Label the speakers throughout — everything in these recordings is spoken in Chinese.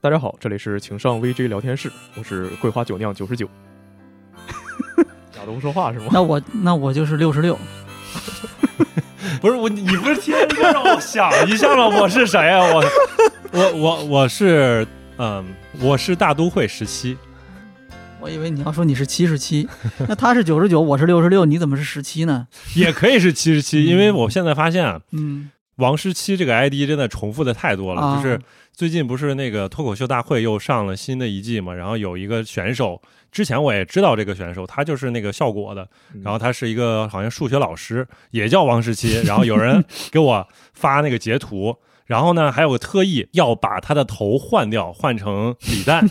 Speaker 1: 大家好，这里是请上 VJ 聊天室，我是桂花酒酿九十九。假的不说话是吗？
Speaker 2: 那我那我就是六十六，
Speaker 3: 不是我，你不是天天让我想一下吗？我是谁呀、啊我我我我是嗯，我是大都会时期，
Speaker 2: 我以为你要说你是七十七，那他是九十九，我是六十六，你怎么是十七呢？
Speaker 3: 也可以是七十七，
Speaker 2: 嗯
Speaker 3: 因为我现在发现啊，
Speaker 2: 嗯，
Speaker 3: 王十七这个 ID 真的重复的太多了。
Speaker 2: 啊
Speaker 3: 就是最近不是那个脱口秀大会又上了新的一季嘛，然后有一个选手，之前我也知道这个选手，他就是那个效果的，
Speaker 2: 嗯
Speaker 3: 然后他是一个好像数学老师，也叫王 十七。然后有人给我发那个截图，然后呢，还有个特意要把他的头换掉，换成 李诞，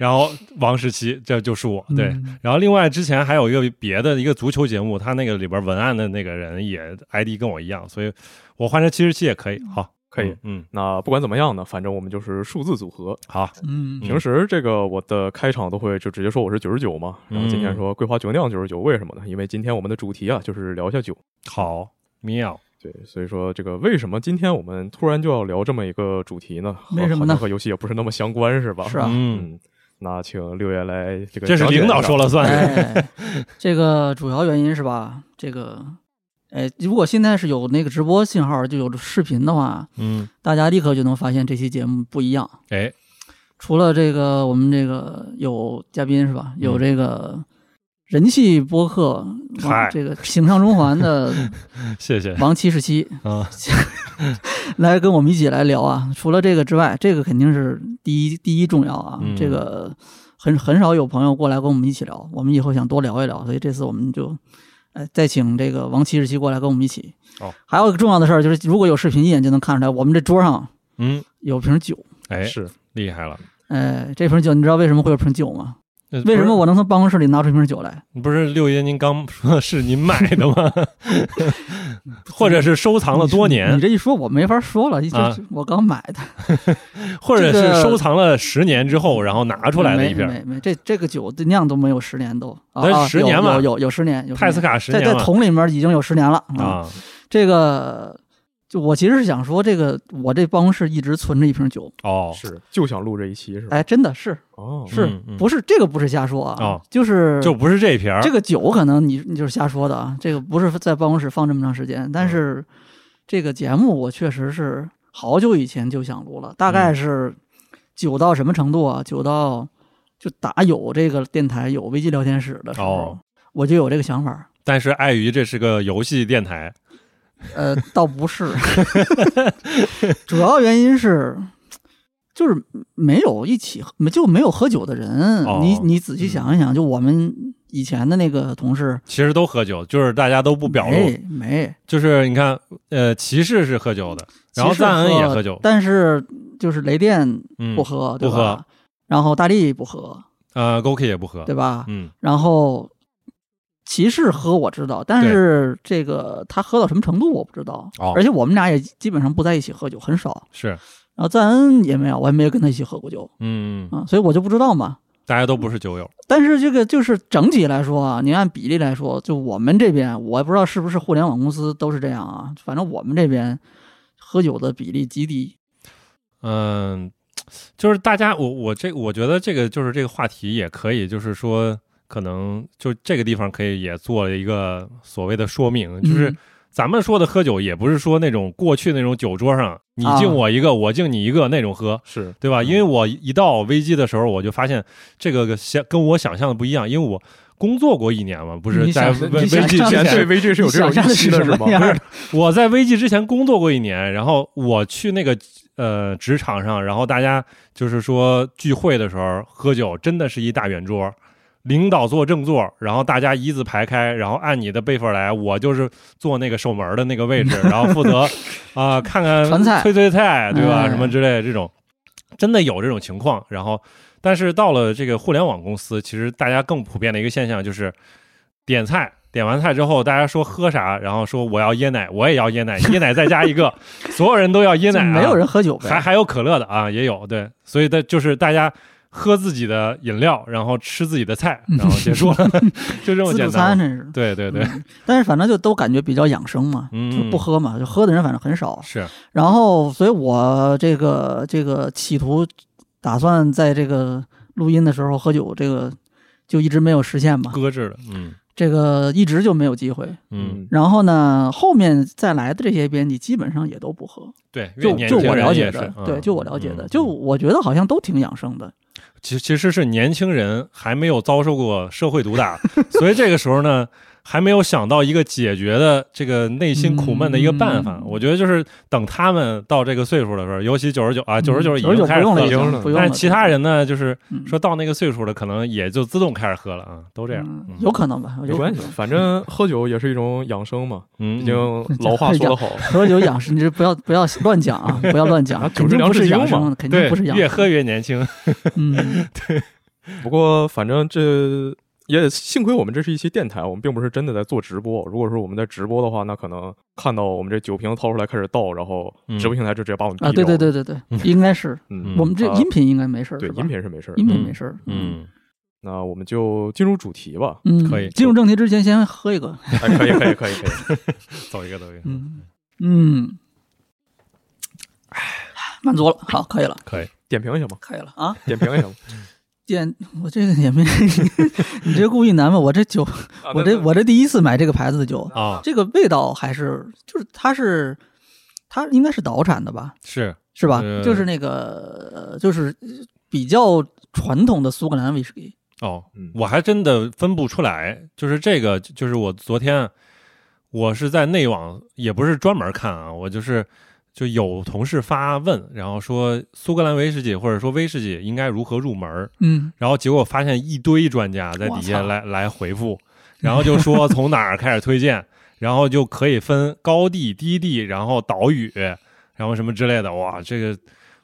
Speaker 3: 然后王十七，这就是我。哦对，
Speaker 2: 嗯
Speaker 3: 然后另外之前还有一个别的一个足球节目，他那个里边文案的那个人也 ID 跟我一样，所以我换成七十七也可以。好，
Speaker 1: 可以。
Speaker 3: 嗯，嗯，
Speaker 1: 那不管怎么样呢，反正我们就是数字组合。
Speaker 3: 好，
Speaker 2: 嗯，
Speaker 1: 平时这个我的开场都会就直接说我是九十九嘛，然后今天
Speaker 3: 嗯
Speaker 1: 说桂花酒酿九十九，为什么呢？因为今天我们的主题啊就是聊一下酒。
Speaker 3: 好，妙，
Speaker 1: 对，所以说这个为什么今天我们突然就要聊这么一个主题呢？和
Speaker 2: 为什么呢
Speaker 1: 好像和游戏也不是那么相关，是吧？
Speaker 2: 是啊
Speaker 3: 嗯，
Speaker 1: 嗯，那请六爷来这个。
Speaker 3: 这是领导说
Speaker 1: 了，
Speaker 3: 了算。
Speaker 2: 哎，这个主要原因是吧？这个，哎，如果现在是有那个直播信号，就有视频的话，
Speaker 3: 嗯，
Speaker 2: 大家立刻就能发现这期节目不一样。
Speaker 3: 哎，
Speaker 2: 除了这个，我们这个有嘉宾是吧？
Speaker 3: 嗯
Speaker 2: 有这个人气播客，
Speaker 3: 嗨
Speaker 2: 王这个请上中环的
Speaker 3: 谢谢
Speaker 2: 王七十七
Speaker 1: 嗯
Speaker 3: 啊，
Speaker 2: 来跟我们一起来聊啊。除了这个之外，这个肯定是第一第一重要啊。
Speaker 3: 嗯
Speaker 2: 这个很很少有朋友过来跟我们一起聊，我们以后想多聊一聊，所以这次我们就。哎，再请这个王七十七过来跟我们一起。
Speaker 3: 哦，
Speaker 2: 还有一个重要的事儿就是，如果有视频，一眼就能看出来，我们这桌上
Speaker 3: 嗯，
Speaker 2: 有瓶酒。
Speaker 3: 哎，
Speaker 1: 是
Speaker 3: 厉害了。
Speaker 2: 哎，这瓶酒你知道为什么会有瓶酒吗？
Speaker 3: 呃
Speaker 2: 为什么
Speaker 3: 不
Speaker 2: 我能从办公室里拿出一瓶酒来？
Speaker 3: 是不是六爷您刚说是您买的 吗？或者是收藏了多
Speaker 2: 你
Speaker 3: 年，
Speaker 2: 这一说，我没法说了，一
Speaker 3: 啊
Speaker 2: 这我刚买的，
Speaker 3: 或者
Speaker 2: 这个
Speaker 3: 是收藏了十年之后，然后拿出来的一瓶
Speaker 2: 没没没，这这个酒的酿都没有十年都，啊
Speaker 3: 但是
Speaker 2: 啊
Speaker 3: 十年
Speaker 2: 有
Speaker 3: 嘛
Speaker 2: 有有有十年，有
Speaker 3: 泰斯
Speaker 2: 卡
Speaker 3: 卡十
Speaker 2: 在
Speaker 3: 年
Speaker 2: 在
Speaker 3: 了
Speaker 2: 桶里面已经有十年了。
Speaker 3: 啊，
Speaker 2: 这个就我其实是想说，这个我这办公室一直存着一瓶酒，
Speaker 3: 哦，
Speaker 1: 是就想录这一期是吧？
Speaker 2: 哎，真的是
Speaker 1: 哦，
Speaker 2: 是
Speaker 3: 嗯嗯
Speaker 2: 不是这个不是瞎说
Speaker 3: 哦
Speaker 2: 啊，就是
Speaker 3: 就不是这瓶儿，
Speaker 2: 这个酒可能你你就是瞎说的啊，这个不是在办公室放这么长时间，但是这个节目我确实是好久以前就想录了，大概是久到什么程度啊？久到就打有这个电台有危机聊天室的时候，
Speaker 3: 哦
Speaker 2: 我就有这个想法儿。
Speaker 3: 但是碍于这是个游戏电台，
Speaker 2: 呃，倒不是， 主要原因是。就是没有一起没就没有喝酒的人，
Speaker 3: 哦嗯
Speaker 2: 你你仔细想一想，就我们以前的那个同事，
Speaker 3: 其实都喝酒，就是大家都不表露
Speaker 2: 没。没，
Speaker 3: 就是你看，呃，骑士是喝酒的，然后
Speaker 2: 骑士
Speaker 3: 赞恩也喝酒，
Speaker 2: 但嗯是就是雷电
Speaker 3: 嗯
Speaker 2: 不，喝，对
Speaker 3: 不
Speaker 2: 吧？
Speaker 3: 喝
Speaker 2: 然后大力不喝，
Speaker 3: 呃，Goki 也不喝，
Speaker 2: 对吧？
Speaker 3: 嗯，
Speaker 2: 然后骑士喝我知道，但是这个他喝到什么程度我不知道，
Speaker 3: 哦
Speaker 2: 而且我们俩也基本上不在一起喝酒，很少。
Speaker 3: 是，
Speaker 2: 然后赞恩也没有，我也没有跟他一起喝过酒
Speaker 3: 嗯，
Speaker 2: 啊、所以我就不知道嘛。
Speaker 3: 大家都不是酒友，
Speaker 2: 但是这个就是整体来说啊，您按比例来说，就我们这边，我也不知道是不是互联网公司都是这样啊，反正我们这边喝酒的比例极低。
Speaker 3: 嗯，就是大家，我我这我觉得这个就是这个话题也可以，就是说可能就这个地方可以也做了一个所谓的说明，就是
Speaker 2: 嗯
Speaker 3: 咱们说的喝酒也不是说那种过去那种酒桌上你
Speaker 2: 啊
Speaker 3: 敬我一个我敬你一个那种喝，
Speaker 1: 是
Speaker 3: 对吧？
Speaker 1: 嗯
Speaker 3: 因为我一到危机的时候，我就发现这个想跟我想象的不一样，因为我工作过一年嘛，不是
Speaker 2: 你
Speaker 3: 在
Speaker 2: 想
Speaker 3: 危
Speaker 2: 你
Speaker 3: 危
Speaker 2: 想
Speaker 3: 机
Speaker 2: 象
Speaker 3: 之
Speaker 1: 之前
Speaker 2: 的
Speaker 1: 对
Speaker 3: 前，
Speaker 1: VG 是有这种
Speaker 2: 你想象
Speaker 1: 预
Speaker 2: 的
Speaker 1: 期
Speaker 2: 是
Speaker 1: 的
Speaker 2: 什
Speaker 1: 是吗
Speaker 2: 么？样
Speaker 3: 不
Speaker 2: 儿
Speaker 3: 是？我在危机之前工作过一年，然后我去那个呃职场上，然后大家就是说聚会的时候喝酒，真的是一大圆桌。领导坐正座，然后大家一字排开，然后按你的辈分来。我就是坐那个守门的那个位置，然后负责啊、看看
Speaker 2: 传菜
Speaker 3: 催催菜，对吧？
Speaker 2: 哎
Speaker 3: 什么之类的这种，真的有这种情况。然后，但是到了这个互联网公司，其实大家更普遍的一个现象就是点菜。点完菜之后，大家说喝啥，然后说我要椰奶，我也要椰奶，椰奶再加 一个，所有人都要椰奶、
Speaker 2: 就没
Speaker 3: 啊，
Speaker 2: 有人喝酒
Speaker 3: 还
Speaker 2: 呗。
Speaker 3: 还有可乐的啊，也有对，所以的就是大家喝自己的饮料，然后吃自己的菜，然后 结束了，就这么
Speaker 2: 自
Speaker 3: 简
Speaker 2: 助餐
Speaker 3: 单。
Speaker 2: 真是，
Speaker 3: 对对对，
Speaker 2: 嗯但是反正就都感觉比较养生嘛，
Speaker 3: 嗯
Speaker 2: 就不喝嘛，就喝的人反正很少。
Speaker 3: 是
Speaker 2: 然后，所以我这个这个企图打算在这个录音的时候喝酒，这个就一直没有实现嘛，
Speaker 3: 搁置了，嗯
Speaker 2: 这个一直就没有机会。
Speaker 3: 嗯，
Speaker 2: 然后呢，后面再来的这些编辑基本上也都不喝，
Speaker 3: 对，越
Speaker 2: 就
Speaker 3: 年
Speaker 2: 就
Speaker 3: 轻
Speaker 2: 我
Speaker 3: 人
Speaker 2: 了
Speaker 3: 也
Speaker 2: 解
Speaker 3: 是
Speaker 2: 的，
Speaker 3: 嗯
Speaker 2: 对，就我了解的，
Speaker 3: 嗯
Speaker 2: 就我觉得好像都挺养生的，
Speaker 3: 其其实是年轻人还没有遭受过社会毒打，所以这个时候呢，还没有想到一个解决的这个内心苦闷的一个办法。
Speaker 2: 嗯
Speaker 3: 我觉得就是等他们到这个岁数的时候，尤其九十九啊，九十九已
Speaker 2: 嗯九十
Speaker 3: 经
Speaker 2: 九不
Speaker 3: 开始
Speaker 2: 用
Speaker 3: 喝
Speaker 2: 了，已
Speaker 3: 了啊
Speaker 1: 已，经
Speaker 2: 经不用了。
Speaker 3: 但是其他人呢，就是
Speaker 2: 嗯
Speaker 3: 说到那个岁数了，可能也就自动开始喝了啊，都这样，
Speaker 2: 嗯
Speaker 3: 嗯
Speaker 2: 有可能吧，
Speaker 1: 没
Speaker 2: 有可
Speaker 1: 关
Speaker 2: 能
Speaker 1: 系，反正喝酒也是一种养生嘛。
Speaker 3: 嗯，
Speaker 1: 毕竟老话说得 好，
Speaker 2: 喝酒养生，你这不要不要乱讲啊，不要乱讲，
Speaker 1: 酒
Speaker 2: 肯
Speaker 1: 是
Speaker 2: 定
Speaker 1: 粮
Speaker 2: 不
Speaker 1: 食
Speaker 2: 是
Speaker 1: 精
Speaker 2: 养
Speaker 1: 嘛
Speaker 2: 生，肯定
Speaker 3: 对
Speaker 2: 不是养
Speaker 3: 越
Speaker 2: 生。
Speaker 3: 喝越年轻，
Speaker 2: 嗯，
Speaker 1: 不过反正这也幸亏我们这是一期电台，我们并不是真的在做直播。如果说我们在直播的话，那可能看到我们这酒瓶掏出来开始倒，然后
Speaker 3: 嗯
Speaker 1: 直播平台就直接把我们
Speaker 2: 啊，
Speaker 1: 毙
Speaker 2: 对
Speaker 1: 掉
Speaker 2: 对
Speaker 1: 了。
Speaker 2: 对对对
Speaker 3: 嗯，
Speaker 2: 应该是
Speaker 1: 嗯，
Speaker 2: 我们这
Speaker 1: 啊
Speaker 2: 音频应该没事儿，
Speaker 1: 对
Speaker 2: 是吧
Speaker 1: 音频是没事儿的。
Speaker 2: 音频没事儿，
Speaker 3: 嗯，
Speaker 1: 那我们就进入主题吧。
Speaker 2: 嗯，
Speaker 3: 可以
Speaker 2: 进入正题之前，先喝一个，
Speaker 1: 哎，可以可以可以可以。
Speaker 3: 走一个走一个，
Speaker 2: 嗯嗯，唉满足了，好，可以了，
Speaker 3: 可以，
Speaker 1: 点评一下嘛，
Speaker 2: 可以了啊。
Speaker 1: 点评一下 嘛。
Speaker 2: 点我这个也没， 你这故意难吧？我这酒，
Speaker 1: 啊
Speaker 2: 我这我这第一次买这个牌子的酒，
Speaker 3: 啊，
Speaker 2: 这个味道还是就是它是它应该是岛产的吧？
Speaker 3: 是
Speaker 2: 是吧？
Speaker 3: 呃
Speaker 2: 就是那个呃就是比较传统的苏格兰威士忌，
Speaker 3: 哦
Speaker 1: 嗯，
Speaker 3: 我还真的分不出来，就是这个，就是我昨天我是在内网，也不是专门看啊，我就是就有同事发问，然后说苏格兰威士忌或者说威士忌应该如何入门儿，
Speaker 2: 嗯，
Speaker 3: 然后结果发现一堆专家在底下
Speaker 2: 我操
Speaker 3: 来来 回复，然后就说从哪儿开始推荐，然后就可以分高地、低地，然后岛屿，然后什么之类的。哇，这个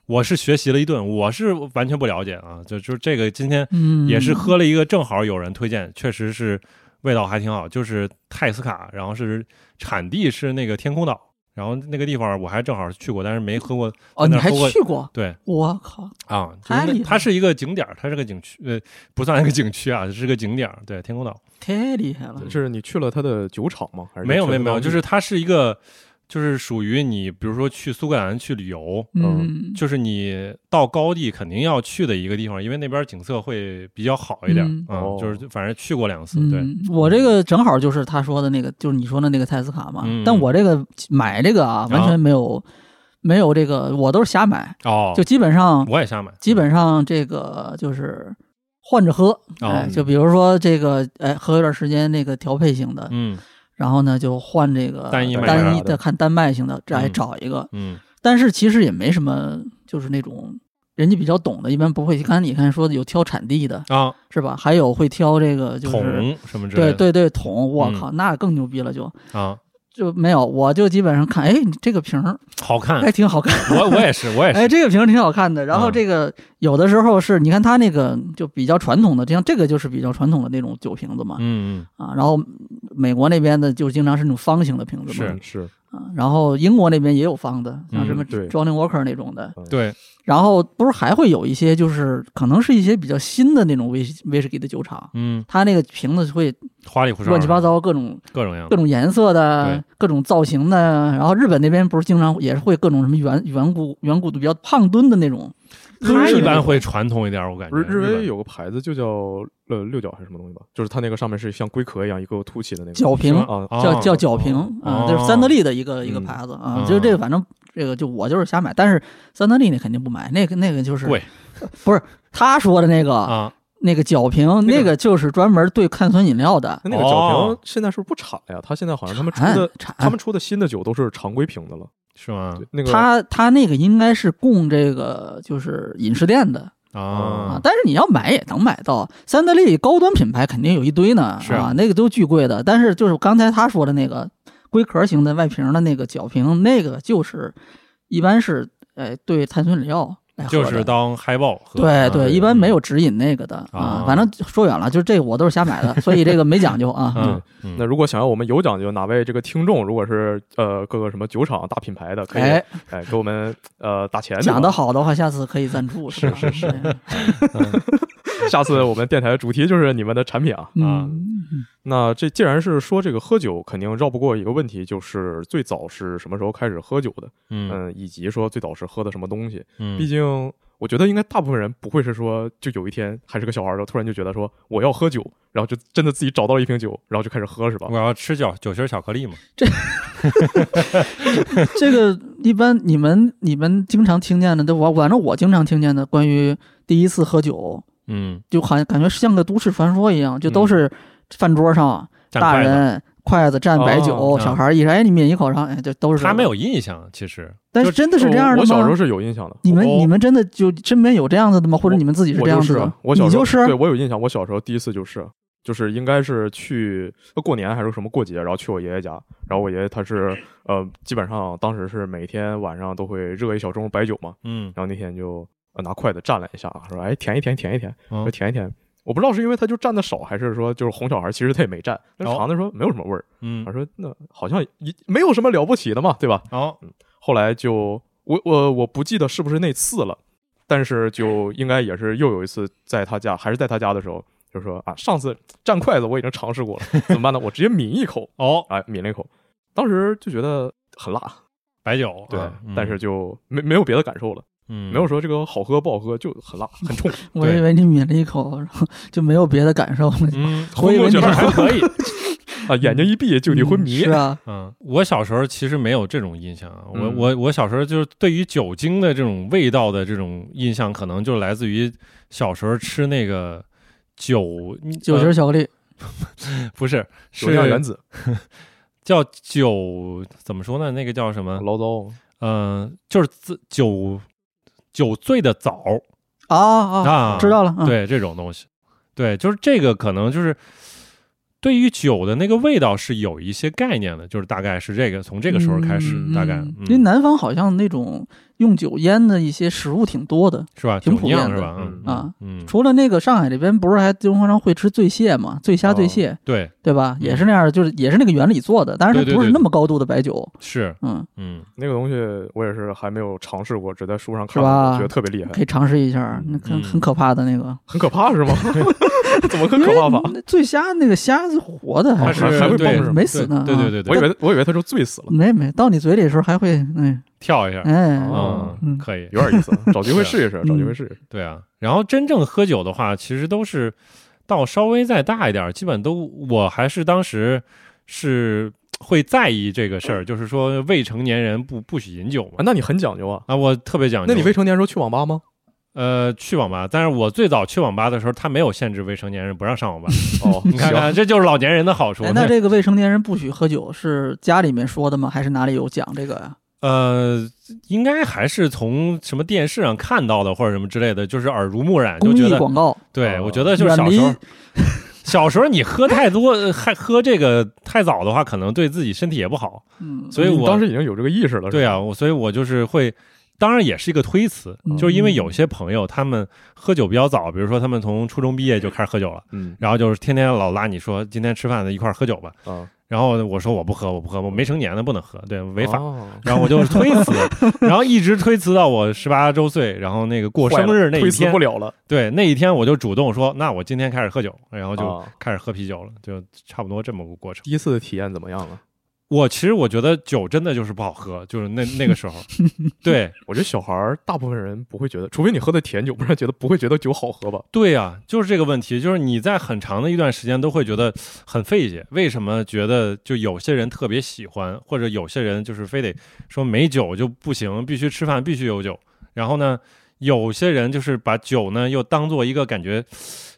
Speaker 3: 我是学习了一顿，我是完全不了解啊，就就这个今天
Speaker 2: 嗯，
Speaker 3: 也是喝了一个，正好有人推荐，确实是味道还挺好，就是泰斯卡，然后是产地是那个天空岛，然后那个地方我还正好去过，但是没喝过。
Speaker 2: 哦，
Speaker 3: 在
Speaker 2: 你
Speaker 3: 那儿
Speaker 2: 还
Speaker 3: 喝过
Speaker 2: 去过？
Speaker 3: 对
Speaker 2: 我靠，
Speaker 3: 啊，就
Speaker 2: 太
Speaker 3: 是
Speaker 2: 厉
Speaker 3: 那
Speaker 2: 害
Speaker 3: 它是一个景点儿，它是个景区，呃，不算一个景区啊，是个景点儿。对，天空岛
Speaker 2: 太厉害了！
Speaker 1: 是你去了他的酒厂吗？还是
Speaker 3: 没有
Speaker 1: 去
Speaker 3: 没
Speaker 1: 了
Speaker 3: 有没有，
Speaker 1: 当地
Speaker 3: 就是它是一个，就是属于你，比如说去苏格兰去旅游，
Speaker 2: 嗯，
Speaker 3: 就是你到高地肯定要去的一个地方，因为那边景色会比较好一点儿
Speaker 2: 嗯
Speaker 3: 啊，
Speaker 1: 哦
Speaker 3: 就是反正去过两次，对，
Speaker 2: 嗯，我这个正好就是他说的那个，就是你说的那个泰斯卡嘛。
Speaker 3: 嗯
Speaker 2: 但我这个买这个啊，完全没有、没有这个，我都是瞎买，
Speaker 3: 哦，
Speaker 2: 就基本上
Speaker 3: 我也瞎买，
Speaker 2: 基本上这个就是换着喝，
Speaker 3: 哦
Speaker 2: 哎，就比如说这个，哎，喝一段时间那个调配型的，
Speaker 3: 嗯
Speaker 2: 然后呢就换这个
Speaker 3: 单一麦芽
Speaker 2: 单一
Speaker 1: 的
Speaker 2: 的看丹麦型的，这还
Speaker 3: 嗯
Speaker 2: 找一个。
Speaker 3: 嗯
Speaker 2: 但是其实也没什么，就是那种人家比较懂的，一般不会。刚才你看说的有挑产地的
Speaker 3: 啊，
Speaker 2: 是吧？还有会挑这个就是
Speaker 3: 桶什么之类
Speaker 2: 对
Speaker 3: 的，
Speaker 2: 对对桶，我
Speaker 3: 嗯
Speaker 2: 靠，那更牛逼了就。
Speaker 3: 啊，
Speaker 2: 就没有，我就基本上看，哎，你这个瓶 儿
Speaker 3: 好看
Speaker 2: 还，挺好看，
Speaker 3: 我我也是我也
Speaker 2: 哎，
Speaker 3: 是，
Speaker 2: 这个瓶儿挺好看的。然后
Speaker 3: 嗯
Speaker 2: 这个有的时候是你看它那个就比较传统的，像这个就是比较传统的那种酒瓶子嘛，
Speaker 3: 嗯
Speaker 2: 啊，然后美国那边的就经常是那种方形的瓶子嘛，
Speaker 3: 是
Speaker 1: 嗯是
Speaker 2: 啊，然后英国那边也有方的，像什么
Speaker 1: 嗯对
Speaker 2: Johnny Walker 那种的，
Speaker 3: 嗯，对，
Speaker 2: 然后不是还会有一些就是可能是一些比较新的那种威士威士忌的酒厂，
Speaker 3: 嗯，
Speaker 2: 它那个瓶子会
Speaker 3: 花里胡哨，
Speaker 2: 乱七八，糟各种
Speaker 3: 各种样
Speaker 2: 各
Speaker 3: 的，
Speaker 2: 种颜色的
Speaker 3: 啊对、
Speaker 2: 各种造型的，然后日本那边不是经常也是会各种什么圆圆骨圆骨的比较胖墩的那种，
Speaker 3: 它一
Speaker 2: 是
Speaker 3: 般会传统一点，我感觉
Speaker 1: 不是日
Speaker 3: 本
Speaker 1: 威有个牌子就叫呃六角还是什么东西吧，就是它那个上面是像龟壳一样一个凸起的那个
Speaker 2: 角瓶
Speaker 1: 是吗啊，
Speaker 3: 哦
Speaker 2: 叫叫角瓶啊，
Speaker 3: 哦
Speaker 2: 就是三得利的一个一个
Speaker 1: 嗯
Speaker 2: 牌子啊
Speaker 3: 嗯，
Speaker 2: 就是这个反正。这个就我就是瞎买，但是三得利那肯定不买，那个那个就是
Speaker 3: 贵
Speaker 2: 他说的那个
Speaker 3: 啊，
Speaker 2: 那个角瓶，
Speaker 1: 那个
Speaker 2: 那个就是专门对碳酸饮料的，
Speaker 1: 那那个角瓶
Speaker 3: 哦
Speaker 1: 现在是不是不产了呀？它现在好像他们出
Speaker 2: 产啊
Speaker 1: 的
Speaker 2: 产
Speaker 1: 他们出的新的酒都是常规瓶的了。
Speaker 3: 是吗
Speaker 1: 对？那个
Speaker 2: 他他那个应该是供这个就是饮食店的啊
Speaker 3: 啊，，
Speaker 2: 但是你要买也能买到，三得利高端品牌肯定有一堆呢
Speaker 3: 是
Speaker 2: 啊，那个都巨贵的。但是就是刚才他说的那个龟壳型的外瓶的那个角瓶，那个就是一般是哎对碳酸饮料来喝
Speaker 3: 就
Speaker 2: 的。
Speaker 3: 是当嗨爆喝，
Speaker 2: 对
Speaker 3: 啊
Speaker 2: 对，一般没有指引那个的
Speaker 3: 啊
Speaker 2: 啊，反正说远了，就是这我都是瞎买的，所以这个没讲究啊。
Speaker 3: 嗯，
Speaker 1: 那
Speaker 3: 嗯
Speaker 1: 如果想要我们有讲究，哪位这个听众，如果是呃各个什么酒厂大品牌的，可以
Speaker 2: 哎，
Speaker 1: 哎给我们呃打钱，
Speaker 2: 讲得，好的话，下次可以赞助，是吧
Speaker 1: 是是
Speaker 2: 是，
Speaker 1: 下次我们电台的主题就是你们的产品啊。
Speaker 2: 嗯，
Speaker 1: 那这既然是说这个喝酒，肯定绕不过一个问题，就是最早是什么时候开始喝酒的？
Speaker 3: 嗯
Speaker 1: 嗯，以及说最早是喝的什么东西。
Speaker 3: 嗯，
Speaker 1: 毕竟我觉得应该大部分人不会是说，就有一天还是个小孩儿的时候，突然就觉得说我要喝酒，然后就真的自己找到了一瓶酒，然后就开始喝，是吧？
Speaker 3: 我要吃酒酒心儿巧克力嘛，
Speaker 2: 这个一般你们你们经常听见的，都我反正我经常听见的关于第一次喝酒，
Speaker 3: 嗯，
Speaker 2: 就好像感觉像个都市传说一样，就都是饭桌上、
Speaker 3: 蘸
Speaker 2: 大
Speaker 3: 筷子
Speaker 2: 人筷子蘸白酒，
Speaker 1: 哦
Speaker 3: 嗯
Speaker 2: 小孩儿一人哎你抿一口上，哎就都是
Speaker 3: 他没，有印象，其实
Speaker 2: 但是真的是这样
Speaker 1: 我
Speaker 2: 的吗？
Speaker 1: 我小时候是有印象的，
Speaker 2: 你们
Speaker 3: 哦
Speaker 2: 你们真的就身边有这样子的吗？或者
Speaker 1: 我
Speaker 2: 你们自己这样子的？
Speaker 1: 我就是、我小
Speaker 2: 你
Speaker 1: 时候
Speaker 2: 就是啊
Speaker 1: 对我有印象，我小时候第一次就是就是应该是去呃过年还是什么过节，然后去我爷爷家，然后我爷爷他是呃基本上当时是每天晚上都会热一小盅白酒嘛，
Speaker 3: 嗯
Speaker 1: 然后那天就、呃拿筷子蘸了一下，说哎舔一舔舔一舔，
Speaker 3: 嗯
Speaker 1: 说舔一舔。我不知道是因为他就蘸的少，还是说就是哄小孩，其实他也没蘸，但是
Speaker 3: 哦
Speaker 1: 尝的时候没有什么味儿。
Speaker 3: 嗯
Speaker 1: 我，说那好像也没有什么了不起的嘛，对吧？
Speaker 3: 哦，
Speaker 1: 后来就我我我不记得是不是那次了，但是就应该也是又有一次在他家，还是在他家的时候，就说啊，上次蘸筷子我已经尝试过了，怎么办呢？我直接抿一口，
Speaker 3: 哦，
Speaker 1: 哎，抿了一口，当时就觉得很辣，
Speaker 3: 白酒，
Speaker 1: 对，
Speaker 3: 啊嗯
Speaker 1: 但是就没没有别的感受了，
Speaker 3: 嗯
Speaker 1: 没有说这个好喝不好喝，就很辣 很冲，
Speaker 2: 我以为你抿了一口，然后 就没有别的感受了。
Speaker 3: 嗯，
Speaker 2: 我以为
Speaker 3: 我觉
Speaker 2: 你
Speaker 3: 得
Speaker 2: 是
Speaker 3: 还可以，
Speaker 1: 啊，眼睛一闭就地昏迷，
Speaker 2: 嗯是啊，
Speaker 3: 嗯，我小时候其实没有这种印象啊，我、
Speaker 1: 嗯
Speaker 3: 我我小时候就是对于酒精的这种味道的这种印象，可能就来自于小时候吃那个酒
Speaker 2: 酒心
Speaker 3: 呃
Speaker 2: 儿巧克力，
Speaker 3: 不是啊
Speaker 1: 酒量原
Speaker 3: 是
Speaker 1: 子，
Speaker 3: 叫酒怎么说呢？那个叫什么？
Speaker 1: 醪糟，
Speaker 3: 嗯、就是自酒酒醉的早
Speaker 2: 啊啊，
Speaker 3: 啊，
Speaker 2: 知道了，嗯，
Speaker 3: 对这种东西，对，就是这个可能就是对于酒的那个味道是有一些概念的，就是大概是这个从这个时候开始，
Speaker 2: 嗯
Speaker 3: 大概、
Speaker 2: 嗯
Speaker 3: 嗯
Speaker 2: 因为南方好像那种用酒腌的一些食物挺多的，
Speaker 3: 是吧？
Speaker 2: 挺
Speaker 3: 酒
Speaker 2: 普
Speaker 3: 酿
Speaker 2: 遍
Speaker 3: 是
Speaker 2: 的
Speaker 3: 吧？嗯
Speaker 2: 嗯啊，
Speaker 3: 嗯，
Speaker 2: 除了那个上海这边不是还经常会吃醉蟹嘛，醉虾、
Speaker 1: 哦
Speaker 2: 醉蟹，
Speaker 3: 对，
Speaker 2: 对吧？
Speaker 3: 嗯
Speaker 2: 也是那样的，就是也是那个原理做的，但是它
Speaker 3: 对对
Speaker 2: 不是
Speaker 3: 对
Speaker 2: 那么高度的白酒，
Speaker 3: 是，
Speaker 2: 嗯，
Speaker 3: 嗯，
Speaker 1: 那个东西我也是还没有尝试过，只在书上
Speaker 2: 是
Speaker 1: 看过，
Speaker 2: 吧
Speaker 1: 我觉得特别厉害
Speaker 2: 可，以尝试一下，那很
Speaker 3: 嗯
Speaker 2: 很可怕的那个
Speaker 1: 很可怕是吗？ 怎么个可怕法？
Speaker 3: 嗯
Speaker 2: 那醉虾那个虾是活的，
Speaker 3: 它
Speaker 2: 还
Speaker 3: 是
Speaker 1: 还还会蹦
Speaker 3: 对
Speaker 1: 是吗
Speaker 2: 没死呢啊
Speaker 3: 对对对对
Speaker 1: 我以
Speaker 3: 对，
Speaker 1: 为我以为他说醉死了，
Speaker 2: 没没到你嘴里的时候还会，哎
Speaker 3: 跳一下，
Speaker 2: 哎，
Speaker 1: 哦
Speaker 3: 嗯，可以，
Speaker 1: 有点意 思，找机会
Speaker 3: 啊
Speaker 1: 试一试，
Speaker 2: 嗯
Speaker 1: 找机会试一试。
Speaker 3: 对啊。然后真正喝酒的话，其实都是到稍微再大一点儿，基本都我还是当时是会在意这个事儿，就是说未成年人不不许饮酒
Speaker 1: 啊，
Speaker 3: 嘛。
Speaker 1: 那你很讲究啊。
Speaker 3: 啊，我特别讲究。
Speaker 1: 那你未成年时候去网吧 吗？
Speaker 3: 呃去网吧？但是我最早去网吧的时候，他没有限制未成年人不让上网吧。
Speaker 1: 哦，
Speaker 3: 你看
Speaker 1: 行，
Speaker 3: 看，这就是老年人的好处
Speaker 2: 哎。那这个未成年人不许喝酒是家里面说的吗？还是哪里有讲这个呀？
Speaker 3: 呃，应该还是从什么电视上看到的或者什么之类的，就是耳濡目染，就
Speaker 2: 公
Speaker 3: 觉
Speaker 2: 益
Speaker 3: 得
Speaker 2: 广告，
Speaker 3: 对，
Speaker 1: 哦
Speaker 3: 我觉得就
Speaker 2: 远
Speaker 3: 是小
Speaker 2: 离
Speaker 3: 时候，小时候你喝太多，呃还喝这个太早的话，可能对自己身体也不好。
Speaker 2: 嗯，
Speaker 3: 所以我
Speaker 1: 你当时已经有这个意识了。
Speaker 3: 对
Speaker 1: 是吧，
Speaker 3: 啊，我所以我就是会，当然也是一个推辞
Speaker 2: 嗯，
Speaker 3: 就是因为有些朋友他们喝酒比较早，比如说他们从初中毕业就开始喝酒了，
Speaker 1: 嗯
Speaker 3: 然后就是天天老拉你说今天吃饭的一块儿喝酒吧，
Speaker 1: 啊，
Speaker 3: 然后我说我不喝，我不喝，我没成年的不能喝，对，违法。
Speaker 1: 哦
Speaker 3: 然后我就是推辞，然后一直推辞到我十八周岁，然后那个过
Speaker 1: 坏
Speaker 3: 生
Speaker 1: 了
Speaker 3: 日那一
Speaker 1: 推辞
Speaker 3: 天
Speaker 1: 不，了了，
Speaker 3: 对那一天我就主动说，那我今天开始喝酒，然后就
Speaker 1: 啊
Speaker 3: 开始喝啤酒了，就差不多这么个过程。
Speaker 1: 第一次体验怎么样了？
Speaker 3: 我其实我觉得酒真的就是不好喝，就是那那 个时候，对
Speaker 1: 我觉得小孩儿大部分人不会觉得，除非你喝的甜酒，不然觉得不会觉得酒好喝吧？
Speaker 3: 对呀、就是这个问题，就是你在很长的一段时间都会觉得很费解，为什么觉得就有些人特别喜欢，或者有些人就是非得说没酒就不行，必须吃饭必须有酒，然后呢？有些人就是把酒呢，又当做一个感觉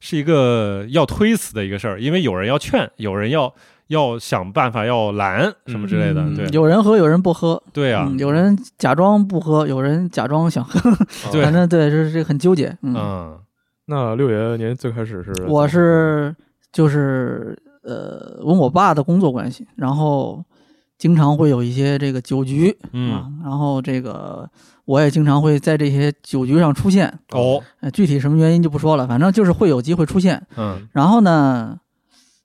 Speaker 3: 是一个要推死的一个事儿，因为有人要劝，有人要要想办法要拦什么之类的，
Speaker 2: 嗯
Speaker 3: 对
Speaker 2: 有人喝，有人不喝，
Speaker 3: 对啊，
Speaker 2: 嗯，有人假装不喝，有人假装想喝，
Speaker 3: 啊对
Speaker 2: 反正对，这这很纠结。嗯，
Speaker 3: 嗯
Speaker 1: 那六爷，您最开始是？啊
Speaker 2: 我是就是呃，问我爸的工作关系，然后经常会有一些这个酒局啊
Speaker 3: 嗯，
Speaker 2: 然后这个我也经常会在这些酒局上出现，
Speaker 3: 哦
Speaker 2: 呃，具体什么原因就不说了，反正就是会有机会出现。
Speaker 3: 嗯
Speaker 2: 然后呢，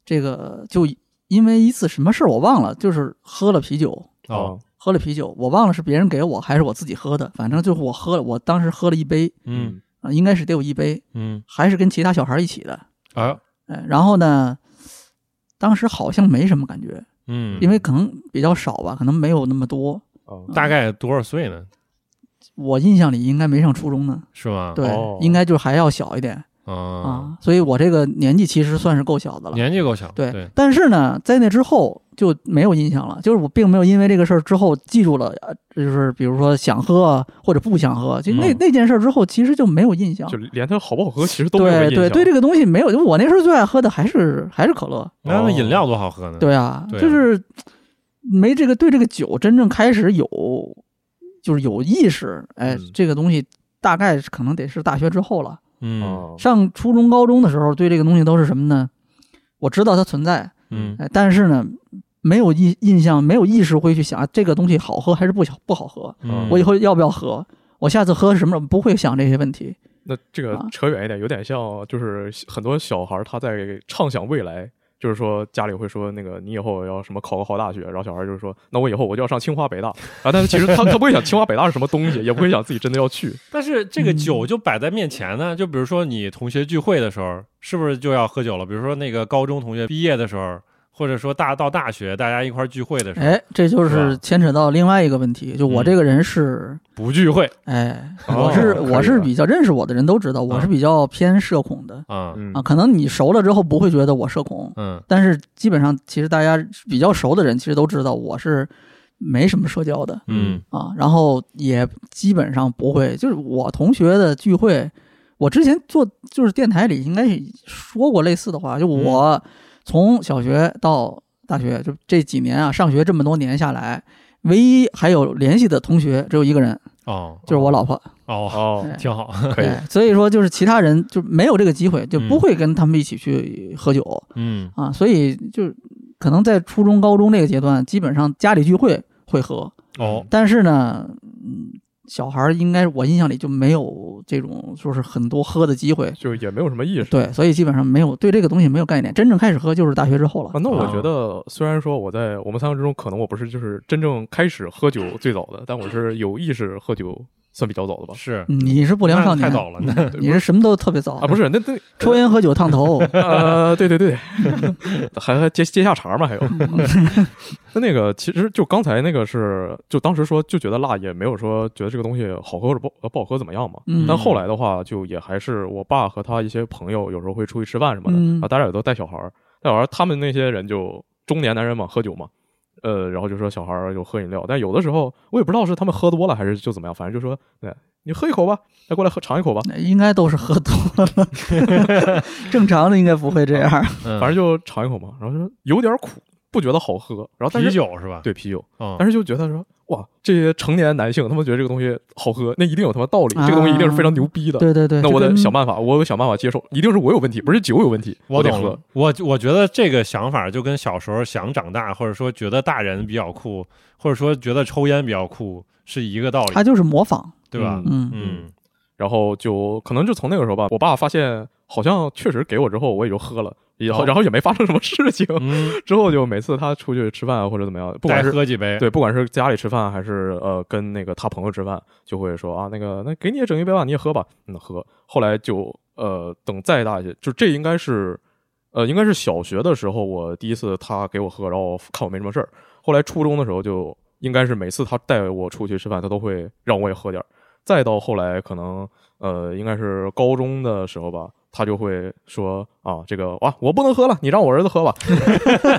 Speaker 2: 这个就因为一次什么事儿我忘了，就是喝了啤酒，
Speaker 3: 哦
Speaker 1: 哦，
Speaker 2: 喝了啤酒，我忘了是别人给我还是我自己喝的，反正就是我喝了，我当时喝了一杯
Speaker 3: 嗯
Speaker 2: 啊、应该是得有一杯，
Speaker 3: 嗯
Speaker 2: 还是跟其他小孩一起的，
Speaker 3: 啊
Speaker 2: 哎，然后呢，当时好像没什么感觉，
Speaker 3: 嗯，
Speaker 2: 因为可能比较少吧，可能没有那么多，
Speaker 1: 哦
Speaker 3: 大概多少岁呢？
Speaker 2: 我印象里应该没上初中呢，
Speaker 3: 是吗？
Speaker 2: 对，
Speaker 1: 哦
Speaker 2: 应该就还要小一点
Speaker 3: 嗯，
Speaker 2: 啊，所以我这个年纪其实算是够小的了。
Speaker 3: 年纪够小，
Speaker 2: 对，
Speaker 3: 对，
Speaker 2: 但是呢，在那之后就没有印象了，就是我并没有因为这个事儿之后记住了，呃就是比如说想喝啊或者不想喝，就那、
Speaker 3: 嗯
Speaker 2: 那件事儿之后其实就没有印象
Speaker 1: 就。连它好不好喝其实都没有
Speaker 2: 对
Speaker 1: 印象。
Speaker 2: 对对，这个东西没有，就我那时候最爱喝的还是还是可乐。
Speaker 3: 那那饮料多好喝呢，
Speaker 2: 对啊，
Speaker 3: 对啊
Speaker 2: 就是没这个对这个酒真正开始有就是有意识，哎，
Speaker 3: 嗯
Speaker 2: 这个东西大概是可能得是大学之后了。
Speaker 3: 嗯
Speaker 1: 哦，
Speaker 2: 上初中、高中的时候，对这个东西都是什么呢？我知道它存在，
Speaker 3: 嗯
Speaker 2: 哎，但是呢，没有印印象，没有意识会去想啊这个东西好喝还是不好不好喝，
Speaker 3: 嗯，
Speaker 2: 我以后要不要喝，我下次喝什么不会想这些问题。
Speaker 1: 那这个
Speaker 2: 啊
Speaker 1: 扯远一点，有点像就是很多小孩儿他在畅想未来。就是说，家里会说那个你以后要什么考个好大学，然后小孩儿就是说，那我以后我就要上清华北大啊。但是其实他他不会想清华北大是什么东西，也不会想自己真的要去。
Speaker 3: 但是这个
Speaker 2: 嗯
Speaker 3: 酒就摆在面前呢，就比如说你同学聚会的时候，是不是就要喝酒了？比如说那个高中同学毕业的时候，或者说大到大学大家一块儿聚会的时候，
Speaker 2: 哎，这就是是牵扯到另外一个问题，就我
Speaker 3: 嗯
Speaker 2: 这个人是，
Speaker 3: 不聚会
Speaker 2: 哎，
Speaker 1: 哦
Speaker 2: 我是、
Speaker 1: 可以
Speaker 2: 我是
Speaker 1: 了啊
Speaker 2: 比较认识我的人都知道，我是比较偏社恐的
Speaker 3: 啊，
Speaker 1: 嗯
Speaker 2: 啊，可能你熟了之后不会觉得我社恐，
Speaker 3: 嗯
Speaker 2: 但是基本上其实大家比较熟的人其实都知道我是没什么社交的，
Speaker 3: 嗯
Speaker 2: 啊，然后也基本上不会，就是我同学的聚会，我之前做就是电台里应该是说过类似的话，就
Speaker 1: 嗯
Speaker 2: 我从小学到大学就这几年啊，上学这么多年下来，唯一还有联系的同学只有一个人，
Speaker 3: 哦
Speaker 2: 就是我老婆，
Speaker 3: 哦，
Speaker 1: 哦，
Speaker 2: 哎
Speaker 3: 挺好，
Speaker 1: 可以，
Speaker 2: 哎所以说就是其他人就没有这个机会，就
Speaker 3: 嗯
Speaker 2: 不会跟他们一起去喝酒
Speaker 3: 嗯
Speaker 2: 啊，所以就可能在初中、高中这个阶段，基本上家里聚会会喝，
Speaker 3: 哦
Speaker 2: 但是呢，嗯，小孩儿应该我印象里就没有这种说是很多喝的机会，
Speaker 1: 就也没有什么意识。
Speaker 2: 对，所以基本上没有对这个东西没有概念。真正开始喝就是大学之后
Speaker 1: 啊
Speaker 2: 了，，
Speaker 1: 那我
Speaker 3: 啊
Speaker 1: 觉得虽然说我在我们三个之中，可能我不是就是真正开始喝酒最早的，但我是有意识喝酒算比较早的吧？
Speaker 3: 哦是
Speaker 2: 嗯你是不良少
Speaker 3: 那
Speaker 2: 年，
Speaker 3: 太早 了那
Speaker 2: 嗯你是什么都特别早
Speaker 1: 啊，不
Speaker 2: 是
Speaker 1: 是，那那
Speaker 2: 抽烟喝酒烫头，
Speaker 1: 呃，对对对，还还接接下茬嘛，还有。那那个其实就刚才那个是，就当时说就觉得辣，也没有说觉得这个东西好喝或者不呃不好喝怎么样嘛。
Speaker 2: 嗯
Speaker 1: 但后来的话，就也还是我爸和他一些朋友有时候会出去吃饭什么的、
Speaker 2: 嗯
Speaker 1: 啊，大家也都带小孩儿，带小孩儿他们那些人就中年男人嘛，喝酒嘛。呃，然后就说小孩儿就喝饮料，但有的时候我也不知道是他们喝多了还是就怎么样，反正就说，对你喝一口吧，再过来喝尝一口吧，
Speaker 3: 嗯
Speaker 2: 应该都是喝多了，正常的应该不会这样。
Speaker 3: 嗯
Speaker 1: 反正就尝一口嘛。然后说有点苦，不觉得好喝，然后但是
Speaker 3: 啤酒是吧？
Speaker 1: 对啤酒，
Speaker 3: 嗯，
Speaker 1: 但是就觉得说，哇，这些成年男性他们觉得这个东西好喝，那一定有他妈道理，这个东西一定是非常牛逼的。
Speaker 2: 对对对，
Speaker 1: 那我
Speaker 2: 就
Speaker 1: 得
Speaker 2: 跟
Speaker 1: 想办法，我有想办法接受，一定是我有问题，不是酒有问题，我得
Speaker 3: 懂
Speaker 1: 喝
Speaker 3: 了。。我我觉得这个想法就跟小时候想长大，或者说觉得大人比较酷，或者说觉得抽烟比较酷是一个道理，
Speaker 2: 他就是模仿，
Speaker 3: 对吧？
Speaker 2: 嗯
Speaker 3: 嗯
Speaker 1: 然后就可能就从那个时候吧，我爸发现好像确实给我之后，我也就喝了，也
Speaker 3: 哦
Speaker 1: 然后也没发生什么事情。
Speaker 3: 嗯，
Speaker 1: 之后就每次他出去吃饭啊或者怎么样，不
Speaker 3: 再
Speaker 1: 管是
Speaker 3: 喝几杯，
Speaker 1: 对，不管是家里吃饭还是呃跟那个他朋友吃饭，就会说啊，那个那给你也整一杯吧，你也喝吧，嗯，喝。后来就呃等再大一些，就这应该是呃应该是小学的时候，我第一次他给我喝，然后看我没什么事儿。后来初中的时候就应该是每次他带我出去吃饭，他都会让我也喝点儿。再到后来可能呃应该是高中的时候吧。他就会说啊，这个哇，我不能喝了，你让我儿子喝吧。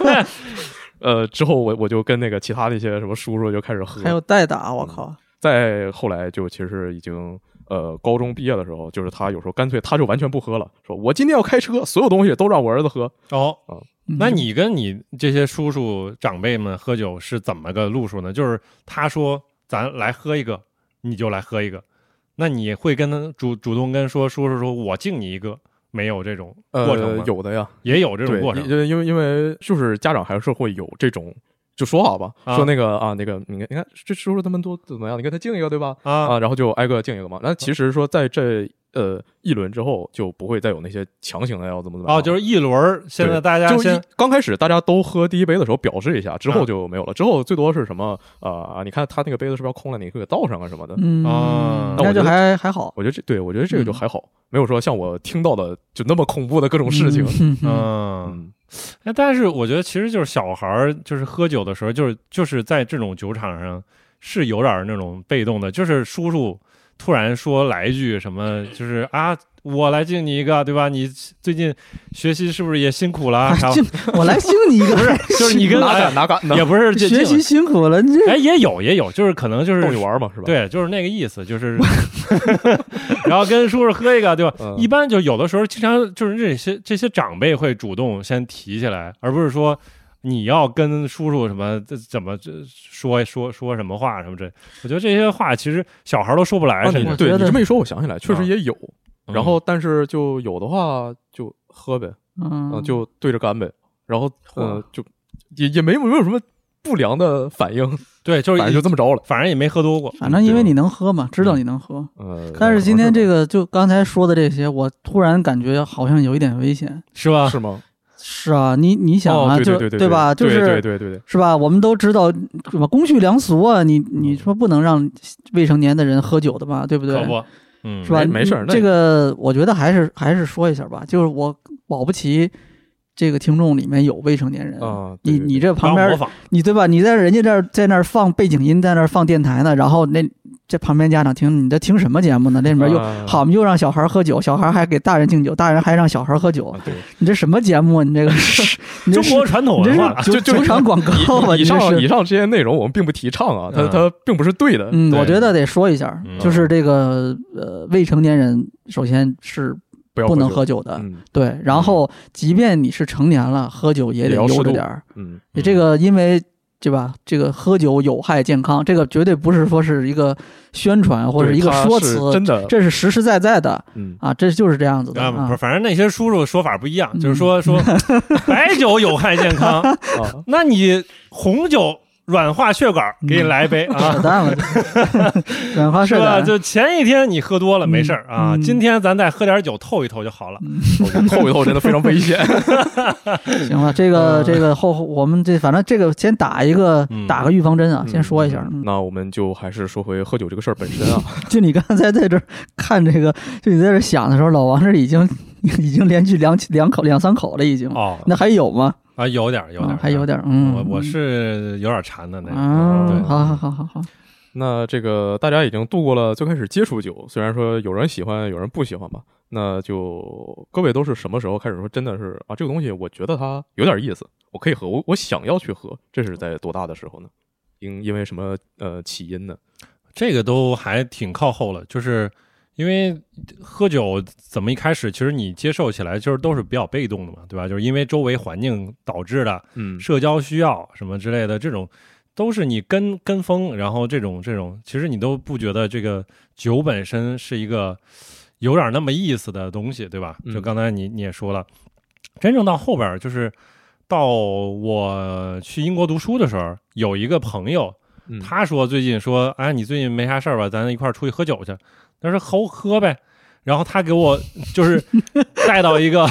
Speaker 1: 呃，之后我我就跟那个其他的一些什么叔叔就开始喝，
Speaker 2: 还有代打，我靠，
Speaker 1: 再后来就其实已经呃高中毕业的时候，就是他有时候干脆他就完全不喝了，说我今天要开车，所有东西都让我儿子喝。
Speaker 3: 哦，
Speaker 2: 嗯
Speaker 3: 那你跟你这些叔叔长辈们喝酒是怎么个路数呢？就是他说咱来喝一个，你就来喝一个，那你会跟他主主动跟说叔叔说我敬你一个，没有这种过程
Speaker 1: 呃
Speaker 3: 吗？，
Speaker 1: 有的呀，
Speaker 3: 也有这种
Speaker 1: 对，
Speaker 3: 过
Speaker 1: 因
Speaker 3: 程。
Speaker 1: 因为因为就是家长还是会有这种。就说好吧，
Speaker 3: 啊
Speaker 1: 说那个啊，那个你看，你看这叔叔他们都怎么样？你跟他敬一个，对吧？
Speaker 3: 啊
Speaker 1: 啊，然后就挨个敬一个嘛。那其实说在这呃一轮之后，就不会再有那些强行的要怎么怎么样
Speaker 3: 哦，就是一轮儿，现在大家
Speaker 1: 就
Speaker 3: 先
Speaker 1: 一刚开始大家都喝第一杯的时候表示一下，之
Speaker 3: 啊
Speaker 1: 后就没有了。之后最多是什么啊、呃你看他那个杯子是不是要空了？你可以给倒上啊什么的。
Speaker 2: 嗯
Speaker 3: 啊，
Speaker 2: 那
Speaker 1: 那我觉
Speaker 2: 就
Speaker 1: 得
Speaker 2: 还还好
Speaker 1: 我觉得这对我觉得这个就还好，没有说像我听到的就那么恐怖的各种事情。
Speaker 2: 嗯嗯
Speaker 3: 嗯，
Speaker 1: 嗯
Speaker 3: 哎，但是我觉得其实就是小孩儿，就是喝酒的时候，就是就是在这种酒场上是有点儿那种被动的，就是叔叔突然说来一句什么，就是啊，我来敬你一个，对吧？你最近学习是不是也辛苦了？然后
Speaker 2: 敬啊我来敬你一个，
Speaker 3: 不 是，就是你跟
Speaker 1: 哪
Speaker 3: 哎
Speaker 1: 敢哪敢呢？
Speaker 3: 也不是这
Speaker 2: 学习，辛苦了，你这
Speaker 3: 哎，也有也有，就是可能就是
Speaker 1: 逗你玩儿嘛，是吧？
Speaker 3: 对，就是那个意思，就是， 然后跟叔叔喝一个，对吧？
Speaker 1: 嗯
Speaker 3: 一般就有的时候，经常就是这些这些长辈会主动先提起来，而不是说你要跟叔叔什么这怎么这说说说什么话什么这。我觉得这些话其实小孩都说不来，
Speaker 1: 啊，
Speaker 3: 甚
Speaker 1: 你
Speaker 3: 至。
Speaker 1: 对
Speaker 2: 觉
Speaker 1: 你
Speaker 2: 得
Speaker 1: 这么一说，我想起来，确
Speaker 3: 啊
Speaker 1: 实也有。
Speaker 3: 嗯
Speaker 1: 然后，但是就有的话就喝呗，啊，
Speaker 2: 嗯，
Speaker 1: 就对着干呗。然后，呃
Speaker 2: 嚯，
Speaker 1: 就也也没有没有什么不良的反应，
Speaker 3: 对，就是
Speaker 1: 反正就这么着了。
Speaker 3: 反正也没喝多过，
Speaker 2: 反正因为
Speaker 1: 对
Speaker 2: 你能喝嘛，知道你能喝。
Speaker 1: 呃，
Speaker 2: 但是今天这
Speaker 1: 个
Speaker 2: 个就刚才说的这些，我突然感觉好像有一点危险。
Speaker 3: 是吧？
Speaker 1: 是吗？
Speaker 2: 是啊，你你想
Speaker 1: 啊哦
Speaker 2: 啊，，
Speaker 1: 对
Speaker 2: 就
Speaker 1: 对对
Speaker 2: 对吧？就
Speaker 1: 对对
Speaker 2: 是
Speaker 1: 对对对，
Speaker 2: 是吧？我们都知道什么公序良俗啊，你你说不能让未成年的人喝酒的嘛，对不对？
Speaker 3: 可不，嗯，
Speaker 2: 是吧？
Speaker 1: 没没事儿
Speaker 2: 你
Speaker 1: 那
Speaker 2: 这个我觉得还是还是说一下吧，就是我保不齐这个听众里面有未成年人
Speaker 1: 啊对
Speaker 2: 你
Speaker 1: 对
Speaker 2: 呃你这
Speaker 3: 不要
Speaker 2: 旁边
Speaker 3: 模仿，
Speaker 2: 你对吧？你在人家这儿在那儿放背景音，在那儿放电台呢，然后那这旁边家长听你在听什么节目呢？那里面又、
Speaker 1: 啊
Speaker 2: 好，又让小孩喝酒，小孩还给大人敬酒，大人还让小孩喝酒
Speaker 1: 啊，对
Speaker 2: 你这什么节目 啊？你这个是，你这
Speaker 3: 中
Speaker 2: 是
Speaker 3: 国传统
Speaker 2: 你这
Speaker 3: 文化
Speaker 2: 是，酒
Speaker 1: 就就
Speaker 2: 酒厂广告吧？
Speaker 1: 以以
Speaker 2: 你这
Speaker 1: 上以
Speaker 2: 是。
Speaker 1: 上这些内容我们并不提倡啊，它
Speaker 3: 嗯
Speaker 1: 它并不是对啊的。
Speaker 2: 嗯，
Speaker 3: 对
Speaker 2: 我觉得得说一下，
Speaker 3: 嗯
Speaker 2: 就是这个呃，未成年人首先是
Speaker 1: 不要
Speaker 2: 不能
Speaker 1: 酒
Speaker 2: 喝酒的，
Speaker 1: 嗯
Speaker 2: 对。然后，即便你是成年了，喝酒也得
Speaker 1: 也要适
Speaker 2: 悠着
Speaker 1: 度
Speaker 2: 点儿，
Speaker 1: 嗯，
Speaker 2: 你这个因为对吧？这个喝酒有害健康，这个绝对不是说是一个宣传或者
Speaker 1: 对
Speaker 2: 一个
Speaker 1: 它
Speaker 2: 说
Speaker 1: 是
Speaker 2: 辞，
Speaker 1: 真的，
Speaker 2: 这是实实在在的
Speaker 1: 嗯，
Speaker 2: 啊，这就是这样子的
Speaker 3: 啊，不是，
Speaker 2: 啊。
Speaker 3: 反正那些叔叔说法不一样，
Speaker 2: 嗯
Speaker 3: 就是 说说白酒有害健康，
Speaker 1: 啊，
Speaker 3: 那你红酒软化血管，给你来一杯
Speaker 2: 扯
Speaker 3: 啊。
Speaker 2: 淡了，软 化
Speaker 3: 是
Speaker 2: 社
Speaker 3: 吧？
Speaker 2: 感，
Speaker 3: 就前一天你喝多了没事儿啊，
Speaker 2: 啊嗯嗯
Speaker 3: 今天咱再喝点酒透一透就好了。
Speaker 1: 透一透真的非常危险。
Speaker 2: 行了。这个
Speaker 3: 嗯
Speaker 2: 这个后我们这反正这个先打一个
Speaker 3: 嗯
Speaker 2: 打个预防针啊，
Speaker 1: 嗯
Speaker 2: 先说一下。嗯，
Speaker 1: 那我们就还是说回喝酒这个事儿本身啊，
Speaker 2: 就你刚才在这儿看这个，就你在这儿想的时候，老王这已经 已经连续两两口两三口了，已经。
Speaker 3: 哦
Speaker 2: 嗯那还有吗？
Speaker 3: 啊，有点儿有点儿
Speaker 2: 啊，还有点儿，
Speaker 3: 我
Speaker 2: 嗯，
Speaker 3: 我是有点馋的那个。
Speaker 2: 啊
Speaker 3: 对，
Speaker 2: 好好好好好，
Speaker 1: 那这个大家已经度过了最开始接触酒，虽然说有人喜欢，有人不喜欢吧，那就各位都是什么时候开始说真的是啊，这个东西我觉得它有点意思，我可以喝，我我想要去喝，这是在多大的时候呢？因因为什么呃起因呢？
Speaker 3: 这个都还挺靠后了，就是因为喝酒怎么一开始，其实你接受起来就是都是比较被动的嘛，对吧？就是因为周围环境导致的，
Speaker 1: 嗯
Speaker 3: 社交需要什么之类的，这种都是你跟跟风，然后这种这种，其实你都不觉得这个酒本身是一个有点那么意思的东西，对吧？
Speaker 1: 嗯
Speaker 3: 就刚才你你也说了，真正到后边儿就是到我去英国读书的时候，有一个朋友，
Speaker 1: 嗯
Speaker 3: 他说最近说，哎，你最近没啥事儿吧？咱一块儿出去喝酒去。他说好喝呗。然后他给我就是 带到一个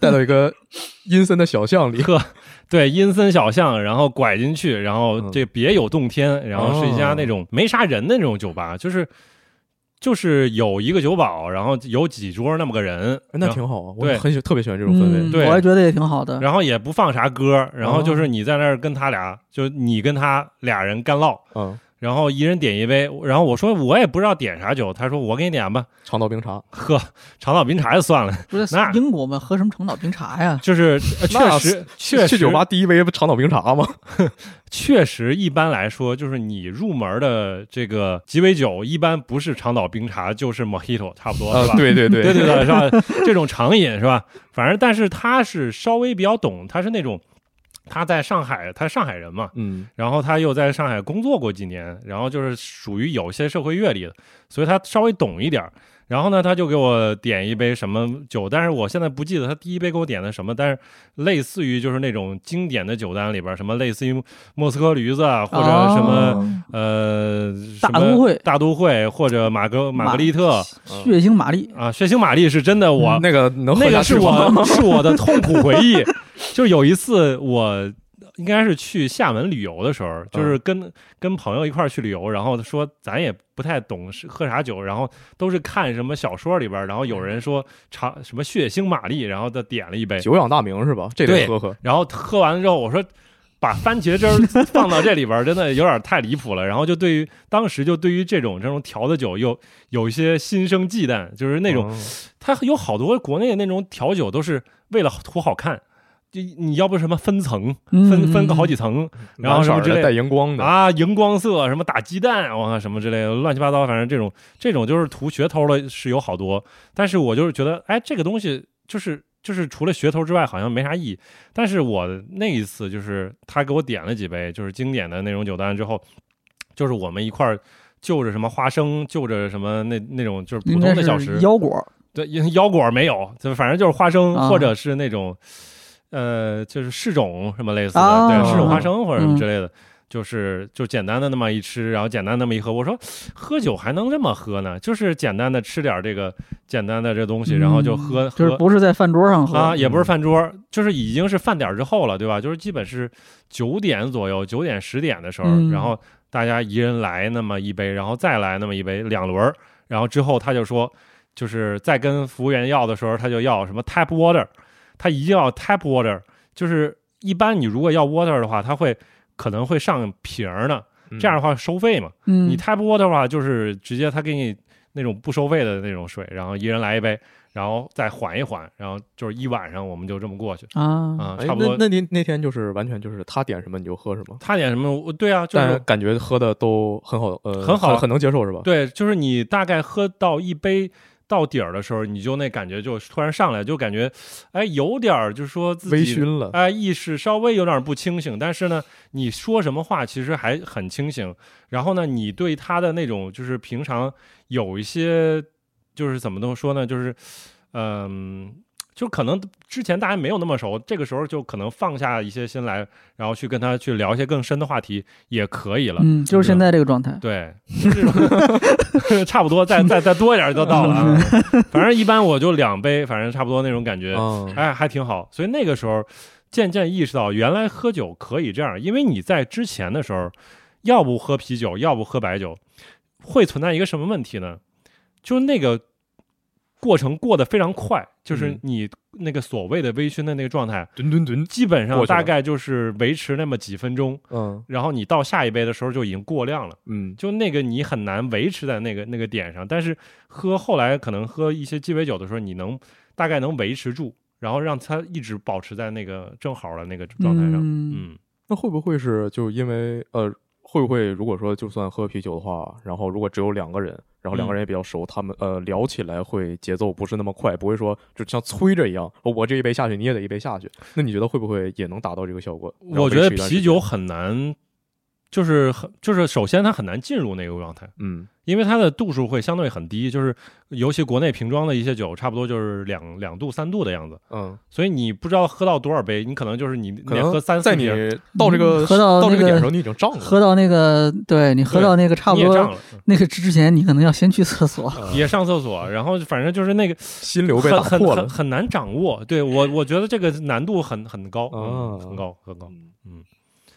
Speaker 1: 带到一个阴森的小巷 里，哎
Speaker 3: 特对阴森小巷，然后拐进去，然后
Speaker 1: 嗯
Speaker 3: 这别有洞天，然后是一家
Speaker 1: 哦
Speaker 3: 那种没啥人的那种酒吧，就是就是有一个酒保，然后有几桌那么个人，
Speaker 1: 哎那
Speaker 3: 然后
Speaker 1: 挺好啊，我
Speaker 3: 对
Speaker 1: 很喜特别喜欢这种氛
Speaker 2: 嗯，
Speaker 1: 围。
Speaker 3: 对
Speaker 2: 我也觉得也挺好的。
Speaker 3: 然后也不放啥歌，然后
Speaker 1: 哦
Speaker 3: 就是你在那儿跟他俩，就你跟他俩人干唠，
Speaker 1: 嗯，
Speaker 3: 然后一人点一杯，然后我说我也不知道点啥酒，他说我给你点吧，
Speaker 1: 长岛冰茶，
Speaker 3: 喝长岛冰茶就算了，
Speaker 2: 不是
Speaker 3: 那
Speaker 2: 英国嘛，喝什么长岛冰茶呀？
Speaker 3: 就是呃确
Speaker 1: 那
Speaker 3: 实
Speaker 1: 去
Speaker 3: 确
Speaker 1: 去
Speaker 3: 实
Speaker 1: 酒吧第一杯不长岛冰茶吗？
Speaker 3: 确实，一般来说，就是你入门的这个鸡尾酒，一般不是长岛冰茶，就是 Mojito，差不多
Speaker 1: 啊
Speaker 3: 是吧？，
Speaker 1: 对对对
Speaker 3: 对对对，是吧？这种长饮是吧？反正，但是他是稍微比较懂，他是那种他在上海，他是上海人嘛，
Speaker 1: 嗯，
Speaker 3: 然后他又在上海工作过几年，然后就是属于有些社会阅历的，所以他稍微懂一点儿。然后呢，他就给我点一杯什么酒，但是我现在不记得他第一杯给我点的什么，但是类似于就是那种经典的酒单里边儿，什么类似于莫斯科驴子啊，或者什么、
Speaker 2: 哦
Speaker 3: 呃什
Speaker 2: 大
Speaker 3: 么
Speaker 2: 都会
Speaker 3: 大都会或者马格玛格丽特
Speaker 2: 血腥玛丽，
Speaker 3: 啊，血腥玛丽是真的
Speaker 2: 嗯
Speaker 3: 我、
Speaker 1: 啊那个 能喝
Speaker 3: 那
Speaker 1: 下
Speaker 3: 个
Speaker 1: 去
Speaker 3: 是
Speaker 1: 吗
Speaker 3: 我是我的痛苦回忆，就是有一次我应该是去厦门旅游的时候，就是跟、跟朋友一块儿去旅游，然后说咱也不太懂是喝啥酒，然后都是看什么小说里边儿，然后有人说尝什么血腥玛丽，然后他点了一杯，
Speaker 1: 久仰大名是吧？这
Speaker 3: 对
Speaker 1: 得喝喝。
Speaker 3: 然后喝完了之后我说把番茄汁儿放到这里边儿，真的有点太离谱了。然后就对于当时就对于这种这种调的酒又有一些心生忌惮，就是那种
Speaker 1: 哦
Speaker 3: 它有好多国内那种调酒都是为了图好看，就你要不什么分层，呃
Speaker 2: 嗯
Speaker 3: 分分个好几层，然后
Speaker 1: 蓝
Speaker 3: 什
Speaker 1: 色
Speaker 3: 么
Speaker 1: 儿
Speaker 3: 之
Speaker 1: 的
Speaker 3: 类
Speaker 1: 带荧光的，
Speaker 3: 啊，荧光色什么打鸡蛋，我靠什么之类的，乱七八糟，反正这种这种就是图噱头的是有好多，但是我就是觉得，哎，这个东西就是就是除了噱头之外，好像没啥意义。但是我那一次就是他给我点了几杯，就是经典的那种酒单之后，就是我们一块儿。就着什么花生，就着什么那那种就是普
Speaker 2: 嗯应
Speaker 3: 通
Speaker 2: 该
Speaker 3: 的
Speaker 2: 是
Speaker 3: 小食，
Speaker 2: 腰果，
Speaker 3: 对，腰腰果没有，就反正就是花生、
Speaker 2: 啊
Speaker 3: 或者是那种，呃，就是柿种什么类似的，
Speaker 2: 啊
Speaker 3: 对，柿种花
Speaker 1: 嗯
Speaker 3: 生或者什么之类的，就是就简单的那么一吃，然后简单那么一喝。我说喝酒还能这么喝呢？就是简单的吃点儿这个简单的这东西，然后就喝、
Speaker 2: 嗯
Speaker 3: 喝。
Speaker 2: 就是不是在饭桌上喝
Speaker 3: 啊，也不是
Speaker 1: 嗯
Speaker 3: 饭桌儿，就是已经是饭点儿之后了，对吧？就是基本是九点左右，九点十点的时候，
Speaker 2: 嗯
Speaker 3: 然后大家一人来那么一杯，然后再来那么一杯，两轮儿，然后之后他就说，就是再跟服务员要的时候，他就要什么 tap water，他一定要 tap water，就是一般你如果要 water 的话，他会可能会上瓶儿呢，
Speaker 1: 嗯
Speaker 3: 这样的话收费嘛。
Speaker 2: 嗯
Speaker 3: 你 tap water 的话，就是直接他给你那种不收费的那种水，然后一人来一杯，然后再缓一缓，然后就是一晚上我们就这么过去
Speaker 2: 啊，
Speaker 3: 啊、
Speaker 1: 哎
Speaker 3: 差不
Speaker 1: 那
Speaker 3: 多。
Speaker 1: 那天那天就是完全就是他点什么你就喝什么，
Speaker 3: 他点什么？我对啊，就
Speaker 1: 但
Speaker 3: 是
Speaker 1: 感觉喝的都很好，呃，
Speaker 3: 很好
Speaker 1: 很能接受是吧？
Speaker 3: 对，就是你大概喝到一杯到底儿的时候，你就那感觉就突然上来，就感觉哎有点儿就是说自己
Speaker 1: 微醺了，
Speaker 3: 哎，意识稍微有点不清醒，但是呢，你说什么话其实还很清醒。然后呢，你对他的那种就是平常有一些，就是怎么都说呢，就是，嗯、就可能之前大家没有那么熟，这个时候就可能放下一些心来，然后去跟他去聊一些更深的话题也可以了。
Speaker 2: 嗯，就是现在这个状态，
Speaker 3: 对，这种 差不多，再再再多一点就到了啊。反正一般我就两杯，反正差不多那种感觉。
Speaker 1: 嗯，
Speaker 3: 哎，还挺好。所以那个时候渐渐意识到，原来喝酒可以这样，因为你在之前的时候，要不喝啤酒，要不喝白酒，会存在一个什么问题呢？就是那个过程过得非常快，就是
Speaker 1: 嗯
Speaker 3: 你那个所谓的微醺的那个状态，
Speaker 1: 吨吨吨，
Speaker 3: 基本上
Speaker 1: 过去
Speaker 3: 大
Speaker 1: 了
Speaker 3: 概就是维持那么几分钟，
Speaker 1: 嗯
Speaker 3: 然后你到下一杯的时候就已经过量了。
Speaker 1: 嗯，
Speaker 3: 就那个你很难维持在那个那个点上。但是喝后来可能喝一些鸡尾酒的时候，你能大概能维持住，然后让它一直保持在那个正好的那个状态上。
Speaker 2: 嗯，
Speaker 3: 嗯，
Speaker 1: 那会不会是就因为呃，会不会如果说就算喝啤酒的话，然后如果只有两个人，然后
Speaker 3: 嗯
Speaker 1: 两个人也比较熟，他们呃聊起来会节奏不是那么快，不会说就像催着一样，哦我这一杯下去你也得一杯下去。那你觉得会不会也能达到这个效果？然后
Speaker 3: 我觉得
Speaker 1: 维持一段时
Speaker 3: 啤
Speaker 1: 间
Speaker 3: 酒，很难，就是很就是首先它很难进入那个状态。
Speaker 1: 嗯
Speaker 3: 因为它的度数会相对很低，就是尤其国内瓶装的一些酒，差不多就是两两度三度的样子，
Speaker 1: 嗯，
Speaker 3: 所以你不知道喝到多少杯，你可能就是嗯你
Speaker 1: 可
Speaker 3: 连
Speaker 1: 能
Speaker 3: 喝三四
Speaker 1: 在你
Speaker 3: 瓶，
Speaker 1: 到这个
Speaker 2: 嗯喝到
Speaker 1: 到这
Speaker 2: 那个
Speaker 1: 点的时候，你已经胀了，
Speaker 2: 喝到那个，对你喝到那个差
Speaker 3: 嗯你
Speaker 2: 不
Speaker 3: 也胀
Speaker 2: 多
Speaker 3: 了，
Speaker 2: 那个之前，你可能要先去厕所，
Speaker 1: 啊
Speaker 3: 也上厕所，然后反正就是那个
Speaker 1: 心流被
Speaker 3: 很
Speaker 1: 打
Speaker 3: 很
Speaker 1: 破
Speaker 3: 很
Speaker 1: 了。
Speaker 3: 很难掌握。对我，我觉得这个难度很很高，嗯
Speaker 1: 啊
Speaker 3: 很高很高。嗯，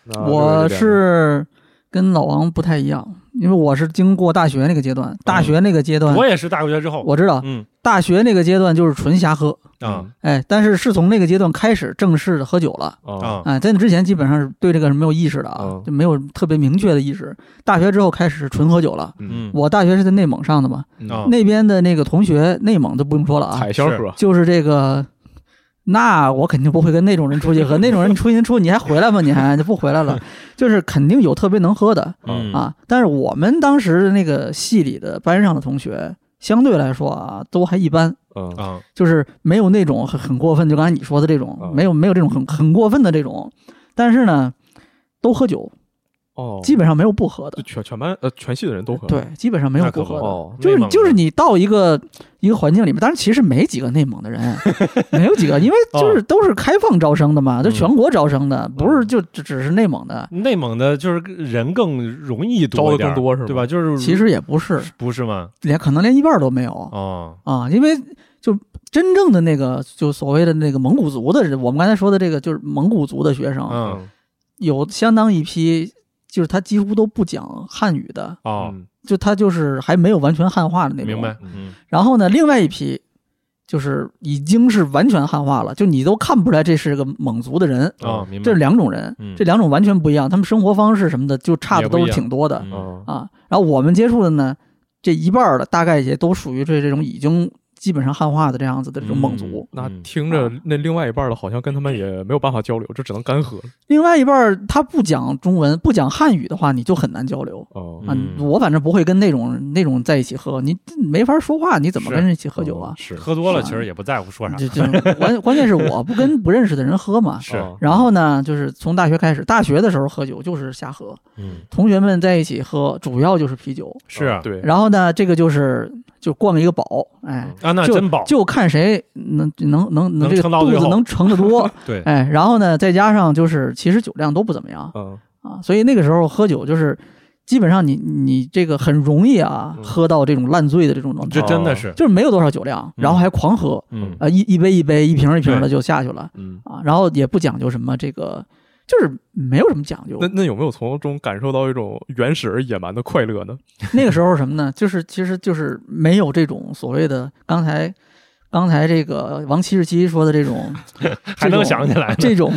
Speaker 1: 那
Speaker 2: 我
Speaker 1: 啊这个
Speaker 2: 是跟老王不太一样，因为我是经过大学那个阶段，大学那个阶段，
Speaker 3: 我也是大学之后，
Speaker 2: 嗯我知道
Speaker 3: 嗯
Speaker 2: 大学那个阶段就是纯瞎喝，
Speaker 1: 有点
Speaker 3: 啊
Speaker 2: 哎，但是是从那个阶段开始正式的喝酒了。
Speaker 1: 嗯啊
Speaker 3: 啊
Speaker 2: 哎，在那之前基本上是对这个是没有意识的啊
Speaker 1: 嗯，
Speaker 2: 就没有特别明确的意识。大学之后开始是纯喝酒了。
Speaker 3: 嗯
Speaker 2: 我大学是在内蒙上的嘛，
Speaker 3: 啊
Speaker 1: 嗯
Speaker 2: 那边的那个同学，内蒙就不用说了啊，
Speaker 1: 彩香喝
Speaker 2: 就是这个，那我肯定不会跟那种人出去喝，那种人出去出去你还回来吗？你还就不回来了，就是肯定有特别能喝的
Speaker 3: 嗯
Speaker 2: 啊。但是我们当时的那个系里的班上的同学，相对来说啊，都还一般。
Speaker 1: 嗯
Speaker 3: 啊
Speaker 2: 就是没有那种很很过分，就刚才你说的这种
Speaker 3: 哦
Speaker 1: 嗯，
Speaker 2: 没有没有这种很很过分的这种，但是呢，都喝酒，
Speaker 1: 哦，
Speaker 2: 基本上没有不喝的
Speaker 1: 就，全全班呃全系的人都喝
Speaker 2: 对，基本上没有
Speaker 3: 那可
Speaker 2: 不
Speaker 3: 不
Speaker 2: 喝的，
Speaker 1: 哦，
Speaker 2: 就
Speaker 3: 内
Speaker 2: 是
Speaker 3: 蒙
Speaker 2: 就是
Speaker 3: 人
Speaker 2: 你到一个一个环境里面，当然其实没几个内蒙的 人，没有几个，因为就是都是开放招生的嘛，都
Speaker 3: 哦嗯
Speaker 2: 全国招生的，不是就只只是内蒙的，
Speaker 3: 内蒙的就是人更容易
Speaker 1: 招
Speaker 3: 多
Speaker 1: 的
Speaker 3: 一点
Speaker 1: 更
Speaker 3: 儿，
Speaker 1: 多是吧？
Speaker 3: 对吧？就是
Speaker 2: 其实也不是，
Speaker 3: 不嗯是吗？
Speaker 2: 连可能连一半都没有
Speaker 3: 哦，
Speaker 2: 啊，因为就真正的那个就所谓的那个蒙古族的人，我们刚才说的这个就是蒙古族的学生，
Speaker 3: 嗯
Speaker 2: 有相当一批，就是他几乎都不讲汉语的，
Speaker 3: 哦，
Speaker 1: 嗯
Speaker 2: 就他就是还没有完全汉化的那种。
Speaker 3: 明白。
Speaker 1: 嗯
Speaker 3: 嗯
Speaker 2: 然后呢，另外一批就是已经是完全汉化了，就你都看不出来这是个蒙族的人，
Speaker 3: 啊，明白，
Speaker 2: 这是两种人
Speaker 3: 嗯，
Speaker 2: 这两种完全不一样，他们生活方式什么的就差的都是挺多的
Speaker 3: 嗯
Speaker 1: 嗯
Speaker 2: 啊。然后我们接触的呢，这一半儿的大概也都属于这这种已经基本上汉化的这样子的这种蒙族，
Speaker 1: 那
Speaker 3: 嗯
Speaker 1: 听着
Speaker 2: 啊
Speaker 1: 那另外一半的，好像跟他们也没有办法交流，这只能干喝
Speaker 2: 另外一半儿他不讲中文、不讲汉语的话，你就很难交流。
Speaker 1: 哦。
Speaker 2: 啊
Speaker 3: 嗯，
Speaker 2: 我反正不会跟那种那种在一起喝，你没法说话，你怎么
Speaker 3: 是
Speaker 2: 跟人一起喝酒啊？
Speaker 1: 哦是
Speaker 3: 喝多了
Speaker 2: 是啊
Speaker 3: 其实也不在乎说啥，
Speaker 2: 这这关关键是我不跟不认识的人喝嘛。
Speaker 3: 是，
Speaker 1: 啊
Speaker 2: 然后呢，就是从大学开始，大学的时候喝酒就是瞎喝，
Speaker 3: 嗯，
Speaker 2: 同学们在一起喝主要就是啤酒。
Speaker 3: 是啊，
Speaker 1: 对，
Speaker 2: 然后呢，这个就是就逛一个饱，
Speaker 1: 嗯
Speaker 2: 哎，
Speaker 3: 啊，那
Speaker 2: 就
Speaker 3: 真饱，
Speaker 2: 就看谁能能能
Speaker 3: 能
Speaker 2: 能这个
Speaker 3: 撑到
Speaker 2: 肚
Speaker 3: 最
Speaker 2: 子
Speaker 3: 后
Speaker 2: 能盛得多，
Speaker 3: 对，
Speaker 2: 哎，然后呢，再加上就是其实酒量都不怎么样
Speaker 1: 嗯
Speaker 2: 啊，所以那个时候喝酒就是基本上你你这个很容易啊
Speaker 1: 嗯
Speaker 2: 喝到这种烂醉的这种状态
Speaker 3: 这，真的是，
Speaker 2: 就是没有多少酒量，
Speaker 3: 嗯
Speaker 2: 然后还狂喝，
Speaker 3: 嗯
Speaker 2: 啊，一一杯一杯一瓶一瓶的
Speaker 3: 对
Speaker 2: 就下去了
Speaker 1: 嗯。
Speaker 2: 啊，然后也不讲究什么这个，就是没有什么讲究
Speaker 1: 那。那有没有从中感受到一种原始而野蛮的快乐呢？
Speaker 2: 那个时候什么呢？就是其实就是没有这种所谓的刚才刚才这个王七十七说的这种
Speaker 3: 还能想起来呢
Speaker 2: 这种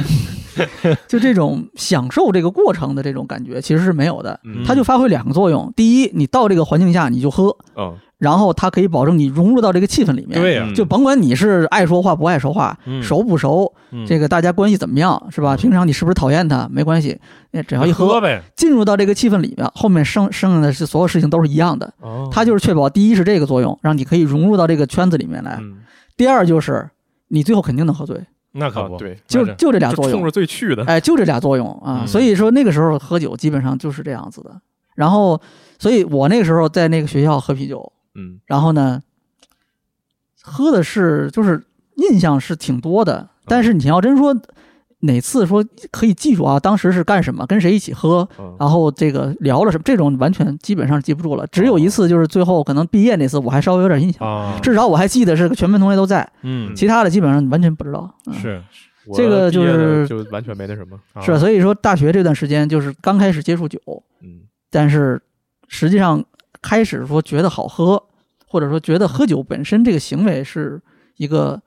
Speaker 2: 就这种享受这个过程的这种感觉其实是没有的。
Speaker 1: 嗯
Speaker 2: 它就发挥两个作用：第一，你到这个环境下你就喝，
Speaker 1: 嗯
Speaker 2: 然后它可以保证你融入到这个气氛里面。
Speaker 3: 对呀，
Speaker 1: 嗯
Speaker 2: 就甭管你是爱说话不爱说话，
Speaker 3: 嗯
Speaker 2: 熟不熟，
Speaker 3: 嗯
Speaker 2: 这个大家关系怎么样，是
Speaker 1: 嗯
Speaker 2: 吧？平常你是不是讨厌他没关系，那只要一
Speaker 3: 喝
Speaker 2: 喝，
Speaker 3: 呗，
Speaker 2: 进入到这个气氛里面，后面剩剩下的是所有事情都是一样的。
Speaker 1: 哦，
Speaker 2: 它就是确保第一是这个作用，让你可以融入到这个圈子里面来；
Speaker 1: 嗯
Speaker 2: 第二就是你最后肯定能喝醉，
Speaker 3: 那可
Speaker 1: 啊
Speaker 3: 不，
Speaker 1: 对，
Speaker 2: 哦就
Speaker 3: 那是
Speaker 2: 就这俩
Speaker 1: 就
Speaker 2: 作
Speaker 1: 冲
Speaker 2: 用
Speaker 1: 着，最去的，
Speaker 2: 哎，就这俩作用啊。
Speaker 3: 嗯
Speaker 2: 所以说那个时候喝酒基本上就是这样子的。然后，所以我那个时候在那个学校喝啤酒，
Speaker 1: 嗯
Speaker 2: 然后呢，喝的是就是印象是挺多的，
Speaker 3: 嗯
Speaker 2: 但是你要真说哪次说可以记住啊，当时是干什么，跟谁一起喝，
Speaker 1: 嗯
Speaker 2: 然后这个聊了什么，这种完全基本上记不住了。只有一次就是最后可能毕业那次，我还稍微有点印
Speaker 1: 哦
Speaker 2: 象，
Speaker 3: 啊，
Speaker 2: 至少我还记得是全班同学都在，
Speaker 3: 嗯
Speaker 2: 其他的基本上完全不知道。嗯、
Speaker 3: 是
Speaker 1: 我
Speaker 2: 这个
Speaker 1: 毕业的
Speaker 2: 就是
Speaker 1: 就完全没那什么，
Speaker 3: 啊
Speaker 2: 是，所以说大学这段时间就是刚开始接触酒，
Speaker 1: 嗯
Speaker 2: 但是实际上开始说觉得好喝，或者说觉得喝酒本身这个行为是一个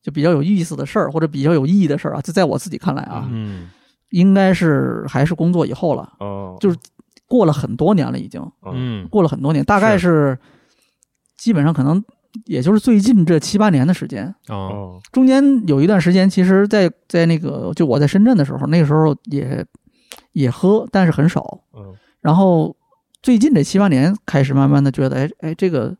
Speaker 2: 就比较有意思的事儿，或者比较有意义的事儿啊，就在我自己看来啊，
Speaker 3: 嗯
Speaker 2: 应该是还是工作以后了，
Speaker 1: 哦，
Speaker 2: 就是过了很多年了，已经
Speaker 3: 嗯
Speaker 2: 过了很多年，大概是基本上可能也就是最近这七八年的时间。
Speaker 3: 啊
Speaker 1: 哦
Speaker 2: 中间有一段时间，其实在，在那个就我在深圳的时候，那个时候也也喝，但是很少。
Speaker 1: 嗯
Speaker 2: 然后最近这七八年开始慢慢的觉得，哎哎，这个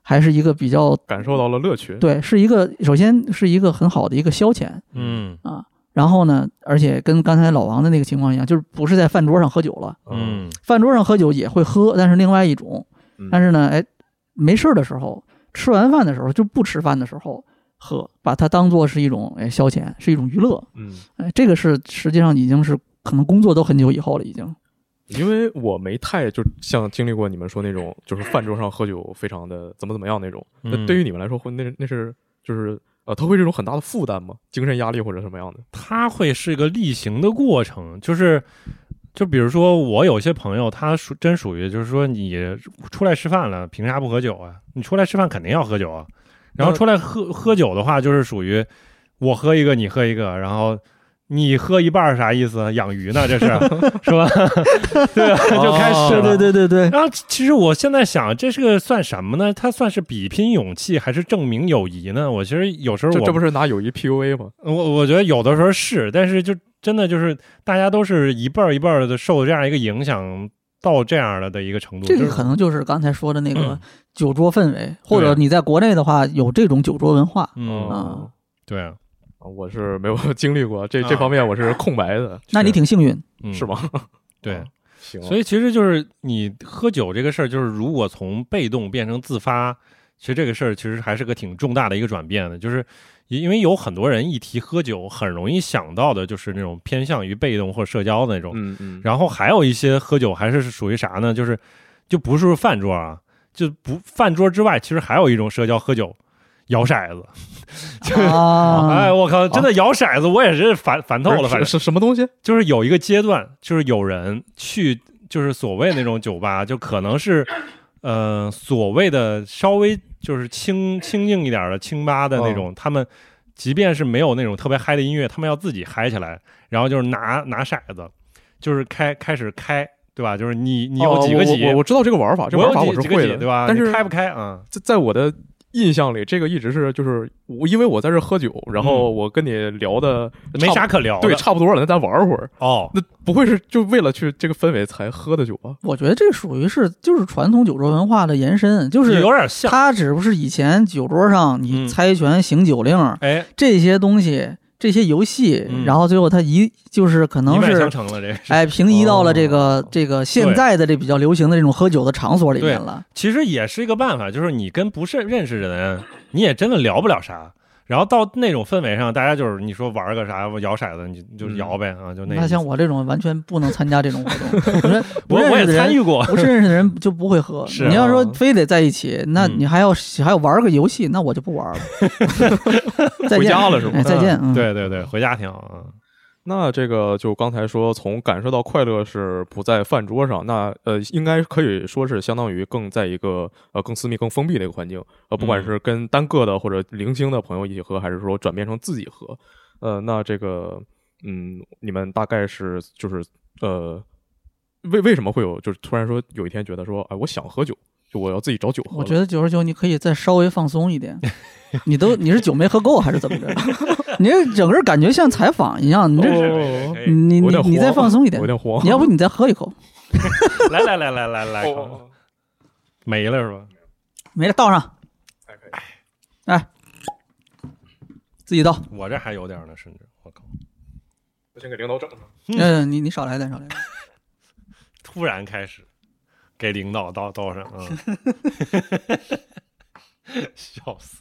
Speaker 2: 还是一个比较
Speaker 1: 感受到了乐趣，
Speaker 2: 对，是一个首先是一个很好的一个消遣
Speaker 3: 嗯
Speaker 2: 啊。然后呢，而且跟刚才老王的那个情况一样，就是不是在饭桌上喝酒了，
Speaker 1: 嗯
Speaker 3: 嗯
Speaker 2: 饭桌上喝酒也会喝，但是另外一种
Speaker 1: 嗯。
Speaker 2: 但是呢，哎，没事儿的时候，吃完饭的时候就不吃饭的时候喝，把它当做是一种哎消遣，是一种娱乐。
Speaker 1: 嗯，
Speaker 2: 哎，这个是实际上已经是可能工作都很久以后了，已经。
Speaker 1: 因为我没太就像经历过你们说那种，就是饭桌上喝酒非常的怎么怎么样那种。那
Speaker 3: 嗯
Speaker 1: 对于你们来说，会那那是就是呃，他会是一种很大的负担吗？精神压力或者什么样的？
Speaker 3: 它会是一个例行的过程，就是。就比如说，我有些朋友，他属真属于，就是说你出来吃饭了，凭啥不喝酒啊？你出来吃饭肯定要喝酒啊。然后
Speaker 1: 那
Speaker 3: 出来喝喝酒的话，就是属于我喝一个，你喝一个，然后你喝一半儿啥意思？养鱼 呢，这是是吧？对啊，就开始
Speaker 1: 哦
Speaker 3: 了。
Speaker 2: 对对对对，
Speaker 3: 然后其其实我现在想，这是个算什么呢？它算是比拼勇气，还是证明友谊呢？我其实有时候
Speaker 1: 这
Speaker 3: 我
Speaker 1: 这不是拿友谊 PUA 吗？
Speaker 3: 呃我我觉得有的时候是，但是就真的就是大家都是一辈儿一辈儿的受这样一个影响到这样了的一个程度，
Speaker 2: 这
Speaker 3: 就
Speaker 2: 个
Speaker 3: 是
Speaker 2: 可能就是刚才说的那个
Speaker 3: 嗯啊
Speaker 2: 酒桌氛围，或者你在国内的话有这种酒桌文化。
Speaker 3: 嗯，
Speaker 1: 哦
Speaker 3: 对啊，
Speaker 1: 啊我是没有 经历过这
Speaker 3: 啊
Speaker 1: 这方面，我是空白的，
Speaker 2: 啊那你挺幸 运，
Speaker 3: 嗯
Speaker 1: 是？吗？
Speaker 3: 对
Speaker 1: 啊，
Speaker 2: 嗯
Speaker 1: 行啊，
Speaker 3: 所以其实就是你喝酒这个事儿，就是如果从被动变成自发，其实这个事儿其实还是个挺重大的一个转变的。就是因因为有很多人一提喝酒，很容易想到的就是那种偏向于被动或者社交的那种。
Speaker 1: 嗯嗯，
Speaker 3: 然后还有一些喝酒还是属于啥呢？就是就不是饭桌啊，就不饭桌之外，其实还有一种社交喝酒。摇骰子，
Speaker 2: 啊，
Speaker 3: 哎，我靠，真的摇骰子，我也是烦烦透
Speaker 1: 不
Speaker 3: 了，
Speaker 1: 是
Speaker 3: 反正
Speaker 1: 是是什么东西？
Speaker 3: 就是有一个阶段，就是有人去，就是所谓那种酒吧，就可能是呃，所谓的稍微就是清清静一点的清吧的那种，他们即便是没有那种特别嗨的音乐，他们要自己嗨起来，然后就是拿拿骰子，就是开开始开，对吧？就是你你有几个
Speaker 1: 哦
Speaker 3: 几，
Speaker 1: 我我我知道这个玩法，这个
Speaker 3: 我
Speaker 1: 玩法
Speaker 3: 有
Speaker 1: 我
Speaker 3: 几
Speaker 1: 是
Speaker 3: 几个
Speaker 1: 会
Speaker 3: 几，
Speaker 1: 的，
Speaker 3: 对吧？
Speaker 1: 但
Speaker 3: 你
Speaker 1: 是
Speaker 3: 开不开啊？
Speaker 1: 在在我的印象里，这个一直是就是我，因为我在这喝酒，然后
Speaker 3: 嗯
Speaker 1: 我跟你聊的
Speaker 3: 没啥，可聊
Speaker 1: 差不
Speaker 3: 的，
Speaker 1: 对，差不多了，那咱玩会儿。
Speaker 3: 哦，
Speaker 1: 那不会是就为了去这个氛围才喝的酒吧？
Speaker 2: 我觉得这属于是就是传统酒桌文化的延伸，就是
Speaker 3: 有点像，
Speaker 2: 它只不过是以前酒桌上你
Speaker 3: 嗯
Speaker 2: 猜拳、行酒令、
Speaker 3: 哎，
Speaker 2: 这些东西、这些游戏，
Speaker 3: 嗯
Speaker 2: 然后最后它一就是可
Speaker 3: 一
Speaker 2: 能
Speaker 3: 脉相
Speaker 2: 是
Speaker 3: 承了这个是。
Speaker 2: 哎平移到了这个、
Speaker 1: 哦
Speaker 2: 这个现在的这比较流行的这种喝酒的场所里面了。
Speaker 3: 其实也是一个办法，就是你跟不是认识的人，你也真的聊不了啥。然后到那种氛围上，大家就是你说玩个啥摇骰子，你就就摇呗、啊，就那个
Speaker 2: 那
Speaker 3: 意思。
Speaker 2: 像我这种完全不能参加这种活 动，我觉得不
Speaker 3: 我
Speaker 2: 认
Speaker 3: 我
Speaker 2: 识
Speaker 3: 也
Speaker 2: 的
Speaker 3: 参
Speaker 2: 人。
Speaker 3: 与过，
Speaker 2: 不是认识的人就不会喝。
Speaker 3: 是啊
Speaker 2: 你要说非得在一起，那
Speaker 3: 嗯
Speaker 2: 你还要、还要玩个游戏，那我就不玩 了。再
Speaker 1: 回
Speaker 2: 见
Speaker 1: 家了是吗
Speaker 2: 哎再见。嗯、，
Speaker 3: 对对对，回家挺好啊。
Speaker 1: 那这个就刚才说，从感受到快乐是不在饭桌上，那呃，应该可以说是相当于更在一个呃更私密、更封闭的一个环境，呃，不管
Speaker 3: 嗯
Speaker 1: 是跟单个的或者零星的朋友一起喝，还是说转变成自己喝，呃，那这个嗯，你们大概是就是呃，为为什么会有就是突然说有一天觉得说，哎，我想喝酒，就我要自己找酒喝了，
Speaker 2: 我觉得九十九你可以再稍微放松 一点。你都你是酒没喝够还是怎么着？ 你这整个感觉像采访一样，你这、
Speaker 1: 哦
Speaker 3: 可以可以可以
Speaker 2: 你你
Speaker 1: 我有点
Speaker 2: 你再
Speaker 1: 慌
Speaker 2: 放松一
Speaker 1: 我
Speaker 2: 点
Speaker 1: 有，点慌，
Speaker 2: 你要不你再喝一口，
Speaker 3: 来来来来来来，
Speaker 1: 哦
Speaker 3: 没了是吧？
Speaker 2: 没了倒上，哎，自己倒。
Speaker 3: 我这还有点呢，甚至我靠，
Speaker 1: 我先给领导整上。
Speaker 3: 嗯
Speaker 2: 嗯，你你少来点，少来点。
Speaker 3: 突然开始给领导倒倒上，嗯，笑死。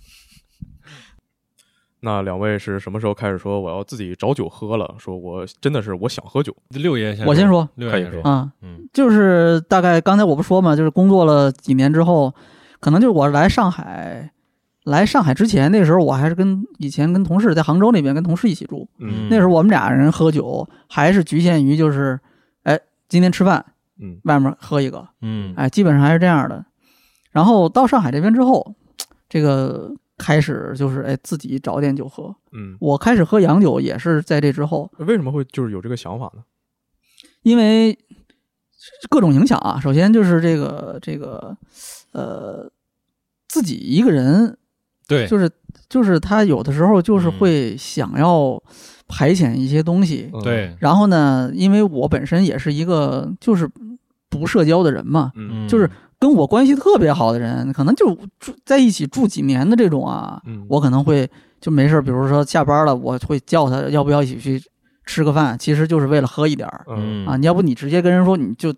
Speaker 1: 那两位是什么时候开始说我要自己找酒喝了？说我真的是我想喝酒，
Speaker 3: 六爷先，
Speaker 2: 我先，说
Speaker 3: 六爷先
Speaker 1: 可以
Speaker 3: 说，
Speaker 2: 啊，
Speaker 3: 嗯
Speaker 2: 就是大概刚才我不说嘛，就是工作了几年之后，可能就是我来上海，来上海之前那时候我还是跟以前跟同事在杭州那边跟同事一起住，
Speaker 3: 嗯
Speaker 2: 那时候我们俩人喝酒还是局限于就是，哎，今天吃饭，
Speaker 1: 嗯，
Speaker 2: 外面喝一个，
Speaker 3: 嗯
Speaker 2: 哎，基本上还是这样的。然后到上海这边之后，这个开始就是哎自己找点酒喝。
Speaker 1: 嗯，
Speaker 2: 我开始喝洋酒也是在这之后，
Speaker 1: 为什么会就是有这个想法呢？
Speaker 2: 因为各种影响啊。首先就是这个这个呃自己一个人
Speaker 3: 对，
Speaker 2: 就是就是他有的时候就是
Speaker 3: 嗯
Speaker 2: 会想要排遣一些东西，
Speaker 1: 嗯，
Speaker 3: 对，
Speaker 2: 然后呢，因为我本身也是一个就是不社交的人嘛，
Speaker 1: 嗯
Speaker 2: 就是跟我关系特别好的人，可能就住在一起住几年的这种啊，
Speaker 1: 嗯，
Speaker 2: 我可能会就没事儿，比如说下班了，我会叫他要不要一起去吃个饭，其实就是为了喝一点儿
Speaker 1: 嗯
Speaker 2: 啊。，你要不你直接跟人说你就。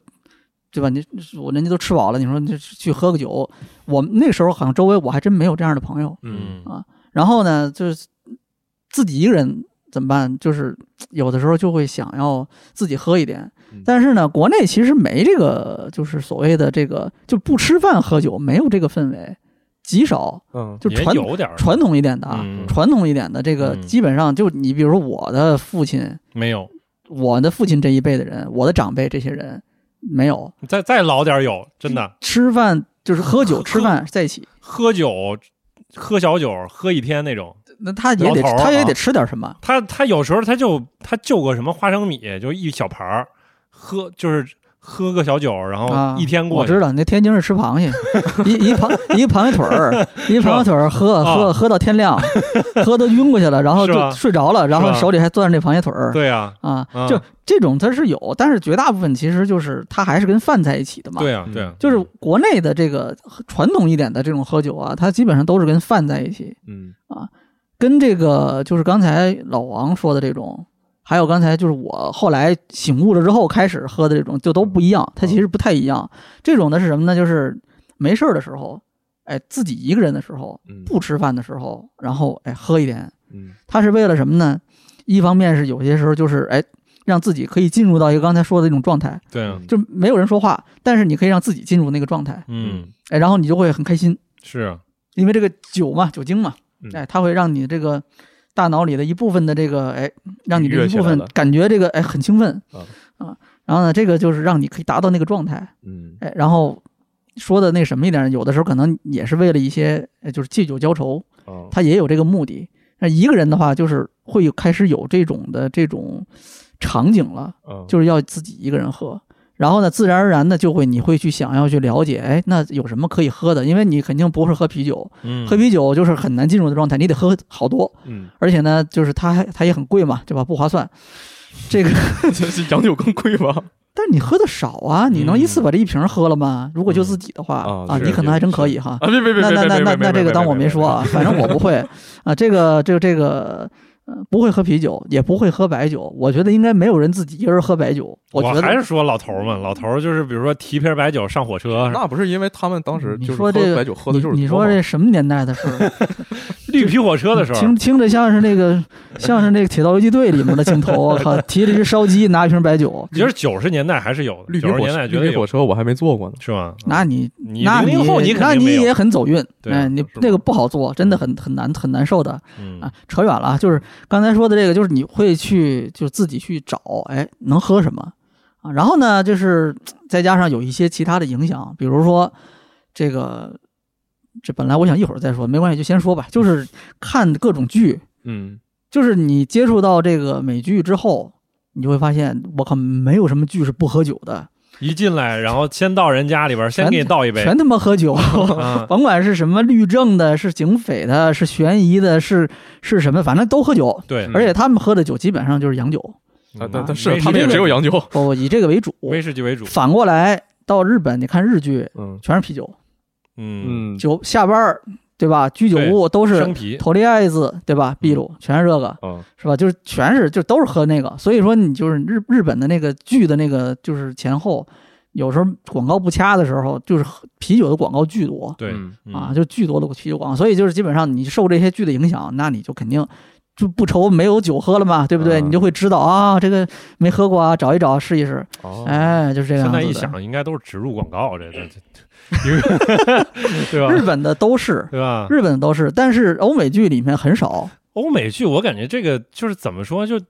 Speaker 2: 对吧？你我人家都吃饱了，你说你就去喝个酒。我们那个时候好像周围我还真没有这样的朋友。
Speaker 1: 嗯
Speaker 2: 啊然后呢，就是自己一个人怎么办？就是有的时候就会想要自己喝一点
Speaker 1: 嗯，
Speaker 2: 但是呢，国内其实没这个，就是所谓的这个就不吃饭喝酒，没有这个氛围，极少，
Speaker 1: 嗯，
Speaker 2: 就
Speaker 3: 也
Speaker 2: 传
Speaker 3: 有点儿
Speaker 2: 传统一点的啊，
Speaker 3: 嗯
Speaker 2: 传统一点的这个，
Speaker 3: 嗯
Speaker 2: 基本上就你比如说我的父亲，
Speaker 3: 没有，
Speaker 2: 我的父亲这一辈的人，我的长辈这些人没有
Speaker 3: 再再老点儿有，真的
Speaker 2: 吃饭。就是喝 酒吃饭在一起，
Speaker 3: 喝酒。喝小酒，喝一天那种。
Speaker 2: 那他也得
Speaker 3: 老头儿啊
Speaker 2: 他也得吃点什么，
Speaker 3: 他他有时候他就他就个什么花生米，就一小盘儿，喝就是喝个小酒，然
Speaker 2: 啊
Speaker 3: 后哦一天过
Speaker 2: 我
Speaker 3: 去。
Speaker 2: 知道，那天津是吃螃 蟹，一一螃一螃蟹腿儿，一螃蟹腿儿喝
Speaker 3: 啊
Speaker 2: 喝喝到天亮， 喝都晕过去了，然后
Speaker 3: 是吧
Speaker 2: 就睡着了，然后
Speaker 3: 是吧
Speaker 2: 手里还攥着那螃蟹腿儿。
Speaker 3: 对呀、
Speaker 2: 啊
Speaker 3: 啊，
Speaker 2: 就这种它是有，但是绝大部分其实就是它还是跟饭在一起的嘛。
Speaker 3: 对呀、啊
Speaker 1: 嗯
Speaker 3: 对、呀，
Speaker 2: 就是国内的这个传统一点的这种喝酒啊，它基本上都是跟饭在一起，
Speaker 1: 嗯
Speaker 2: 跟这个就是刚才老王说的这种，还有刚才就是我后来醒悟了之后开始喝的这种，就都不一样。它其实不太一样。这种的是什么呢？就是没事儿的时候，哎，自己一个人的时候，
Speaker 1: 嗯，
Speaker 2: 不吃饭的时候，然后哎喝一点。
Speaker 1: 嗯，
Speaker 2: 它是为了什么呢？一方面是有些时候就是哎，让自己可以进入到一个刚才说的那种状态，
Speaker 3: 对啊呀、
Speaker 1: 嗯
Speaker 2: 就没有人说话，但是你可以让自己进入那个状态，
Speaker 3: 嗯，
Speaker 2: 哎，然后你就会很开心。
Speaker 3: 是啊，
Speaker 2: 因为这个酒嘛，酒精嘛
Speaker 1: 嗯，
Speaker 2: 哎，它会让你这个大脑里的一部分的这个，哎，让你
Speaker 1: 愉
Speaker 2: 这
Speaker 1: 悦
Speaker 2: 一
Speaker 1: 起
Speaker 2: 部
Speaker 1: 来
Speaker 2: 分
Speaker 1: 了
Speaker 2: 感觉这个，哎，很兴奋
Speaker 1: 啊
Speaker 2: 啊。然后呢，这个就是让你可以达到那个状态，
Speaker 1: 嗯
Speaker 2: 哎，然后说的那什么一点，有的时候可能也是为了一些呃就是借酒浇愁，
Speaker 1: 嗯
Speaker 2: 他也有这个目的。那一个人的话，就是会有开始有这种的这种场景了，
Speaker 1: 嗯，
Speaker 2: 就是要自己一个人喝。然后呢，自然而然的就会你会去想要去了解，哎，那有什么可以喝的？因为你肯定不是喝啤酒，
Speaker 3: 嗯，
Speaker 2: 喝啤酒就是很难进入的状态，你得喝好多，
Speaker 1: 嗯，
Speaker 2: 而且呢，就是它还它也很贵嘛，对吧？不划算。这个，
Speaker 1: 洋酒更贵吧？
Speaker 2: 但是你喝的少啊，你能一次把这一瓶喝了吗？如果就自己的话
Speaker 1: 嗯啊
Speaker 2: 啊，
Speaker 1: 是
Speaker 2: 你可能还真可以哈。
Speaker 1: 啊，别别别
Speaker 2: 那
Speaker 1: 别
Speaker 2: 那那
Speaker 1: 别
Speaker 2: 那
Speaker 1: 别
Speaker 2: 那这个当我没说啊，反正我不会啊，这个这个这个。呃不会喝啤酒，也不会喝白酒。我觉得应该没有人自己一个人喝白酒。
Speaker 3: 我
Speaker 2: 觉得
Speaker 3: 还是说老头儿嘛，老头儿就是比如说提瓶白酒上火车，
Speaker 2: 啊
Speaker 1: 那不是因为他们当时
Speaker 2: 你
Speaker 1: 就是喝
Speaker 2: 说这个
Speaker 1: 白酒喝的
Speaker 2: 你
Speaker 1: 就是
Speaker 2: 你
Speaker 1: 多
Speaker 2: 说
Speaker 1: 嘛
Speaker 2: 这什么年代的事儿？
Speaker 3: 绿皮火车的时候，
Speaker 2: 听听着像是那个像是那个《铁道游击队》里面的镜头。我靠，提着一只烧鸡，拿一瓶白酒，
Speaker 3: 其实九十年代还是有的，
Speaker 1: 绿皮
Speaker 3: 九十
Speaker 1: 火
Speaker 3: 年
Speaker 1: 车，
Speaker 3: 代
Speaker 1: 绿
Speaker 3: 觉得
Speaker 1: 皮
Speaker 3: 有
Speaker 1: 火车我还没坐过呢。
Speaker 3: 是吗？
Speaker 2: 那你
Speaker 3: 嗯你
Speaker 2: 那
Speaker 3: 零零后你肯
Speaker 2: 那
Speaker 3: 定
Speaker 2: 你
Speaker 3: 没有
Speaker 2: 也很走运。
Speaker 3: 对啊
Speaker 2: 哎，你
Speaker 3: 是
Speaker 2: 那
Speaker 3: 吧
Speaker 2: 个不好做，真的很很难很难受的。
Speaker 3: 嗯
Speaker 2: 啊，扯远了啊，就是刚才说的这个，就是你会去就自己去找，哎，能喝什么啊？然后呢，就是再加上有一些其他的影响，比如说这个，这本来我想一会儿再说，没关系，就先说吧。就是看各种剧，
Speaker 1: 嗯，
Speaker 2: 就是你接触到这个美剧之后，你就会发现，我靠，没有什么剧是不喝酒的，
Speaker 3: 一进来，然后先到人家里边儿，先
Speaker 2: 全
Speaker 3: 给你倒一杯，
Speaker 2: 全他妈喝 酒。
Speaker 3: 啊，
Speaker 2: 甭管是什么律政的，是警匪的，是悬疑的，是是什么，反正都喝酒。
Speaker 3: 对，
Speaker 1: 嗯
Speaker 2: 而且他们喝的酒基本上就是洋酒，
Speaker 1: 啊，
Speaker 3: 嗯
Speaker 1: 但但
Speaker 3: 威
Speaker 1: 是
Speaker 3: 士
Speaker 1: 他们也
Speaker 3: 忌
Speaker 1: 只有洋酒。
Speaker 2: 不不以这个为主。
Speaker 3: 威士忌为主，
Speaker 2: 反过来到日本，你看日剧
Speaker 1: 嗯
Speaker 2: 全是啤酒，
Speaker 3: 嗯，
Speaker 1: 嗯，
Speaker 2: 酒下班儿对吧？居酒屋都
Speaker 3: 生
Speaker 2: 是
Speaker 3: 啤，
Speaker 2: 头利艾子对吧？秘鲁全是这个
Speaker 1: 啊，
Speaker 2: 是吧？就是全是就都是喝那个，所以说你就是日日本的那个剧的那个就是前后。有时候广告不掐的时候，就是喝啤酒的广告巨多
Speaker 3: 对
Speaker 1: 嗯
Speaker 2: 啊，，就巨多的啤酒广告，所以就是基本上你受这些剧的影响，那你就肯定就不愁没有酒喝了嘛，对不对？
Speaker 1: 嗯
Speaker 2: 你就会知道啊，这个没喝过啊，找一找试一试，
Speaker 1: 哦，
Speaker 2: 哎，就是这样
Speaker 3: 现
Speaker 2: 子的。
Speaker 3: 在一想，应该都是植入广告，这这这，因为 对
Speaker 2: 日
Speaker 3: 吧？啊
Speaker 2: 本的都是，
Speaker 3: 对吧？
Speaker 2: 日本的都是，但是欧美剧里面很少。
Speaker 3: 欧美剧，我感觉这个就是怎么说，就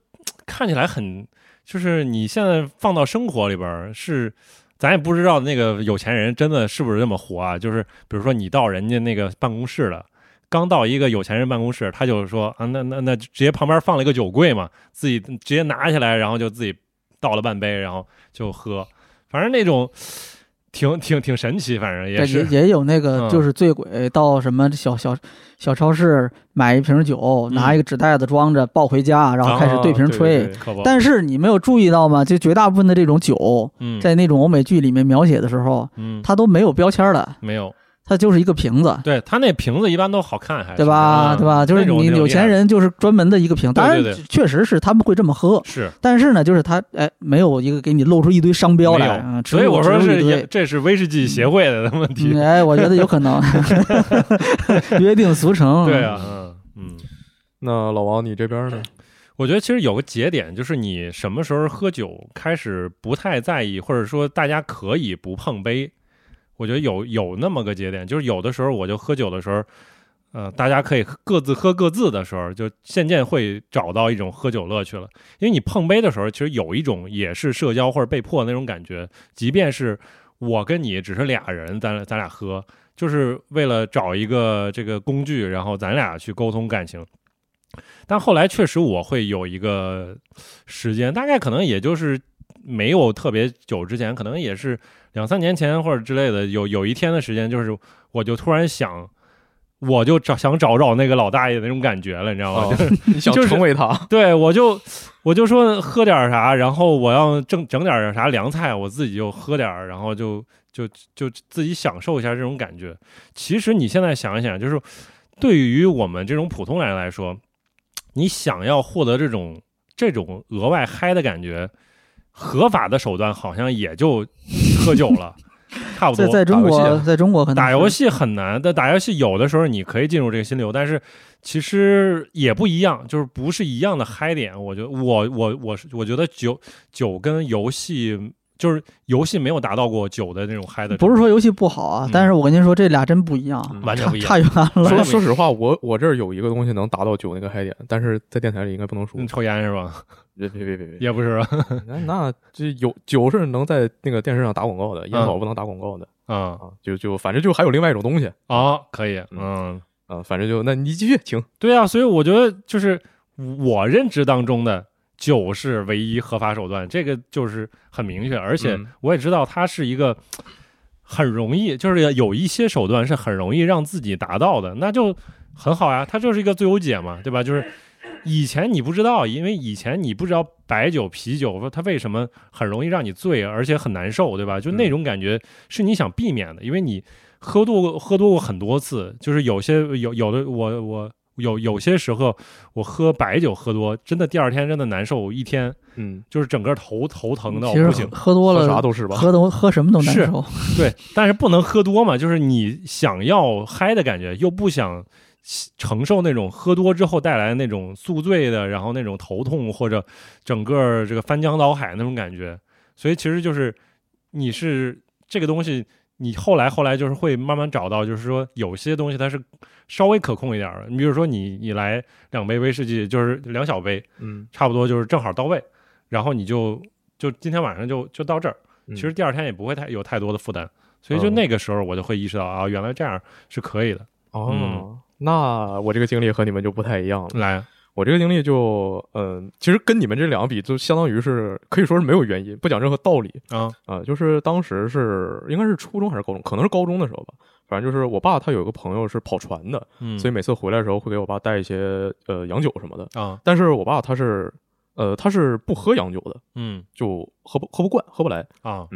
Speaker 3: 看起来很，就是你现在放到生活里边儿是。咱也不知道那个有钱人真的是不是这么活啊？就是比如说你到人家那个办公室了，刚到一个有钱人办公室，他就说啊，那那那直接旁边放了一个酒柜嘛，自己直接拿起来，然后就自己倒了半杯，然后就喝，反正那种挺挺挺神奇，反正也
Speaker 2: 对，也
Speaker 3: 是
Speaker 2: 也有那个
Speaker 3: 嗯
Speaker 2: 就是醉鬼到什么小小小超市买一瓶酒，
Speaker 3: 嗯
Speaker 2: 拿一个纸袋子装着抱回家，然后开始
Speaker 1: 啊
Speaker 2: 对瓶吹。
Speaker 1: 对
Speaker 3: 可不，
Speaker 2: 但是你没有注意到吗？就绝大部分的这种酒，
Speaker 3: 嗯
Speaker 2: 在那种欧美剧里面描写的时候，
Speaker 3: 嗯，
Speaker 2: 它都没有标签的，
Speaker 3: 没有，
Speaker 2: 它就是一个瓶子，
Speaker 3: 对他那瓶子一般都好看，哎还是
Speaker 2: 对吧？啊
Speaker 3: 嗯
Speaker 2: 对吧？就是
Speaker 3: 那种
Speaker 2: 你
Speaker 3: 那种
Speaker 2: 有钱
Speaker 3: 厉害
Speaker 2: 人就是专门的一个瓶，当然
Speaker 3: 对对
Speaker 2: 确实是他们会这么喝，
Speaker 3: 是
Speaker 2: 但是呢，就是它哎没有一个给你露出一堆商标
Speaker 3: 没
Speaker 2: 来，
Speaker 3: 有
Speaker 2: 啊
Speaker 3: 所以我说
Speaker 2: 只有
Speaker 3: 是
Speaker 2: 一堆
Speaker 3: 也这是威士忌协会的问题
Speaker 2: 嗯，哎，我觉得有可能，约定俗成。
Speaker 3: 对，啊，嗯嗯，
Speaker 1: 那老王你这边呢？
Speaker 3: 我觉得其实有个节点，就是你什么时候喝酒开始不太在意，或者说大家可以不碰杯，我觉得有有那么个节点，就是有的时候我就喝酒的时候。呃，大家可以各自喝各自的时候，就渐渐会找到一种喝酒乐趣了。因为你碰杯的时候，其实有一种也是社交或者被迫的那种感觉，即便是我跟你只是俩人，咱咱俩喝，就是为了找一个这个工具，然后咱俩去沟通感情。但后来确实我会有一个时间，大概可能也就是没有特别久之前，可能也是两三年前或者之类的，有有一天的时间，就是我就突然想，我就找想找找那个老大爷的那种感觉了，你知道吗？
Speaker 1: 哦 你想
Speaker 3: 就是
Speaker 1: 成为他？
Speaker 3: 对，我就我就说喝点儿啥，然后我要整整点儿啥凉菜，我自己就喝点儿，然后就就就自己享受一下这种感觉。其实你现在想一想，就是对于我们这种普通人来说，你想要获得这种这种额外嗨的感觉，合法的手段好像也就喝酒了， 差不多
Speaker 2: 啊在。在中
Speaker 1: 打游
Speaker 2: 国，
Speaker 1: 戏
Speaker 2: 在中国可能
Speaker 3: 啊打游
Speaker 2: 是
Speaker 3: 戏很难，但打游戏有的时候你可以进入这个心流，但是其实也不一样，就是不是一样的嗨点。我觉得我我我是我觉得酒酒跟游戏就是游戏没有达到过酒的那种嗨的程度，
Speaker 2: 不是说游戏不好啊
Speaker 3: 嗯，
Speaker 2: 但是我跟您说，这俩真不一样，
Speaker 1: 嗯
Speaker 3: 完全
Speaker 2: 差
Speaker 3: 不一样
Speaker 2: 差。远了。
Speaker 1: 说说实话，我我这儿有一个东西能达到酒那个嗨点，但是在电台里应该不能说
Speaker 3: 嗯。抽烟是吧？
Speaker 1: 别别别别别，
Speaker 3: 也不是吧
Speaker 1: 那那这有酒是能在那个电视上打广告的，烟
Speaker 3: 嗯
Speaker 1: 草不能打广告的。
Speaker 3: 嗯
Speaker 1: 啊，就就反正就还有另外一种东西
Speaker 3: 啊，可以，嗯，
Speaker 1: 啊，反正就那你继续，请
Speaker 3: 对啊，所以我觉得就是我认知当中的酒是唯一合法手段，这个就是很明确，而且
Speaker 1: 嗯
Speaker 3: 我也知道它是一个很容易，就是有一些手段是很容易让自己达到的，那就很好呀，它就是一个最优解嘛，对吧？就是。以前你不知道，因为以前你不知道白酒、啤酒它为什么很容易让你醉，而且很难受，对吧？就那种感觉是你想避免的，因为你喝多过喝多过很多次，就是有些有有的我我有有些时候我喝白酒喝多，真的第二天真的难受一天，
Speaker 1: 嗯，
Speaker 3: 就是整个头头疼到
Speaker 2: 其实
Speaker 3: 不行。
Speaker 2: 喝多
Speaker 1: 喝啥
Speaker 2: 了，
Speaker 1: 都是吧，
Speaker 2: 喝都喝什么都难
Speaker 3: 是
Speaker 2: 受。
Speaker 3: 对，但是不能喝多嘛，就是你想要嗨的感觉，又不想承受那种喝多之后带来的那种宿醉的，然后那种头痛或者整个这个翻江倒海那种感觉。所以其实就是你是这个东西，你后来后来就是会慢慢找到，就是说有些东西它是稍微可控一点儿的。你比如说你你来两杯威士忌，就是两小杯，
Speaker 1: 嗯，
Speaker 3: 差不多就是正好到位，然后你就就今天晚上就就到这儿。
Speaker 1: 嗯
Speaker 3: 其实第二天也不会太有太多的负担，所以就
Speaker 1: 嗯
Speaker 3: 那个时候我就会意识到啊，原来这样是可以的。
Speaker 1: 哦，那我这个经历和你们就不太一样了，
Speaker 3: 来，
Speaker 1: 我这个经历就嗯、其实跟你们这两个比，就相当于是可以说是没有原因，不讲任何道理
Speaker 3: 啊，
Speaker 1: 啊、就是当时是应该是初中还是高中，可能是高中的时候吧，反正就是我爸他有个朋友是跑船的，
Speaker 3: 嗯，
Speaker 1: 所以
Speaker 3: 以
Speaker 1: 每次回来的时候会给我爸带一些呃洋酒什么的，
Speaker 3: 啊，
Speaker 1: 但是我爸他是呃他是不喝洋酒的，
Speaker 3: 嗯
Speaker 1: 就喝不喝不惯，喝不来。
Speaker 3: 啊，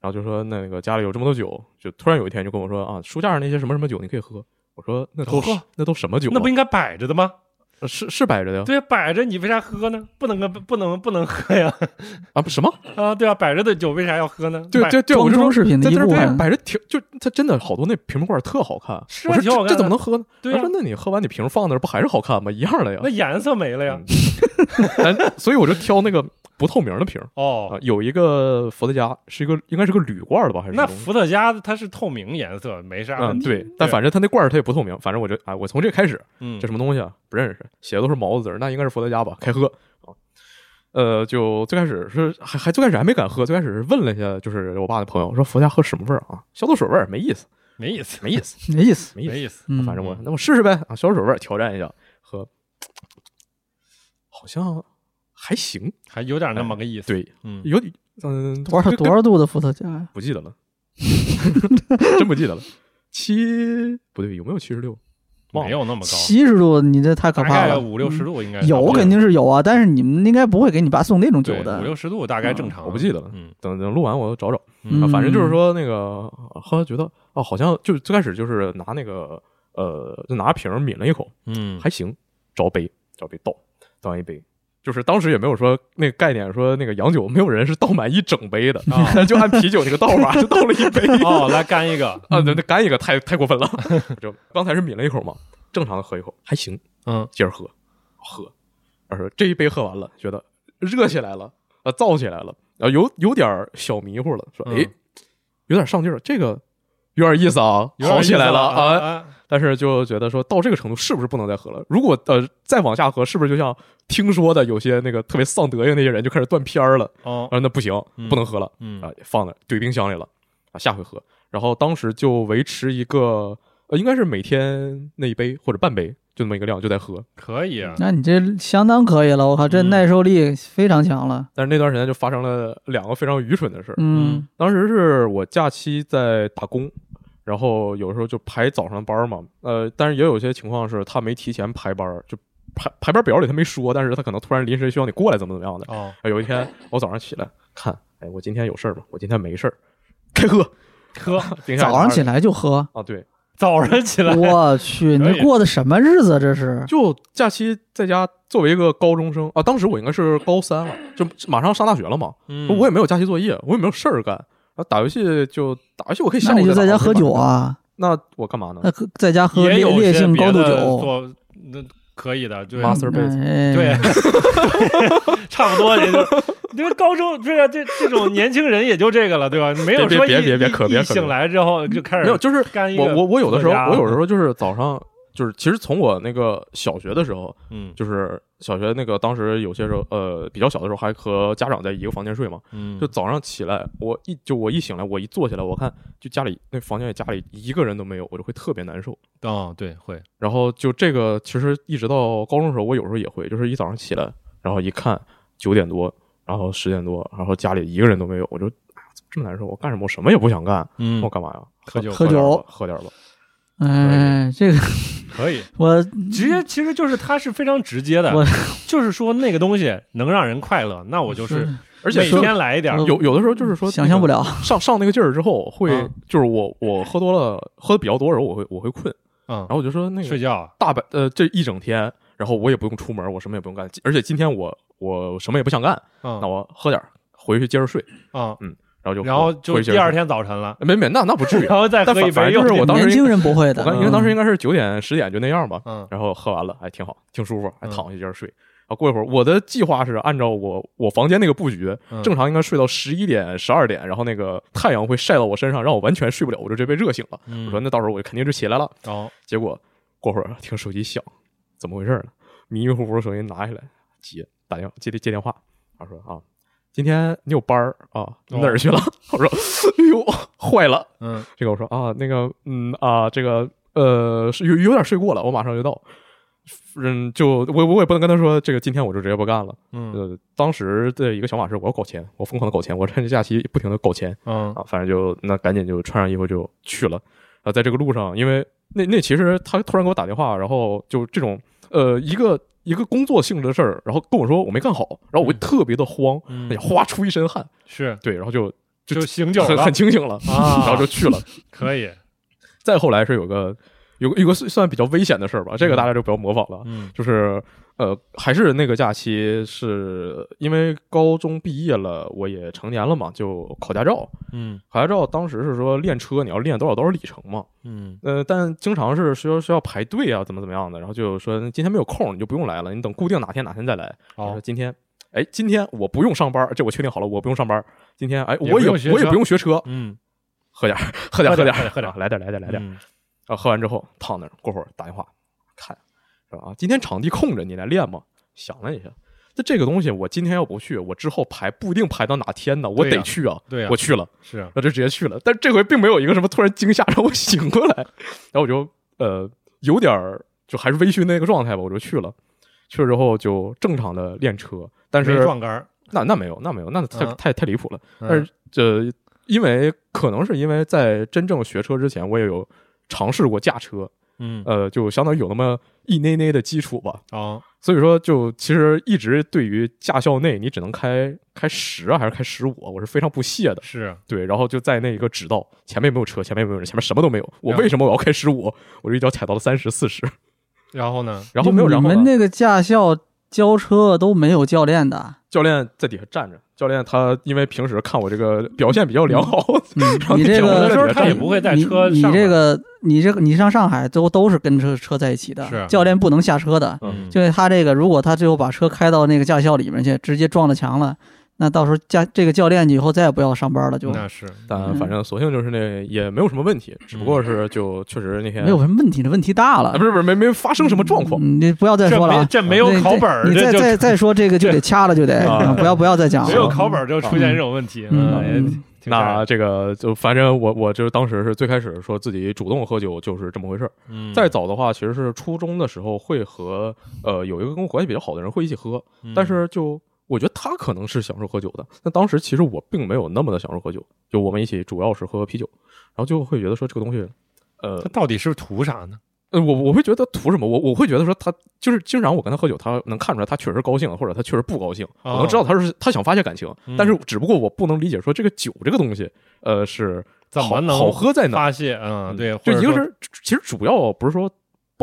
Speaker 1: 然后就说那个家里有这么多酒，就突然有一天就跟我说啊，书架上那些什么什么酒你可以喝。我说那都是
Speaker 3: 喝
Speaker 1: 那都什么酒啊、
Speaker 3: 那不应该摆着的吗？
Speaker 1: 呃是是摆着的呀？
Speaker 3: 对呀，摆着你为啥喝呢？不能跟不能不能喝呀！
Speaker 1: 啊，不什么？
Speaker 3: 啊，对啊，摆着的酒为啥要喝呢？
Speaker 1: 对
Speaker 3: 摆
Speaker 1: 对对，我
Speaker 2: 装
Speaker 1: 就说
Speaker 2: 装饰品的
Speaker 1: 在
Speaker 2: 一
Speaker 1: 这
Speaker 2: 部
Speaker 1: 摆
Speaker 2: 分，
Speaker 1: 摆着挺，就它真的好多那瓶罐特好看。
Speaker 3: 是啊
Speaker 1: 我说
Speaker 3: 挺好看
Speaker 1: 这
Speaker 3: 的
Speaker 1: 这怎么能喝呢？
Speaker 3: 对
Speaker 1: 他
Speaker 3: 呀
Speaker 1: 说，那你喝完你瓶放那儿不还是好看吗？一样的呀
Speaker 3: 那。颜色没了呀
Speaker 1: 嗯。 但所以我就挑那个不透明的瓶儿啊
Speaker 3: 哦，，
Speaker 1: 有一个伏特加是一个应该是个铝罐儿的吧，还是什
Speaker 3: 那
Speaker 1: 么
Speaker 3: 伏特加它是透明颜色，没啥问
Speaker 1: 嗯，
Speaker 3: 题。
Speaker 1: 对，但反正它那罐儿它也不透明，反正我就啊，我从这开始，
Speaker 3: 嗯，
Speaker 1: 这什么东西啊，不认识，写的都是毛子字儿，那应该是伏特加吧，开喝啊。呃，就最开始是还还最开始还没敢喝，最开始是问了一下，就是我爸的朋友说伏特加喝什么味儿啊？消毒水味儿，没意思，
Speaker 3: 没意思，
Speaker 1: 没意思，
Speaker 2: 没意思。
Speaker 1: 没意思。啊
Speaker 3: 没意思。
Speaker 2: 嗯，
Speaker 1: 反正我那我试试呗啊，消毒水味儿挑战一下，喝，好像还行，
Speaker 3: 还有点那么个意思。，
Speaker 1: 哎对，
Speaker 3: 嗯，
Speaker 1: 有点嗯
Speaker 2: 多少
Speaker 1: 跟
Speaker 2: 多少度的伏特加呀？
Speaker 1: 不记得了， 真不记得了，七不对，有没有七十六？忘了
Speaker 3: 没有那么高，
Speaker 2: 七十度，你这太可
Speaker 3: 大
Speaker 2: 怕
Speaker 3: 概
Speaker 2: 了。
Speaker 3: 五六十度应该
Speaker 2: 嗯有肯定是有啊，但是你们应该不会给你爸送那种酒
Speaker 3: 对五
Speaker 2: 的。
Speaker 3: 六十度大概正常。
Speaker 1: 啊我不记得了
Speaker 3: 嗯
Speaker 1: 等等录完我找找。
Speaker 2: 嗯
Speaker 1: 啊，反正就是说那个啊后来觉得哦，好像就最开始就是拿那个呃，就拿瓶儿抿了一口，
Speaker 3: 嗯，
Speaker 1: 还行，找杯找杯倒倒一杯。就是当时也没有说那个概念，说那个洋酒没有人是倒满一整杯的，
Speaker 3: 啊
Speaker 1: 就按啤酒那个倒法就倒了一 杯
Speaker 3: 哦，来干一个，
Speaker 1: 啊，那那干一个太太过分了。 就刚才是抿了一口嘛，正常的喝一口还行，
Speaker 3: 嗯，
Speaker 1: 接着喝，喝。然后这一杯喝完了，觉得热起来了，呃，燥起来了，啊，有有点儿小迷糊了，说
Speaker 3: 嗯
Speaker 1: 哎，有点上劲儿，这个有点意思啊，
Speaker 3: 有点
Speaker 1: 好
Speaker 3: 意
Speaker 1: 起
Speaker 3: 思
Speaker 1: 来
Speaker 3: 了
Speaker 1: 啊。
Speaker 3: 啊！
Speaker 1: 但是就觉得说到这个程度，是不是不能再喝了？如果呃再往下喝，是不是就像听说的有些那个特别丧德行那些人就开始断片儿了？
Speaker 3: 哦，
Speaker 1: 啊，那不行
Speaker 3: 嗯，
Speaker 1: 不能喝了
Speaker 3: 嗯
Speaker 1: 啊，放那儿怼冰箱里了啊，下回喝。然后当时就维持一个呃，应该是每天那一杯或者半杯，就那么一个量就在喝。
Speaker 3: 可以啊，
Speaker 2: 那你这相当可以了，我靠，这
Speaker 3: 嗯
Speaker 2: 耐受力非常强了。
Speaker 1: 但是那段时间就发生了两个非常愚蠢的事儿。
Speaker 2: 嗯
Speaker 1: 当时是我假期在打工，然后有时候就排早上班儿嘛，呃，但是也有些情况是他没提前排班儿，就排排班表里他没说，但是他可能突然临时需要你过来怎么怎么样的。
Speaker 3: 哦，
Speaker 1: 啊有一天我早上起来看，哎，我今天有事儿吗？我今天没事儿，开喝。
Speaker 3: 喝，
Speaker 1: 冰箱里
Speaker 2: 早上
Speaker 1: 拿着
Speaker 2: 起来就喝，
Speaker 1: 啊，对，
Speaker 3: 早上起来，
Speaker 2: 我去，你
Speaker 3: 可以
Speaker 2: 这过的什么日子啊？这是
Speaker 1: 就假期在家，作为一个高中生啊，当时我应该是高三了，就马上上大学了嘛，
Speaker 3: 嗯
Speaker 1: 我也没有假期作业，我也没有事儿干，啊，打游戏就打游戏，我可以下
Speaker 2: 那
Speaker 1: 午
Speaker 2: 你就
Speaker 1: 再打
Speaker 2: 在家喝酒？啊？
Speaker 1: 我可以晚上那我干嘛呢
Speaker 2: 那？可在家喝
Speaker 3: 也
Speaker 2: 烈
Speaker 3: 有
Speaker 2: 烈
Speaker 3: 些
Speaker 2: 性
Speaker 3: 别
Speaker 2: 高度
Speaker 3: 的
Speaker 2: 酒，
Speaker 3: 做那可以的，对
Speaker 1: 妈，masturbate
Speaker 2: 哎
Speaker 3: 对，，
Speaker 2: 嗯
Speaker 3: 差不多也就。因为高中不是这这种年轻人也就这个了，对吧？没有
Speaker 1: 别
Speaker 3: 说
Speaker 1: 别
Speaker 3: 一
Speaker 1: 别别
Speaker 3: 一
Speaker 1: 可别
Speaker 3: 一
Speaker 1: 可
Speaker 3: 醒
Speaker 1: 别
Speaker 3: 来之后就开始
Speaker 1: 没有，就是
Speaker 3: 干一个
Speaker 1: 我我我有的时候
Speaker 3: 伏特加
Speaker 1: 我有的时候就是早上就是其实从我那个小学的时候，
Speaker 3: 嗯
Speaker 1: 就是小学那个当时有些时候，呃，比较小的时候还和家长在一个房间睡嘛。
Speaker 3: 嗯，
Speaker 1: 就早上起来，我一就我一醒来，我一坐起来，我看就家里那房间里家里一个人都没有，我就会特别难受。
Speaker 3: 哦，对，会，
Speaker 1: 然后就这个，其实一直到高中的时候，我有时候也会，就是一早上起来，然后一看九点多，然后十点多，然后家里一个人都没有，我就哎呀怎么这么难受？我干什么？我什么也不想干，
Speaker 3: 嗯
Speaker 1: 我，干嘛呀？
Speaker 3: 喝酒
Speaker 2: 喝
Speaker 1: 点儿
Speaker 2: 酒
Speaker 1: 吧，喝点儿吧。
Speaker 2: 哎，这个
Speaker 3: 可以，
Speaker 2: 我
Speaker 3: 直
Speaker 1: 嗯
Speaker 3: 接其实就是它是非常直接的
Speaker 2: 我，
Speaker 3: 就是说那个东西能让人快乐，那我就是
Speaker 1: 而且
Speaker 3: 每
Speaker 1: 说
Speaker 3: 天来一点儿，
Speaker 2: 我
Speaker 1: 有有的时候就是说
Speaker 2: 想象不
Speaker 1: 了。
Speaker 2: 了，嗯
Speaker 1: 上上那个劲儿之后会，
Speaker 3: 啊
Speaker 1: 就是我我喝多了，喝的比较多的时候，我会我会困，
Speaker 3: 嗯
Speaker 1: 然，后我就说那
Speaker 3: 睡
Speaker 1: 个
Speaker 3: 觉，
Speaker 1: 大白呃这一整天，然后我也不用出门，我什么也不用干，而且今天我我什么也不想干，
Speaker 3: 嗯
Speaker 1: 那我喝点儿回去接着睡，
Speaker 3: 嗯，
Speaker 1: 然后就
Speaker 3: 然后
Speaker 1: 回
Speaker 3: 就
Speaker 1: 去接
Speaker 3: 第
Speaker 1: 着
Speaker 3: 二
Speaker 1: 睡
Speaker 3: 天早 晨了，
Speaker 1: 没没那那不至 于，
Speaker 3: 然后再
Speaker 1: 但
Speaker 3: 喝一
Speaker 1: 反反
Speaker 3: 杯又
Speaker 1: 正就是我当时
Speaker 2: 年轻人不会的，嗯
Speaker 1: 我看因为当时应该是九点十点就那样吧，
Speaker 3: 嗯
Speaker 1: 然后喝完了还挺好，挺舒服，还
Speaker 3: 嗯
Speaker 1: 躺下接着睡。啊，过一会儿，我的计划是按照我我房间那个布局，
Speaker 3: 嗯
Speaker 1: 正常应该睡到十一点、十二点，然后那个太阳会晒到我身上，让我完全睡不了，我就直接被热醒了。
Speaker 3: 嗯
Speaker 1: 我说那到时候我就肯定就起来了。
Speaker 3: 哦，
Speaker 1: 结果过会儿听手机响，怎么回事呢？迷迷糊糊的手机拿起来接，打电话接接电话，他说啊，今天你有班儿啊？你
Speaker 3: 哦
Speaker 1: 哪儿去了？ 我说，哎呦，坏了！
Speaker 3: 嗯
Speaker 1: 这个我说啊，那个嗯啊，这个呃是有有点睡过了，我马上就到。嗯，就我我也不能跟他说这个，今天我就直接不干了。
Speaker 3: 嗯
Speaker 1: 呃，当时的一个想法是，我要搞钱，我疯狂的搞钱，我趁着假期不停的搞钱。
Speaker 3: 嗯
Speaker 1: 啊，反正就那赶紧就穿上衣服就去了。啊，在这个路上，因为那那其实他突然给我打电话，然后就这种呃一个一个工作性质的事儿，然后跟我说我没干好，然后我就特别的慌，哎
Speaker 3: 嗯
Speaker 1: 呀，，哗出一身汗，
Speaker 3: 是
Speaker 1: 对，然后就就
Speaker 3: 就醒酒
Speaker 1: 很
Speaker 3: 了
Speaker 1: 很清醒了，
Speaker 3: 啊，
Speaker 1: 然后就去了。
Speaker 3: 可 以，
Speaker 1: 再后来是有个有个有个算算比较危险的事儿吧，这个
Speaker 3: 嗯
Speaker 1: 大家就不要模仿了，
Speaker 3: 嗯
Speaker 1: 就是。呃，还是那个假期，是因为高中毕业了，我也成年了嘛，就考驾照。
Speaker 3: 嗯
Speaker 1: 考驾照当时是说练车，你要练多少多少里程嘛。
Speaker 3: 嗯
Speaker 1: 呃，但经常是说需要排队啊，怎么怎么样的，然后就说今天没有空，你就不用来了，你等固定哪天哪天再来。我说
Speaker 3: 哦
Speaker 1: 今天，哎，今天我不用上班，这我确定好了，我不用上班。今天，哎，
Speaker 3: 也
Speaker 1: 我
Speaker 3: 不
Speaker 1: 也
Speaker 3: 用学
Speaker 1: 我也
Speaker 3: 车
Speaker 1: 不用学车，
Speaker 3: 嗯
Speaker 1: 喝点儿喝点儿
Speaker 3: 喝点
Speaker 1: 点
Speaker 3: 儿
Speaker 1: 儿
Speaker 3: 喝点儿
Speaker 1: 啊来点儿来点儿来点儿。
Speaker 3: 嗯
Speaker 1: 啊，喝完之后躺那儿，过会儿打电话看，说啊，今天场地空着，你来练吗？想了一下，那这个东西我今天要不去，我之后排不一定排到哪天呢，我
Speaker 3: 对呀
Speaker 1: 得去啊，
Speaker 3: 对呀
Speaker 1: 我去了。
Speaker 3: 是
Speaker 1: 我就直接去了。但这回并没有一个什么突然惊吓让我醒过来，然后我就呃有点儿就还是微醺的那个状态吧，我就去了。去了之后就正常的练车，但
Speaker 3: 没
Speaker 1: 是
Speaker 3: 撞杆儿，
Speaker 1: 那那没有那没有那太、
Speaker 3: 嗯
Speaker 1: 太太离谱了。
Speaker 3: 嗯
Speaker 1: 但是这、因为可能是因为在真正学车之前，我也有尝试过驾车，
Speaker 3: 嗯
Speaker 1: 呃，就相当于有那么一捏捏的基础吧。
Speaker 3: 哦
Speaker 1: 所以说，就其实一直对于驾校内你只能开开十啊，还是开十五啊，我是非常不屑的。
Speaker 3: 是
Speaker 1: 对，然后就在那一个直道前面没有车，前面没有人，前面什么都没有。我
Speaker 3: 然后
Speaker 1: 为什么我要开十五？我就一脚踩到了三十四十，
Speaker 3: 然后呢
Speaker 1: 然后没有然
Speaker 2: 你
Speaker 1: 后
Speaker 2: 们
Speaker 1: 了。
Speaker 2: 那个驾校教车都没有教练的，
Speaker 1: 教练在底下站着，教练他因为平时看我这个表现比较良好，
Speaker 2: 嗯，你这
Speaker 1: 然后那
Speaker 3: 有
Speaker 2: 个
Speaker 3: 的时候他
Speaker 1: 这
Speaker 3: 也不会在
Speaker 2: 你
Speaker 3: 车
Speaker 2: 你
Speaker 3: 上
Speaker 2: 这
Speaker 3: 面
Speaker 2: 个你这个你上上海都都是跟车车在一起的，
Speaker 3: 是啊
Speaker 2: 教练不能下车的。
Speaker 1: 嗯
Speaker 3: 嗯
Speaker 2: 就是他这个，如果他最后把车开到那个驾校里面去，直接撞了墙了，那到时候驾这个教练以后再也不要上班了，就
Speaker 3: 那是
Speaker 1: 但反正索性就是那也没有什么问题，只不过是就确实那天
Speaker 2: 没有什么问题，这问题大
Speaker 1: 啊，
Speaker 2: 了
Speaker 1: 不。是不是没没发生什么状况。
Speaker 2: 嗯你不要再
Speaker 3: 这
Speaker 2: 说了
Speaker 3: 没
Speaker 2: 啊，
Speaker 3: 这没有
Speaker 2: 那
Speaker 3: 考本儿，
Speaker 2: 你
Speaker 3: 这
Speaker 2: 再
Speaker 3: 就
Speaker 2: 再再说这个就得掐了，就得
Speaker 1: 啊
Speaker 2: 嗯不要不要再讲了。
Speaker 3: 没有考本儿哎就出现这种问题，
Speaker 2: 嗯
Speaker 3: 也
Speaker 2: 嗯
Speaker 3: 挺吓
Speaker 1: 那
Speaker 3: 人
Speaker 1: 这个就反正我我就是当时是最开始说自己主动喝酒就是这么回事儿，
Speaker 3: 嗯
Speaker 1: 再早的话其实是初中的时候会和呃有一个跟我关系比较好的人会一起喝，
Speaker 3: 嗯
Speaker 1: 但是就我觉得他可能是享受喝酒的，但当时其实我并没有那么的享受喝酒，就我们一起主要是喝啤酒，然后就会觉得说这个东西，呃
Speaker 3: 他，到底是图啥呢？
Speaker 1: 呃我我会觉得图什么？我我会觉得说他就是经常我跟他喝酒，他能看出来他确实高兴，或者他确实不高兴，我能知道他是他想发泄感情，
Speaker 3: 哦嗯
Speaker 1: 但是只不过我不能理解说这个酒这个东西，呃，是
Speaker 3: 怎
Speaker 1: 好
Speaker 3: 么能
Speaker 1: 好喝在哪？
Speaker 3: 发泄？嗯，对，
Speaker 1: 就
Speaker 3: 或者
Speaker 1: 一个
Speaker 3: 说
Speaker 1: 是其实主要不是说。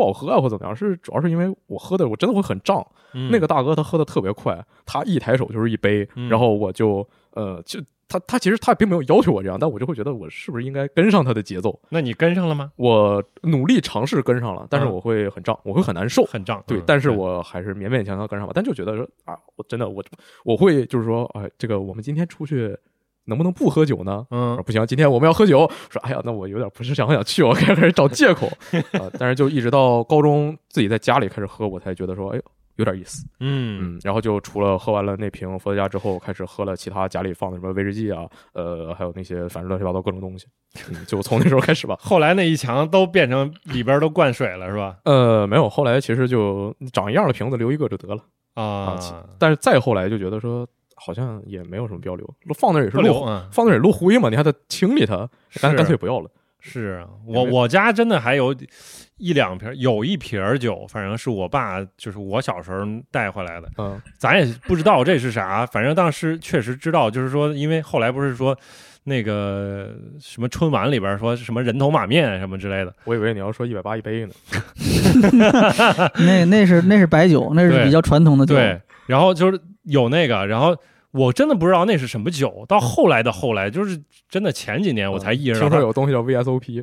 Speaker 1: 不好喝啊，或怎么样？是主要是因为我喝的，我真的会很胀，
Speaker 3: 嗯
Speaker 1: 那个大哥他喝的特别快，他一抬手就是一杯，
Speaker 3: 嗯
Speaker 1: 然后我就呃，就他他其实他也并没有要求我这样，但我就会觉得我是不是应该跟上他的节奏？
Speaker 3: 那你跟上了吗？
Speaker 1: 我努力尝试跟上了，但是
Speaker 3: 嗯
Speaker 1: 我会很胀，我会很难受。
Speaker 3: 很胀，
Speaker 1: 对
Speaker 3: 嗯，
Speaker 1: 但是我还是勉勉强强跟上吧，但就觉得说啊，我真的我我会就是说，哎，这个我们今天出去能不能不喝酒呢？我
Speaker 3: 嗯
Speaker 1: 说不行，今天我们要喝酒。说哎呀，那我有点不是想想去， 我开始找借 口啊。但是就一直到高中自己在家里开始喝，我才觉得说，哎呦，有点意思。
Speaker 3: 嗯
Speaker 1: 嗯，然后就除了喝完了那瓶伏特加之后，开始喝了其他家里放的什么威士忌啊，呃，还有那些反正乱七八糟各种东西。嗯，就从那时候开始吧。
Speaker 3: 后来那一墙都变成里边都灌水了，是吧？
Speaker 1: 呃，没有，后来其实就长一样的瓶子留一个就得了。
Speaker 3: 啊，
Speaker 1: 但是再后来就觉得说，好像也没有什么标流，放那儿也是
Speaker 3: 不留
Speaker 1: 落，
Speaker 3: 啊，
Speaker 1: 放那儿也落灰嘛，你还得清理它，干
Speaker 3: 是
Speaker 1: 干脆不要了。
Speaker 3: 是啊我我家真的还有一两瓶儿，有一瓶儿酒，反正是我爸就是我小时候带回来的，
Speaker 1: 嗯
Speaker 3: 咱也不知道这是啥，啊反正当时确实知道，就是说，因为后来不是说那个什么春晚里边说什么人头马面什么之类的，
Speaker 1: 我以为你要说一百八一杯呢。
Speaker 2: 那那是那是白酒，那是
Speaker 3: 对
Speaker 2: 比较传统的酒。
Speaker 3: 对，然后就是有那个，然后。我真的不知道那是什么酒，到后来的后来，就是真的前几年我才意识到
Speaker 1: 听
Speaker 3: 它
Speaker 1: 说有东西叫 VSOP，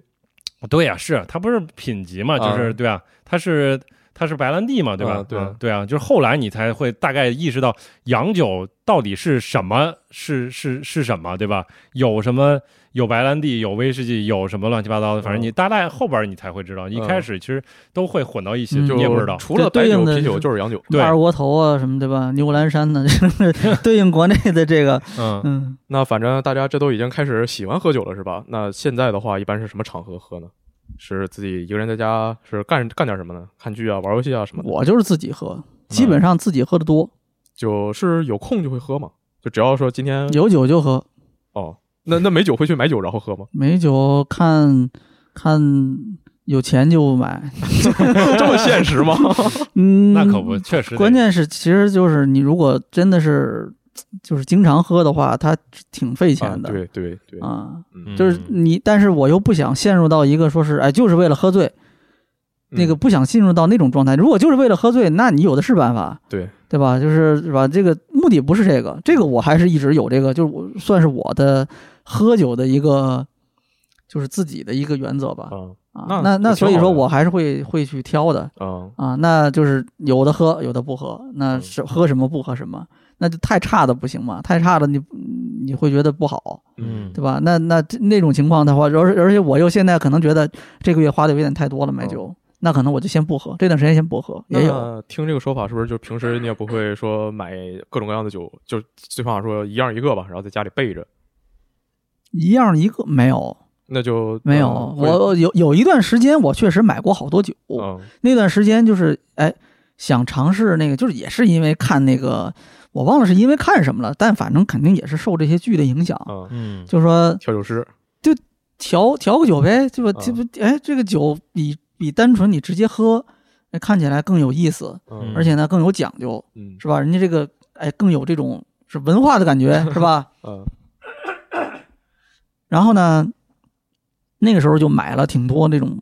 Speaker 3: 嗯对呀、是啊它不是品级嘛，就是、
Speaker 1: 啊
Speaker 3: 对啊，它是它是白兰地嘛，对吧？
Speaker 1: 啊对
Speaker 3: 嗯对啊，就是后来你才会大概意识到洋酒到底是什么，是是是什么，对吧？有什么有白兰地，有威士忌，有什么乱七八糟的，反
Speaker 1: 嗯
Speaker 3: 正你大概后边你才会知道，一开始其实都会混到一起，
Speaker 2: 嗯
Speaker 1: 就
Speaker 3: 你也不知道。
Speaker 1: 除了
Speaker 2: 对
Speaker 1: 白
Speaker 2: 对
Speaker 1: 酒、
Speaker 2: 应的
Speaker 1: 啤酒
Speaker 2: 是
Speaker 1: 就是洋酒。
Speaker 3: 对
Speaker 2: 二锅头啊什么对吧？牛栏山呢， 对应国内的这个，
Speaker 3: 嗯，
Speaker 2: 嗯，
Speaker 1: 那反正大家这都已经开始喜欢喝酒了，是吧？那现在的话，一般是什么场合喝呢？是自己一个人在家，是干干点什么呢？看剧啊，玩游戏啊什么的。
Speaker 2: 我就是自己喝，基本上自己喝的多，
Speaker 1: 就是有空就会喝嘛，就只要说今天
Speaker 2: 有酒就喝，
Speaker 1: 哦，那那没酒会去买酒然后喝吗？
Speaker 2: 没酒看看有钱就买。
Speaker 1: 这么 现实吗？
Speaker 2: 嗯，
Speaker 3: 那可不，。确实得
Speaker 2: 关键是，其实就是你如果真的是就是经常喝的话，它挺费
Speaker 1: 啊
Speaker 2: 钱的。
Speaker 1: 对对对，
Speaker 2: 啊，
Speaker 3: 嗯
Speaker 2: 就是你，但是我又不想陷入到一个说是哎，就是为了喝醉，那个
Speaker 1: 嗯
Speaker 2: 不想进入到那种状态。如果就是为了喝醉，那你有的是办法，
Speaker 1: 对
Speaker 2: 对吧？就是是吧？这个目的不是这个，这个我还是一直有这个，就是我算是我的喝酒的一个，就是自己的一个原则吧。
Speaker 1: 啊
Speaker 2: 啊
Speaker 1: 那，
Speaker 2: 那那
Speaker 1: 挺
Speaker 2: 所以
Speaker 1: 好
Speaker 2: 说
Speaker 1: 的
Speaker 2: 我还是会会去挑的
Speaker 1: 啊
Speaker 2: 啊，那就是有的喝，有的不喝，那是
Speaker 1: 嗯
Speaker 2: 喝什么不喝什么，那就太差的不行嘛，太差的你你会觉得不好。
Speaker 3: 嗯
Speaker 2: 对吧？那那这那种情况的话，而而且我又现在可能觉得这个月花的有点太多了，买酒，那可能我就先不喝，这段时间先不喝，也有。
Speaker 1: 嗯那听这个说法，是不是就平时你也不会说买各种各样的酒，就最起码说一样一个吧，然后在家里备着，
Speaker 2: 一样一个没有
Speaker 1: 那就
Speaker 2: 没有，
Speaker 1: 嗯会
Speaker 2: 我有有一段时间我确实买过好多酒，
Speaker 1: 嗯
Speaker 2: 那段时间就是哎想尝试那个，就是也是因为看那个我忘了是因为看什么了，但反正肯定也是受这些剧的影响，
Speaker 1: 嗯，
Speaker 3: 嗯
Speaker 2: 就说
Speaker 1: 调酒师
Speaker 2: 调调个酒呗，对吧？
Speaker 1: 啊
Speaker 2: 这不哎这个酒比比单纯你直接喝，哎看起来更有意思，
Speaker 1: 嗯
Speaker 2: 而且呢更有讲究。
Speaker 1: 嗯
Speaker 2: 是吧？人家这个哎更有这种是文化的感觉，是吧？
Speaker 1: 嗯
Speaker 2: 然后呢，那个时候就买了挺多那种，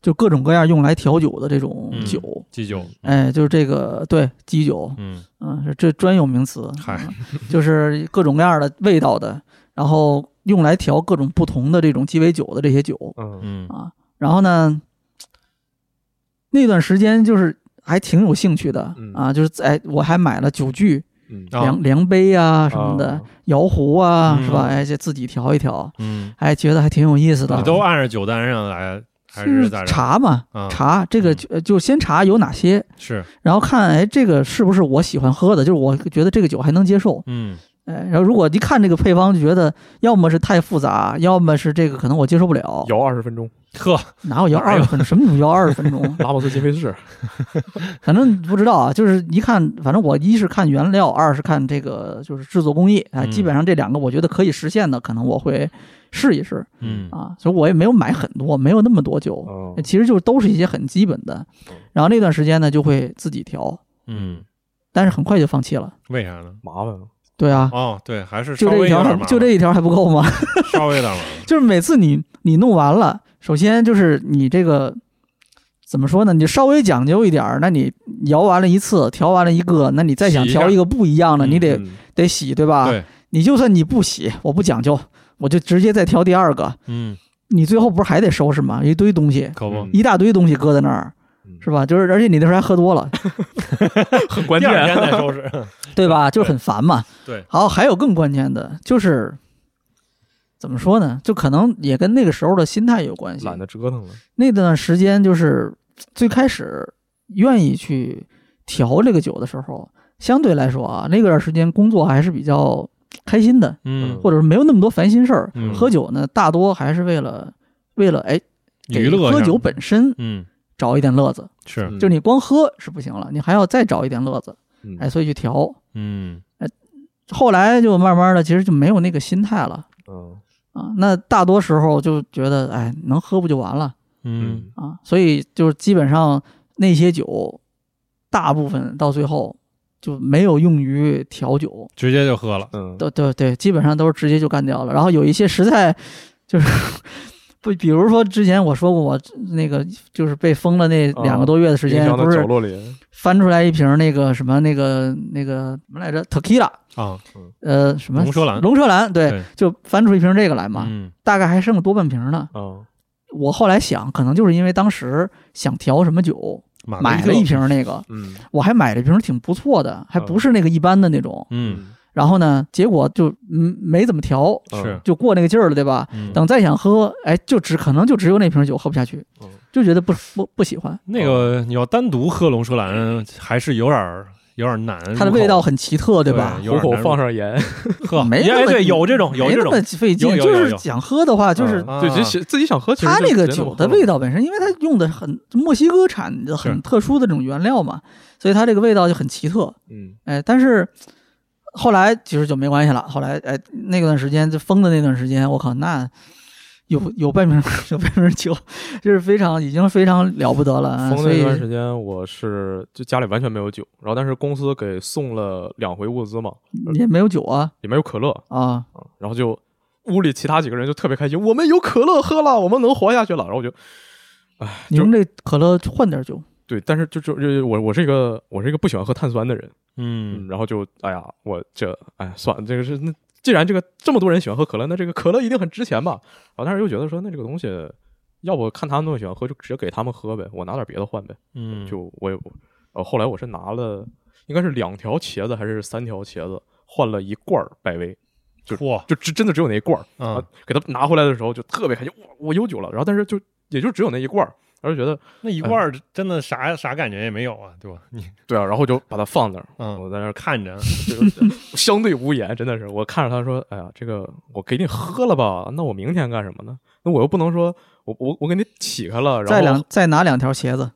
Speaker 2: 就各种各样用来调酒的这种
Speaker 3: 嗯
Speaker 2: 酒，
Speaker 3: 基酒，
Speaker 2: 哎，就是这个对基酒，
Speaker 3: 嗯
Speaker 2: 嗯，是这专有名词，
Speaker 3: 嗨
Speaker 2: 嗯就是各种各样的味道的，然后用来调各种不同的这种鸡尾酒的这些酒
Speaker 1: 嗯
Speaker 3: 嗯
Speaker 2: 啊。然后呢，那段时间就是还挺有兴趣的
Speaker 1: 嗯
Speaker 2: 啊，就是哎，我还买了酒具，
Speaker 1: 嗯
Speaker 3: 啊
Speaker 2: 量量杯啊什么的
Speaker 1: 啊，
Speaker 2: 摇壶啊，
Speaker 3: 嗯
Speaker 2: 是吧？哎，这自己调一调，
Speaker 3: 嗯，
Speaker 2: 哎，觉得还挺有意思的。
Speaker 3: 你都按着酒单上来，还
Speaker 2: 就是
Speaker 3: 咋着？
Speaker 2: 查嘛，
Speaker 3: 啊
Speaker 2: 查这个
Speaker 3: 嗯
Speaker 2: 就呃就先查有哪些，
Speaker 3: 是，
Speaker 2: 然后看哎这个是不是我喜欢喝的，就是我觉得这个酒还能接受。
Speaker 3: 嗯
Speaker 2: 哎，然后如果一看这个配方就觉得要么是太复杂，要么是这个可能我接受不了。
Speaker 1: 摇二十分钟，
Speaker 3: 呵，
Speaker 2: 哪有摇
Speaker 3: 哪
Speaker 2: 二
Speaker 3: 有
Speaker 2: 十分钟？什么摇二十分钟？
Speaker 1: 拉莫斯金菲 士，
Speaker 2: 反正不知道啊，就是一看，反正我一是看原料，二是看这个就是制作工艺啊，
Speaker 3: 嗯
Speaker 2: 基本上这两个我觉得可以实现的，可能我会试一试
Speaker 3: 嗯哦
Speaker 2: 啊，所以我也没有买很多，没有那么多酒，
Speaker 1: 嗯
Speaker 2: 其实就都是一些很基本的。然后那段时间呢，就会自己调，
Speaker 3: 嗯，
Speaker 2: 但是很快就放弃了。
Speaker 3: 为啥呢？
Speaker 1: 麻烦，
Speaker 2: 对啊，
Speaker 3: 哦，对，还是稍
Speaker 2: 就这
Speaker 3: 微
Speaker 2: 一
Speaker 3: 有
Speaker 2: 条
Speaker 3: 点
Speaker 2: 还
Speaker 3: 麻烦，
Speaker 2: 就这一条还不够吗？
Speaker 3: 稍微有点麻烦。
Speaker 2: 就是每次你你弄完了，首先就是你这个怎么说呢？你稍微讲究一点儿，那你摇完了一次，调完了一个，那你再想
Speaker 3: 洗一下
Speaker 2: 调一个不一样的，
Speaker 3: 嗯
Speaker 2: 你得
Speaker 1: 嗯
Speaker 2: 得洗，对吧？
Speaker 3: 对，
Speaker 2: 你就算你不洗，我不讲究，我就直接再调第二个，
Speaker 3: 嗯，
Speaker 2: 你最后不是还得收拾吗？一堆东西，
Speaker 3: 可不
Speaker 1: 嗯，
Speaker 2: 一大堆东西搁在那儿
Speaker 1: 嗯。
Speaker 2: 是吧？就是，而且你那时候还喝多 了，
Speaker 1: 很嗯关
Speaker 3: 第
Speaker 1: 键
Speaker 3: 二天再收拾。
Speaker 2: 对吧？就是很烦嘛。
Speaker 3: 对，
Speaker 2: 好，还有更关键的，就是怎么说呢？就可能也跟那个时候的心态有关系。
Speaker 1: 懒得折腾了。
Speaker 2: 那段时间就是最开始愿意去调这个酒的时候，相对来说啊，那段时间工作还是比较开心的，
Speaker 3: 嗯，
Speaker 2: 或者是没有那么多烦心事儿。
Speaker 3: 嗯
Speaker 2: 喝酒呢，大多还是为了为了哎，给
Speaker 3: 娱乐
Speaker 2: 喝
Speaker 3: 上
Speaker 2: 酒，本身
Speaker 3: 嗯，
Speaker 2: 找一点乐子，
Speaker 3: 是，
Speaker 2: 就你光喝是不行了，你还要再找一点乐子，
Speaker 1: 嗯
Speaker 2: 哎，所以去调。
Speaker 3: 嗯
Speaker 2: 后来就慢慢的，其实就没有那个心态了
Speaker 1: 嗯
Speaker 2: 啊。那大多时候就觉得，哎，能喝不就完了
Speaker 3: 嗯，
Speaker 2: 啊？所以就是基本上那些酒，大部分到最后就没有用于调酒，
Speaker 3: 直接就喝了，
Speaker 1: 嗯
Speaker 2: 对对对，基本上都是直接就干掉了。然后有一些实在就是不，比如说之前我说过，我那个就是被封了那两个多月的时
Speaker 1: 冰
Speaker 2: 间，
Speaker 1: 箱的
Speaker 2: 不
Speaker 1: 角
Speaker 2: 是
Speaker 1: 落里，
Speaker 2: 翻出来一瓶那个什么那个那个什么来着 tequila，
Speaker 3: 啊，
Speaker 1: 嗯
Speaker 2: 呃，什么
Speaker 3: 龙舌兰
Speaker 2: 龙舌兰，对，
Speaker 3: 对
Speaker 2: 就翻出一瓶这个来嘛，
Speaker 3: 嗯
Speaker 2: 大概还剩个多半瓶呢。
Speaker 1: 嗯
Speaker 2: 我后来想，可能就是因为当时想调什么酒，买
Speaker 3: 了
Speaker 2: 了
Speaker 3: 一
Speaker 2: 一
Speaker 3: 个，
Speaker 2: 瓶那个，
Speaker 1: 嗯
Speaker 2: 我还买了一瓶挺不错的，
Speaker 3: 啊
Speaker 2: 还不是那个一般的那种。
Speaker 3: 嗯，
Speaker 2: 然后呢，结果就嗯没怎么调，
Speaker 1: 嗯
Speaker 3: 是，
Speaker 2: 就过那个劲儿了，对吧？
Speaker 3: 嗯
Speaker 2: 等再想喝，哎，就只可能就只有那瓶酒喝不下去
Speaker 1: 嗯，
Speaker 2: 就觉得不不不喜欢，
Speaker 3: 那个你要单独喝龙舌兰，还是有点儿有点儿难入口，
Speaker 2: 它的味道很奇特，对吧？
Speaker 3: 有
Speaker 1: 虎口
Speaker 3: 点难入
Speaker 1: 放上盐，
Speaker 3: 喝，
Speaker 2: 没
Speaker 3: 哎
Speaker 2: 那么
Speaker 3: 对，有这种有
Speaker 2: 没
Speaker 3: 这
Speaker 2: 那
Speaker 3: 种
Speaker 2: 么，费劲
Speaker 3: 有，有有
Speaker 2: 就是
Speaker 3: 有
Speaker 2: 想喝的话， 就是
Speaker 1: 嗯对，其实自己想喝，其实
Speaker 2: 它
Speaker 1: 就
Speaker 2: 那个
Speaker 1: 直接那么
Speaker 2: 酒
Speaker 1: 喝
Speaker 2: 的
Speaker 1: 了
Speaker 2: 味道本身，因为它用的很墨西哥产的很
Speaker 3: 是
Speaker 2: 特殊的这种原料嘛，所以它这个味道就很奇特。
Speaker 1: 嗯
Speaker 2: 哎，但是后来其实就没关系了。后来哎，那段时间就封的那段时间，我靠，那有有半瓶 有半瓶酒，就是非常已经非常了不得了。
Speaker 1: 封
Speaker 2: 啊所
Speaker 1: 那
Speaker 2: 以
Speaker 1: 段时间，我是就家里完全没有酒，然后但是公司给送了两回物资嘛，
Speaker 2: 也没有酒啊
Speaker 1: 里面有可乐，
Speaker 2: 啊，
Speaker 1: 然后就屋里其他几个人就特别开心，我们有可乐喝了，我们能活下去了。然后我就，哎，
Speaker 2: 你
Speaker 1: 就
Speaker 2: 们这可乐换点酒，
Speaker 1: 对，但是就就就我我是一个我是一个不喜欢喝碳酸的人，
Speaker 3: 嗯，
Speaker 1: 然后就哎呀，我这哎算了，这个是那既然这个这么多人喜欢喝可乐，那这个可乐一定很值钱吧？然后但是又觉得说那这个东西，要不看他们那么喜欢喝，就直接给他们喝呗，我拿点别的换呗。
Speaker 3: 嗯，
Speaker 1: 就我也，呃，后来我是拿了应该是两条茄子还是三条茄子，换了一罐儿百威，就
Speaker 3: 嚯，
Speaker 1: 就只真的只有那一罐儿。
Speaker 3: 嗯
Speaker 1: 啊，给他拿回来的时候就特别开心，哇，我有酒了。然后但是就也就只有那一罐儿，然后就觉得
Speaker 3: 那一罐儿真的啥啥感觉也没有啊，对吧？你
Speaker 1: 对啊，然后就把它放那儿，
Speaker 3: 嗯，
Speaker 1: 我在那儿看，
Speaker 3: 看着，
Speaker 1: 就是相对无言，真的是。我看着他说，哎呀，这个我给你喝了吧，那我明天干什么呢？那我又不能说我我我给你起开了，
Speaker 2: 再
Speaker 1: 然
Speaker 2: 两
Speaker 1: 后
Speaker 2: 再拿两条茄子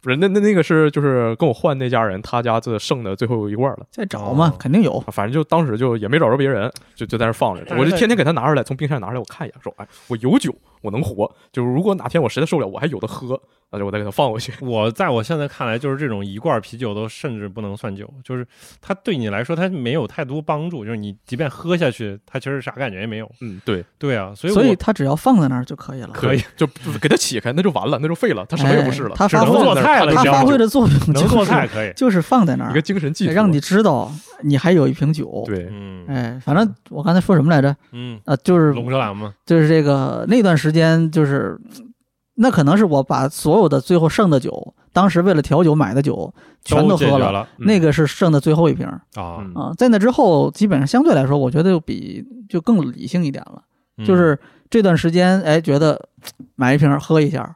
Speaker 1: 不是那那那个是就是跟我换那家人，他家这剩的最后一罐儿了。
Speaker 2: 再找嘛，肯定有。
Speaker 1: 啊反正就当时就也没找着别人，就就在那儿放着，
Speaker 3: 但是
Speaker 1: 我就
Speaker 3: 在
Speaker 1: 天天给他拿出来，从冰箱里拿出来，我看一眼，说，哎，我有酒，我能活。就是如果哪天我实在受不了，我还有的喝，那就我再给他放回去。
Speaker 3: 我在我现在看来，就是这种一罐啤酒都甚至不能算酒，就是它对你来说它没有太多帮助，就是你即便喝下去，它其实啥感觉也没有。
Speaker 1: 嗯，对，
Speaker 3: 对啊，所以我
Speaker 2: 所以它只要放在那儿就可以了，
Speaker 3: 可以
Speaker 1: 就就给他起开，那就完了，那就废了，他什么也不是了，
Speaker 2: 哎他
Speaker 1: 只
Speaker 2: 发
Speaker 1: 能
Speaker 2: 挥
Speaker 1: 放在那儿
Speaker 3: 菜
Speaker 1: 看
Speaker 3: 了
Speaker 1: 着
Speaker 2: 它
Speaker 3: 你知道
Speaker 1: 他
Speaker 2: 发
Speaker 3: 吗
Speaker 2: 挥的作用
Speaker 3: 能
Speaker 2: 就
Speaker 3: 做
Speaker 2: 是
Speaker 3: 菜 可以，
Speaker 2: 就是放在那
Speaker 1: 一个
Speaker 2: 儿，
Speaker 1: 精神寄托，
Speaker 2: 让你知道你还有一瓶酒。
Speaker 1: 对，
Speaker 3: 嗯
Speaker 2: 哎，反正我刚才说什么来着？
Speaker 3: 嗯，
Speaker 2: 啊，就是
Speaker 3: 龙舌兰嘛，
Speaker 2: 就是这个那段时间，就是嗯那可能是我把所有的最后剩的酒，当时为了调酒买的酒全
Speaker 3: 都
Speaker 2: 都
Speaker 3: 解
Speaker 2: 喝
Speaker 3: 决
Speaker 2: 了，
Speaker 3: 了
Speaker 1: 嗯
Speaker 2: 那个是剩的最后一瓶儿
Speaker 3: 啊，
Speaker 1: 嗯
Speaker 2: 啊。在那之后，基本上相对来说，我觉得就比就更理性一点了。
Speaker 3: 嗯
Speaker 2: 就是这段时间，哎，觉得嘖买一瓶儿喝一下儿，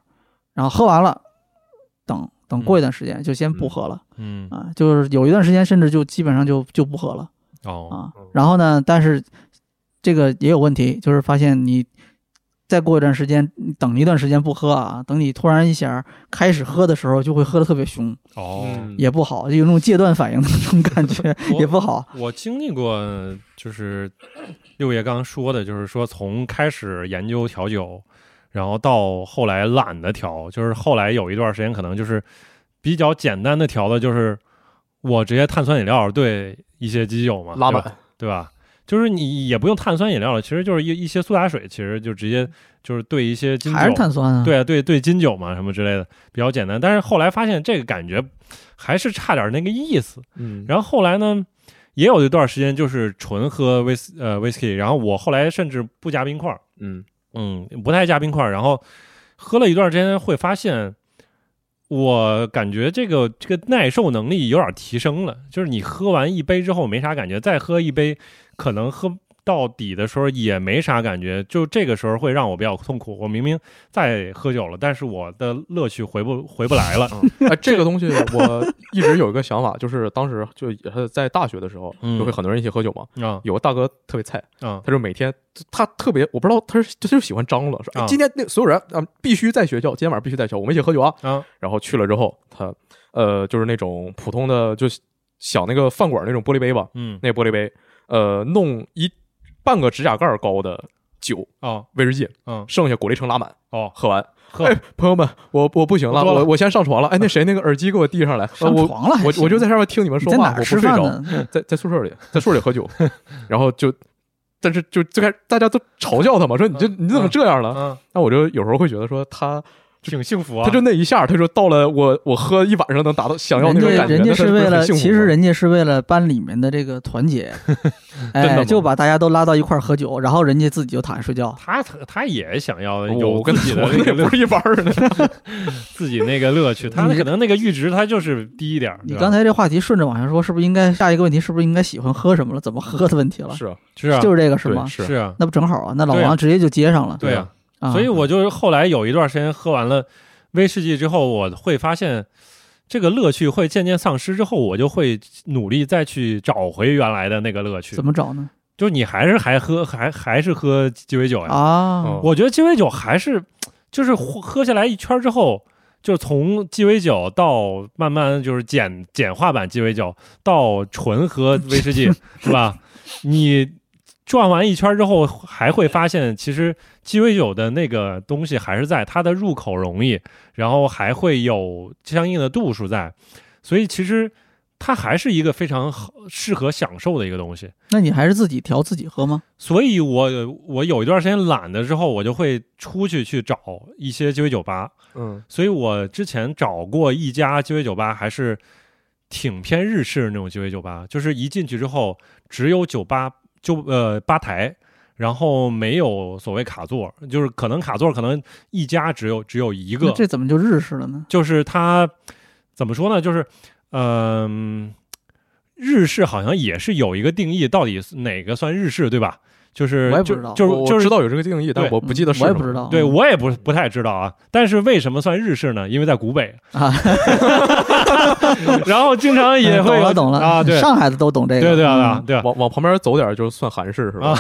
Speaker 2: 然后喝完了，等等过一段时间就先不喝了、
Speaker 3: 嗯
Speaker 2: 啊。就是有一段时间，甚至就基本上就就不喝了。
Speaker 3: 哦，
Speaker 2: 啊。然后呢，但是这个也有问题，就是发现你再过一段时间，你等一段时间不喝啊，等你突然一下开始喝的时候，就会喝的特别凶，
Speaker 1: 嗯
Speaker 3: 哦，，
Speaker 2: 也不好，就有那种戒断反应的那种感 觉
Speaker 3: 我
Speaker 2: 也不好。
Speaker 3: 我经历过，就是六爷刚刚说的，就是说从开始研究调酒，然后到后来懒得调，就是后来有一段时间可能就是比较简单的调的，就是我直接碳酸饮料兑一些基酒嘛，
Speaker 1: 拉
Speaker 3: 对吧
Speaker 1: 满，
Speaker 3: 对吧？就是你也不用碳酸饮料了，其实就是一一些苏打水，其实就直接就是兑一些金酒，
Speaker 2: 还是碳酸啊？，
Speaker 3: 对啊，对对，金酒嘛什么之类的，比较简单。但是后来发现这个感觉还是差点那个意思，
Speaker 1: 嗯，
Speaker 3: 然后后来呢，也有一段时间就是纯喝威斯呃 whisky，然后我后来甚至不加冰块儿，
Speaker 1: 嗯
Speaker 3: 嗯，不太加冰块儿，然后喝了一段时间会发现，我感觉这个这个耐受能力有点提升了，就是你喝完一杯之后没啥感觉，再喝一杯可能喝。到底的时候也没啥感觉，就这个时候会让我比较痛苦。我明明在喝酒了，但是我的乐趣回不回不来了。
Speaker 1: 哎，这个东西我一直有一个想法，就是当时就也是在大学的时候，
Speaker 3: 嗯
Speaker 1: 就会很多人一起喝酒嘛。
Speaker 3: 啊
Speaker 1: 有个大哥特别菜，
Speaker 3: 啊
Speaker 1: 他就每天他特别，我不知道他是他就喜欢张罗，说、哎
Speaker 3: 啊
Speaker 1: 今天那所有人啊必须在学校，今天晚上必须在学校，我们一起喝酒啊。
Speaker 3: 啊
Speaker 1: 然后去了之后，他呃就是那种普通的，就小那个饭馆那种玻璃杯吧，
Speaker 3: 嗯
Speaker 1: 那玻璃杯，呃，弄一半个指甲盖儿高的酒
Speaker 3: 哦
Speaker 1: 威士忌，
Speaker 3: 嗯
Speaker 1: 剩下果粒橙拉满，
Speaker 3: 哦
Speaker 1: 喝完，
Speaker 3: 喝
Speaker 1: 哎，朋友们，我我不行了，
Speaker 3: 我多了
Speaker 1: 我我先上床了。哎，那 谁那个耳机给我递上来，呃
Speaker 2: 上
Speaker 1: 我
Speaker 2: 床了还
Speaker 1: 我
Speaker 2: 行
Speaker 1: 我就在上面听你们
Speaker 2: 你
Speaker 1: 说
Speaker 2: 在
Speaker 1: 话，
Speaker 2: 哪
Speaker 1: 我
Speaker 2: 儿
Speaker 1: 不
Speaker 2: 吃
Speaker 1: 睡
Speaker 2: 饭
Speaker 1: 着，
Speaker 2: 呢？
Speaker 1: 在在宿舍 里，在宿舍里喝酒，然后就，但是就最开始大家都嘲笑他嘛，说你这你怎么这样了？
Speaker 3: 嗯，
Speaker 1: 那我就有时候会觉得说他
Speaker 3: 挺幸福啊。
Speaker 1: 啊他就那一下，他说到了我我喝一晚上能达到 想要
Speaker 2: 人
Speaker 1: 那种
Speaker 2: 家
Speaker 1: 感觉，
Speaker 2: 人家
Speaker 1: 那他
Speaker 2: 是
Speaker 1: 不
Speaker 2: 为
Speaker 1: 很
Speaker 2: 了，
Speaker 1: 幸福
Speaker 2: 其实
Speaker 1: 吗
Speaker 2: 人家是为了班里面的这个团结，
Speaker 1: 真的
Speaker 2: 哎，
Speaker 1: 吗
Speaker 2: 就把大家都拉到一块儿喝酒，然后人家自己就躺下睡 觉。
Speaker 3: 他他也想要
Speaker 1: 我
Speaker 3: 有
Speaker 1: 跟
Speaker 3: 自己的
Speaker 1: 我
Speaker 3: 那个
Speaker 1: 也
Speaker 3: 乐
Speaker 1: 不是一般儿的，
Speaker 3: 自己那个乐 趣，他可能那个阈值他就是低一点儿。
Speaker 2: 你
Speaker 3: 是吧
Speaker 2: 刚才这话题顺着往下说，是不是应该下一个问题？是不是应该喜欢喝什么了？怎么喝的问题了？
Speaker 1: 是啊，
Speaker 3: 是啊，
Speaker 2: 就是这个是
Speaker 1: 对
Speaker 2: 吗？
Speaker 1: 是
Speaker 3: 是啊，
Speaker 2: 那不正好啊？那老
Speaker 3: 对啊
Speaker 2: 王直接就接上了。
Speaker 3: 对
Speaker 1: 对
Speaker 3: 啊
Speaker 1: 啊。
Speaker 2: 啊
Speaker 3: 所以我就是后来有一段时间喝完了威士忌之后，我会发现这个乐趣会渐渐丧失，之后我就会努力再去找回原来的那个乐趣
Speaker 2: 怎。么找呢？
Speaker 3: 就是你还是还喝，还还是喝鸡尾酒呀？
Speaker 2: 啊
Speaker 1: 嗯，
Speaker 3: 我觉得鸡尾酒还是就是喝喝下来一圈之后，就是从鸡尾酒到慢慢就是简简化版鸡尾酒到纯喝威士忌，是吧？你转完一圈之后，还会发现其实鸡尾酒的那个东西还是在，它的入口容易，然后还会有相应的度数在，所以其实它还是一个非常好适合享受的一个东西。
Speaker 2: 那你还是自己调自己喝吗？
Speaker 3: 所以我我有一段时间懒的时候，我就会出去去找一些鸡尾酒吧。
Speaker 1: 嗯
Speaker 3: 所以我之前找过一家鸡尾酒吧，还是挺偏日式的那种鸡尾酒吧，就是一进去之后只有酒吧就呃吧台，然后没有所谓卡座，就是可能卡座可能一家只有只有一
Speaker 2: 那
Speaker 3: 个，
Speaker 2: 这怎么就日式了呢？
Speaker 3: 就是它怎么说呢？就是嗯、日式好像也是有一个定义，到底是哪个算日式，对吧？就是
Speaker 2: 我也不
Speaker 3: 就
Speaker 2: 知道
Speaker 3: 就是
Speaker 1: 我
Speaker 3: 就
Speaker 1: 我知
Speaker 3: 是。
Speaker 1: 道有这个定义，但
Speaker 3: 对
Speaker 1: 我不记得
Speaker 2: 嗯
Speaker 1: 是
Speaker 2: 我也
Speaker 1: 什
Speaker 2: 不
Speaker 1: 么
Speaker 2: 知道啊。
Speaker 3: 对，我也不不太知道啊，但是为什么算日式呢？因为在古北，
Speaker 2: 啊，
Speaker 3: 然后经常也会
Speaker 2: 懂
Speaker 3: 有
Speaker 2: 了懂了
Speaker 3: 啊，对
Speaker 2: 上海的都懂这个。
Speaker 3: 对对对啊
Speaker 2: 嗯
Speaker 3: 对啊，
Speaker 1: 往往旁边走点儿就算韩式是吧
Speaker 3: 啊？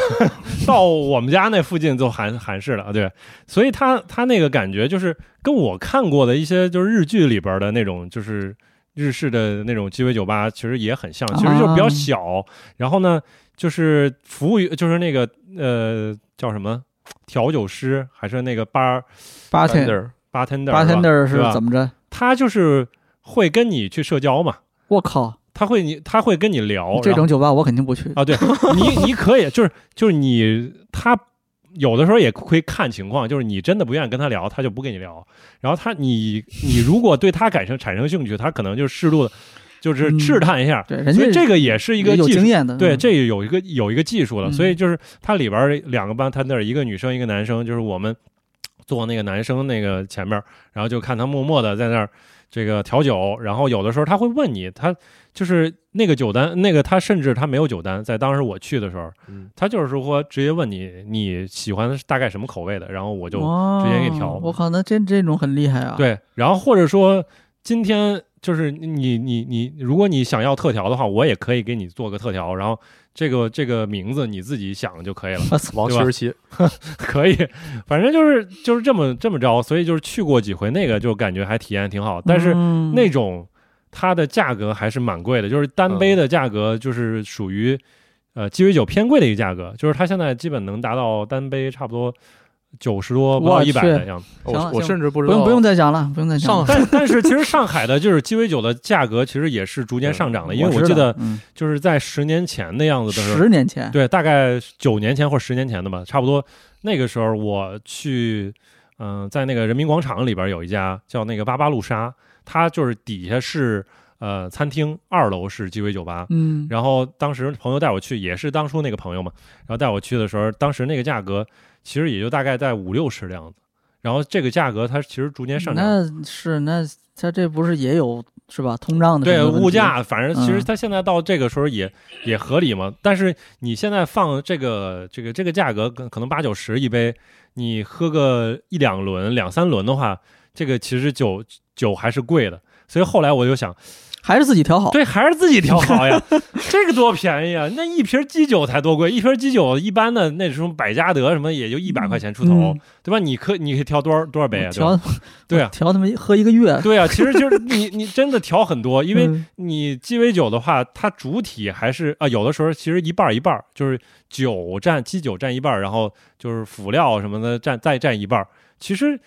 Speaker 3: 到我们家那附近就韩韩式了啊，对，所以他他那个感觉就是跟我看过的一些就是日剧里边的那种就是日式的那种鸡尾酒吧，其实也很像，其实就是比
Speaker 2: 啊
Speaker 3: 较小，然后呢，就是服务员就是那个呃叫什么调酒师还是那个 bar
Speaker 1: 八
Speaker 2: bartender
Speaker 3: bartender 吧
Speaker 2: bartender
Speaker 3: 是
Speaker 2: 是
Speaker 3: 吧
Speaker 2: 怎么着？
Speaker 3: 他就是会跟你去社交嘛，
Speaker 2: 我靠，
Speaker 3: 他会你他会跟你聊
Speaker 2: 这
Speaker 3: 然后
Speaker 2: 种酒吧我肯定不去。
Speaker 3: 啊，对你，你可以就是就是你他有的时候也可以看情况，就是你真的不愿意跟他聊，他就不跟你聊。然后他你你如果对他感生产生兴趣，他可能就适度的，就是
Speaker 2: 嗯
Speaker 3: 试探一下。
Speaker 2: 对，人
Speaker 3: 所
Speaker 2: 家
Speaker 3: 以这个也是一个
Speaker 2: 有
Speaker 3: 技术
Speaker 2: 经验的。
Speaker 3: 对，
Speaker 2: 嗯
Speaker 3: 这个有一个有一个技术了，
Speaker 2: 嗯
Speaker 3: 所以就是它里边儿两个班，他那儿一个女生一个男生，就是我们坐那个男生那个前面儿，然后就看他默默的在那儿这个调酒，然后有的时候他会问你，他就是那个酒单，那个他甚至他没有酒单，在当时我去的时候，
Speaker 1: 嗯
Speaker 3: 他就是说直接问你你喜欢大概什么口味的，然后我就
Speaker 2: 哦
Speaker 3: 直接给调
Speaker 2: 我靠，那真这种很厉害啊！，
Speaker 3: 对，然后或者说今天就是你你你，如果你想要特调的话，我也可以给你做个特调，然后这个这个名字你自己想就可以了，
Speaker 2: 我操，
Speaker 1: 王
Speaker 3: 对
Speaker 1: 七
Speaker 3: 吧
Speaker 1: 十七，
Speaker 3: 可以，反正就是就是这么这么着，所以就是去过几回那个就感觉还体验挺好，但是
Speaker 2: 嗯
Speaker 3: 那种它的价格还是蛮贵的，就是单杯的价格就是属于呃鸡尾酒偏贵的一个价格，就是它现在基本能达到单杯差不多九十多不到
Speaker 2: 我
Speaker 3: 一百
Speaker 2: 去
Speaker 3: 的样子。
Speaker 1: 我
Speaker 2: 行了
Speaker 1: 我
Speaker 2: 行
Speaker 1: 甚至不知
Speaker 2: 不
Speaker 1: 道
Speaker 2: 用不用再讲了，不用再讲
Speaker 1: 上
Speaker 2: 了。
Speaker 1: 海
Speaker 3: 但但是其实上海的就是鸡尾酒的价格其实也是逐渐上涨的，因为
Speaker 2: 我
Speaker 3: 我
Speaker 2: 知
Speaker 3: 记
Speaker 2: 道
Speaker 3: 得
Speaker 2: 嗯
Speaker 3: 就是在十年前的样子的时候，
Speaker 2: 十年前，
Speaker 3: 对，大概九年前或十年前的吧，差不多那个时候我去，嗯、在那个人民广场里边有一家叫那个巴巴路莎，它就是底下是呃餐厅，二楼是鸡尾酒吧，
Speaker 2: 嗯，
Speaker 3: 然后当时朋友带我去，也是当初那个朋友嘛，然后带我去的时候，当时那个价格其实也就大概在五六十的样子，然后这个价格它其实逐渐上涨。
Speaker 2: 那是那他这不是也有是吧？通胀的
Speaker 3: 对
Speaker 2: 什么问题
Speaker 3: 物，价，反正其实
Speaker 2: 嗯
Speaker 3: 它现在到这个时候也、也合理嘛。但是你现在放这个这个这个价格，可可能八九十一杯，你喝个一两轮、两三轮的话，这个其实酒酒还是贵的。所以后来我就想，
Speaker 2: 还是自己调好。
Speaker 3: 对，还是自己调好 呀，这个多便宜啊！那一瓶基酒才多贵，一瓶基酒一般的那什么百加得什么也就一百块钱出头，
Speaker 2: 嗯
Speaker 3: 对吧？你可你可以调多少多少杯啊？对 吧
Speaker 2: 调
Speaker 3: 对啊，
Speaker 2: 调他妈喝一个月，
Speaker 3: 对啊，其实就是你你真的调很多，因为
Speaker 2: 嗯
Speaker 3: 你鸡尾酒的话，它主体还是啊、有的时候其实一半儿一半儿，就是酒占基酒占一半儿，然后就是辅料什么的占再占一半儿。其实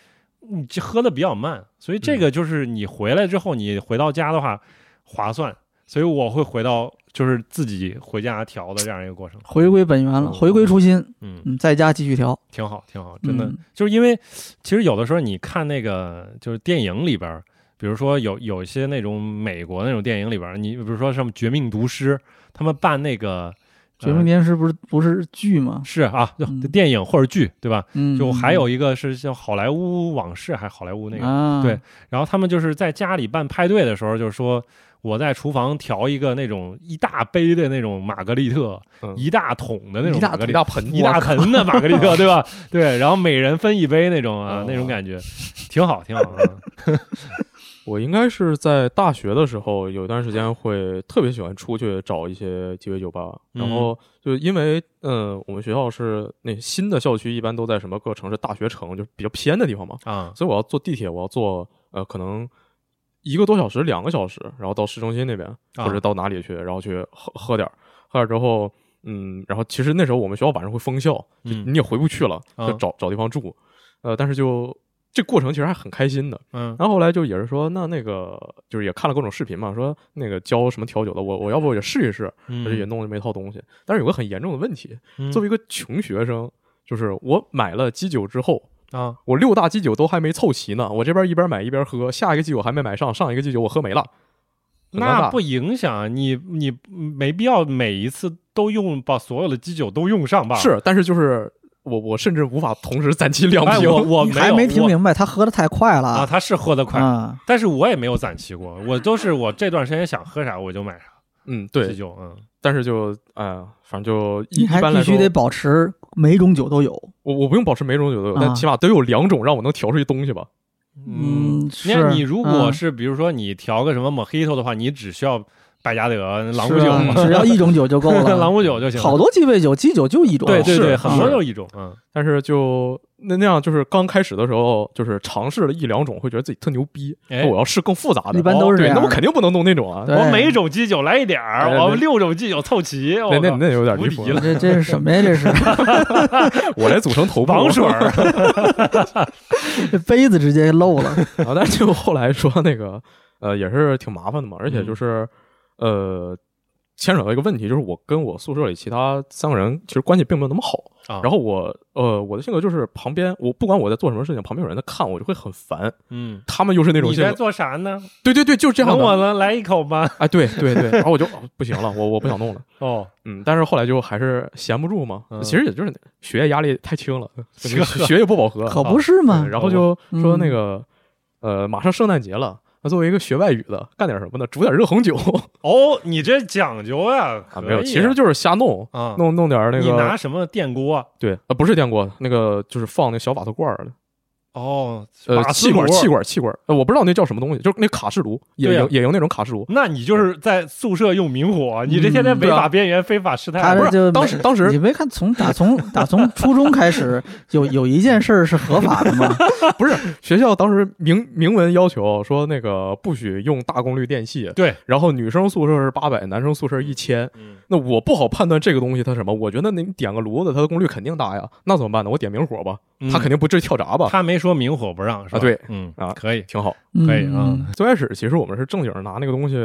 Speaker 3: 你这喝的比较慢，所以这个就是你回来之后，你回到家的话划算。所以我会回到就是自己回家调的这样一个过程，
Speaker 2: 回归本源了，
Speaker 3: 嗯
Speaker 2: 回归初心，
Speaker 3: 嗯，
Speaker 2: 嗯，在家继续调，
Speaker 3: 挺好，挺好，真的。
Speaker 2: 嗯
Speaker 3: 就是因为其实有的时候你看那个就是电影里边儿，比如说有有一些那种美国那种电影里边儿，你比如说什么《绝命毒师》，他们办那个
Speaker 2: 《绝命
Speaker 3: 呃
Speaker 2: 电视》不是不是剧吗？
Speaker 3: 是啊，就
Speaker 2: 嗯
Speaker 3: 电影或者剧对吧？
Speaker 2: 嗯，
Speaker 3: 就还有一个是叫《好莱坞往事》还是好莱坞那个，
Speaker 2: 啊，
Speaker 3: 对，然后他们就是在家里办派对的时候，就是说我在厨房调一个那种一大杯的那种玛格丽特，
Speaker 1: 嗯
Speaker 3: 一大桶的那种
Speaker 2: 一大
Speaker 3: 玛格
Speaker 1: 一
Speaker 3: 丽
Speaker 1: 大盆
Speaker 3: 一大盆的玛格丽特，对吧？对，然后每人分一杯那种啊
Speaker 1: 哦，
Speaker 3: 那种感觉，挺好，挺好。嗯
Speaker 1: 我应该是在大学的时候，有一段时间会特别喜欢出去找一些鸡尾酒吧，
Speaker 3: 嗯
Speaker 1: 然后就因为嗯，我们学校是那新的校区，一般都在什么各城市大学城，就比较偏的地方嘛，
Speaker 3: 啊，
Speaker 1: 所以我要坐地铁，我要坐呃可能一个多小时、两个小时，然后到市中心那边
Speaker 3: 啊
Speaker 1: 或者到哪里去，然后去喝喝点儿，喝点儿之后。嗯，然后其实那时候我们学校晚上会封校，就
Speaker 3: 嗯
Speaker 1: 你也回不去了，
Speaker 3: 啊
Speaker 1: 就找找地方住，呃，但是就这过程其实还很开心的，
Speaker 3: 嗯
Speaker 1: 然后后来就也是说，那那个就是也看了各种视频嘛，说那个教什么调酒的，我我要不我也试一试，
Speaker 3: 嗯
Speaker 1: 我就也弄了这么一套东西。但是有个很严重的问题，
Speaker 3: 嗯
Speaker 1: 作为一个穷学生，就是我买了基酒之后，
Speaker 3: 啊，
Speaker 1: 我六大基酒都还没凑齐呢，我这边一边买一边喝，下一个基酒还没买上，上一个基酒我喝没了，很尴
Speaker 3: 那
Speaker 1: 尬
Speaker 3: 不影响啊你，你没必要每一次都用，把所有的基酒都用上吧？。
Speaker 1: 是，但是就是我我甚至无法同时攒齐两
Speaker 3: 哎，
Speaker 1: 瓶。
Speaker 3: 我我
Speaker 2: 你
Speaker 3: 没
Speaker 2: 还
Speaker 3: 有
Speaker 2: 没听
Speaker 3: 我
Speaker 2: 明白，他喝的太快
Speaker 3: 啊，
Speaker 2: 了
Speaker 3: 他是喝得快，
Speaker 2: 啊！
Speaker 3: 但是我也没有攒齐过，我都是我这段时间想喝啥我就买啥
Speaker 1: 嗯，
Speaker 3: 基
Speaker 1: 对，
Speaker 3: 酒，嗯
Speaker 1: 但是就哎呀，反正就一
Speaker 2: 你
Speaker 1: 一
Speaker 2: 还
Speaker 1: 般
Speaker 2: 必
Speaker 1: 来
Speaker 2: 须
Speaker 1: 说，
Speaker 2: 得保持每种酒都有，
Speaker 1: 我我不用保持每种酒都有，但
Speaker 2: 啊
Speaker 1: 起码得有两种让我能调出一东西吧。
Speaker 2: 嗯，
Speaker 3: 你
Speaker 2: 是
Speaker 3: 看，你如果
Speaker 2: 嗯
Speaker 3: 是比如说你调个什么 Mojito 的话，你只需要百加得、呃朗姆
Speaker 2: 是
Speaker 3: 酒
Speaker 2: 啊， 只要一种酒就够了，
Speaker 3: 朗姆酒就行了。
Speaker 2: 好多鸡尾酒，鸡酒就一种，
Speaker 3: 对对对，
Speaker 1: 是
Speaker 3: 很多
Speaker 1: 是
Speaker 3: 就一种，嗯
Speaker 1: 但是就那那样，就是刚开始的时候，就是尝试了一两种，会觉得自己特牛逼，
Speaker 3: 哎
Speaker 1: 那我要试更复杂的。哦
Speaker 2: 一般都是这
Speaker 1: 对，
Speaker 2: 样
Speaker 1: 那
Speaker 2: 的
Speaker 1: 我肯定不能弄那种啊，
Speaker 2: 对
Speaker 3: 我每种基酒来一点
Speaker 1: 哎
Speaker 3: 儿，
Speaker 1: 那
Speaker 3: 我六种基酒凑齐，我
Speaker 1: 那那
Speaker 3: 靠
Speaker 1: 那有点离
Speaker 3: 无
Speaker 1: 谱
Speaker 3: 敌了
Speaker 2: 这这是什么呀？这是
Speaker 1: 我来组成头部 啊
Speaker 3: 王水儿
Speaker 2: 这杯子直接漏 了，
Speaker 1: 啊，但是就后来说那个呃，也是挺麻烦的嘛，而
Speaker 3: 嗯
Speaker 1: 且就是、呃，牵扯到一个问题，就是我跟我宿舍里其他三个人其实关系并没有那么好。
Speaker 3: 啊
Speaker 1: 然后我呃，我的性格就是旁边我不管我在做什么事情，旁边有人在看我就会很烦。
Speaker 3: 嗯，
Speaker 1: 他们又是那种
Speaker 3: 你
Speaker 1: 性
Speaker 3: 在
Speaker 1: 格，
Speaker 3: 做啥呢？
Speaker 1: 对对对，就是这样
Speaker 3: 等
Speaker 1: 的。
Speaker 3: 我能来一 口吗？
Speaker 1: 哎，对对对，然后我就、哦不行了，我我不想弄了。
Speaker 3: 哦，
Speaker 1: 嗯，但是后来就还是闲不住嘛，
Speaker 3: 嗯
Speaker 1: 其实也就是学业压力太轻了，
Speaker 3: 是
Speaker 1: 学业不饱和。
Speaker 2: 可不是嘛
Speaker 1: 对，然后就
Speaker 2: 嗯
Speaker 1: 说那个，呃，马上圣诞节了，那作为一个学外语的，干点什么呢？煮点热红酒
Speaker 3: 哦，你这讲究呀，
Speaker 1: 啊，
Speaker 3: 可
Speaker 1: 没有，
Speaker 3: 以
Speaker 1: 其实就是瞎弄，
Speaker 3: 啊，
Speaker 1: 弄弄点那
Speaker 3: 你拿
Speaker 1: 个，
Speaker 3: 什么电锅？
Speaker 1: 对，啊，不是电锅，那个就是放那小瓦特罐儿的，
Speaker 3: 哦，
Speaker 1: 呃，
Speaker 3: 瓦斯
Speaker 1: 气管
Speaker 3: 炉
Speaker 1: 气管气管，呃，我不知道那叫什么东西，就是那卡式炉，野
Speaker 3: 对啊呀
Speaker 1: 营野营那种卡式炉。
Speaker 3: 那你就是在宿舍用明火，你这天天
Speaker 2: 嗯
Speaker 3: 违
Speaker 1: 对啊
Speaker 3: 法边缘、非法试
Speaker 2: 他
Speaker 3: 探啊
Speaker 1: 不
Speaker 2: 这，
Speaker 1: 是
Speaker 2: 就
Speaker 1: 当时当时
Speaker 2: 你没看从打从 打从初中开始，有有一件事儿是合法的 吗？
Speaker 1: 不是学校当时明明文要求说那个不许用大功率电器，
Speaker 3: 对，
Speaker 1: 然后女生宿舍是八百，男生宿舍一千。
Speaker 3: 嗯
Speaker 1: 那我不好判断这个东西它什么，我觉得那你点个炉子，它的功率肯定大呀，那怎么办呢？我点明火吧，
Speaker 3: 嗯
Speaker 1: 它肯定不至于跳闸吧，
Speaker 3: 他没说明火不让是吧？
Speaker 1: 啊对，
Speaker 3: 嗯
Speaker 1: 啊
Speaker 3: 可以，
Speaker 1: 挺好。
Speaker 2: 嗯
Speaker 3: 可以啊
Speaker 1: 最开始其实我们是正经拿那个东西，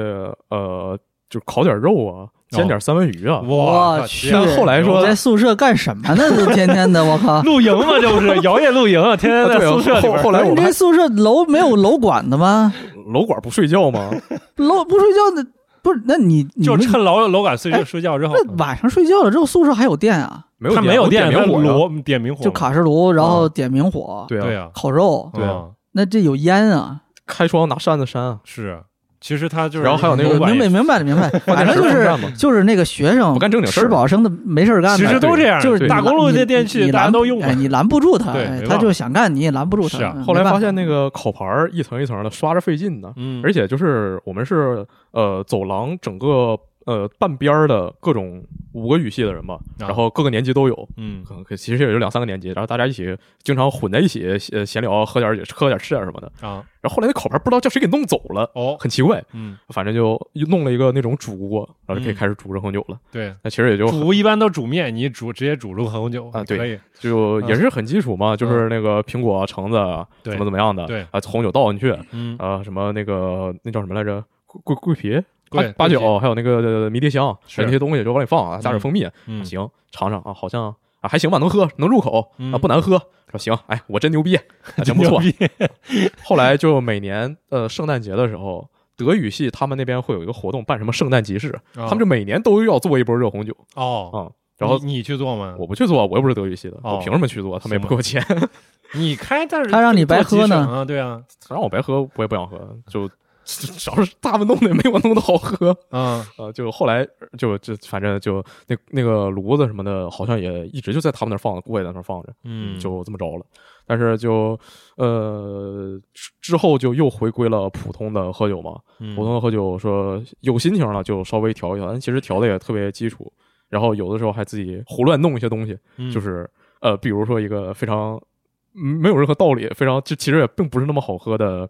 Speaker 1: 呃，就烤点肉啊，
Speaker 3: 哦
Speaker 1: 煎点三文鱼啊，
Speaker 2: 我
Speaker 3: 靠
Speaker 2: 去
Speaker 3: 天啊
Speaker 1: 但后来
Speaker 2: 我
Speaker 1: 说
Speaker 2: 在宿舍干什么呢？ 这天天的，我靠！
Speaker 3: 露营嘛，这不是摇曳露营啊，天 天
Speaker 1: 啊
Speaker 3: 在
Speaker 1: 对啊
Speaker 3: 宿舍里
Speaker 1: 后
Speaker 3: 边
Speaker 1: 后来我
Speaker 2: 你
Speaker 1: 们
Speaker 2: 这
Speaker 1: 还
Speaker 2: 宿舍楼没有楼管的吗？
Speaker 1: 楼管不睡觉吗？
Speaker 2: 楼不睡觉的不是？那你你
Speaker 3: 就
Speaker 2: 们
Speaker 3: 是趁楼楼管睡觉睡觉之后，
Speaker 2: 那晚上睡觉了之后，宿舍还有电啊，
Speaker 1: 没有
Speaker 3: 他没有
Speaker 1: 我点
Speaker 3: 他
Speaker 1: 明火呀，
Speaker 3: 炉点明火嘛
Speaker 2: 就卡式炉，然后点明火，
Speaker 1: 对啊，
Speaker 3: 对啊，
Speaker 2: 烤肉，
Speaker 1: 对啊
Speaker 3: 嗯
Speaker 2: 那这有烟啊，
Speaker 1: 开窗拿扇子扇啊，
Speaker 3: 是其实他就是，
Speaker 1: 然后还有那个
Speaker 2: 明
Speaker 3: 晚
Speaker 2: 白，明白了，明 白了。反正就
Speaker 1: 时
Speaker 2: 是
Speaker 1: 空战嘛
Speaker 2: 就是那个学生
Speaker 1: 不干正经事儿
Speaker 2: 吃饱撑的没事儿干的，
Speaker 3: 其实都这样，
Speaker 2: 就是你
Speaker 3: 大公路
Speaker 2: 拦
Speaker 3: 这
Speaker 2: 你
Speaker 3: 电器
Speaker 2: 你
Speaker 3: 大家
Speaker 2: 拦
Speaker 3: 都用嘛
Speaker 2: 哎，。你拦不住他，
Speaker 3: 对
Speaker 2: 哎
Speaker 3: 没办法
Speaker 2: 他就想干你也拦不住他
Speaker 3: 是啊。
Speaker 2: 嗯
Speaker 1: 后来发现，
Speaker 2: 没办法
Speaker 1: 那个烤盘儿一层一层的刷着费劲呢，
Speaker 3: 嗯，
Speaker 1: 而且就是我们是呃走廊整个呃半边儿的各种五个语系的人嘛，
Speaker 3: 啊
Speaker 1: 然后各个年级都有，
Speaker 3: 嗯
Speaker 1: 可能可其实也就两三个年级，然后大家一起经常混在一起呃闲聊，喝点儿喝点儿吃点儿什么的。
Speaker 3: 啊
Speaker 1: 然后后来那烤盘不知道叫谁给弄走了，
Speaker 3: 哦
Speaker 1: 很奇怪，
Speaker 3: 嗯
Speaker 1: 反正就弄了一个那种煮锅，然后就可以
Speaker 3: 嗯
Speaker 1: 开始煮热红酒了。
Speaker 3: 对，
Speaker 1: 那其实也就很
Speaker 3: 煮一般都煮面，你煮直接煮入红酒
Speaker 1: 啊对
Speaker 3: 可以
Speaker 1: 就也是很基础嘛，就是那个苹果、橙子啊
Speaker 3: 嗯对
Speaker 1: 怎么怎么样的，
Speaker 3: 对
Speaker 1: 啊，红酒倒进去
Speaker 3: 嗯
Speaker 1: 啊，什么那个那叫什么来着？桂桂桂皮、
Speaker 3: 对
Speaker 1: 八八
Speaker 3: 桂皮
Speaker 1: 角，还有那个迷迭香，
Speaker 3: 是
Speaker 1: 那些东西就往里放啊，加点蜂蜜，
Speaker 3: 嗯
Speaker 1: 行，尝尝啊，好像啊还行吧，能喝，能入口
Speaker 3: 嗯
Speaker 1: 啊，不难喝。说行，哎，我真牛 逼，啊真不
Speaker 3: 牛
Speaker 1: 错。
Speaker 3: 逼
Speaker 1: 后来就每年呃圣诞节的时候，德语系他们那边会有一个活动，办什么圣诞集市，
Speaker 3: 啊
Speaker 1: 他们就每年都要做一波热红酒
Speaker 3: 哦，
Speaker 1: 啊。然后
Speaker 3: 你你去做吗？
Speaker 1: 我不去做，我又不是德语系的，
Speaker 3: 哦
Speaker 1: 我凭什么去做？他们也不给我钱，
Speaker 3: 你开，但是
Speaker 2: 他让你
Speaker 3: 做
Speaker 2: 白
Speaker 3: 急
Speaker 2: 喝呢
Speaker 3: 诊啊，对啊，
Speaker 1: 让我白喝，我也不想喝，就。主要是他们弄的也没我弄的好喝
Speaker 3: 嗯
Speaker 1: 啊！就后来就就反正就那那个炉子什么的，好像也一直就在他们那儿放，柜在那儿放着。
Speaker 3: 嗯，
Speaker 1: 就这么着了。但是就呃之之后就又回归了普通的喝酒嘛，
Speaker 3: 嗯
Speaker 1: 普通的喝酒说有心情了就稍微调一调，但其实调的也特别基础，然后有的时候还自己胡乱弄一些东西，
Speaker 3: 嗯
Speaker 1: 就是呃比如说一个非常嗯没有任何道理，非常就其实也并不是那么好喝的。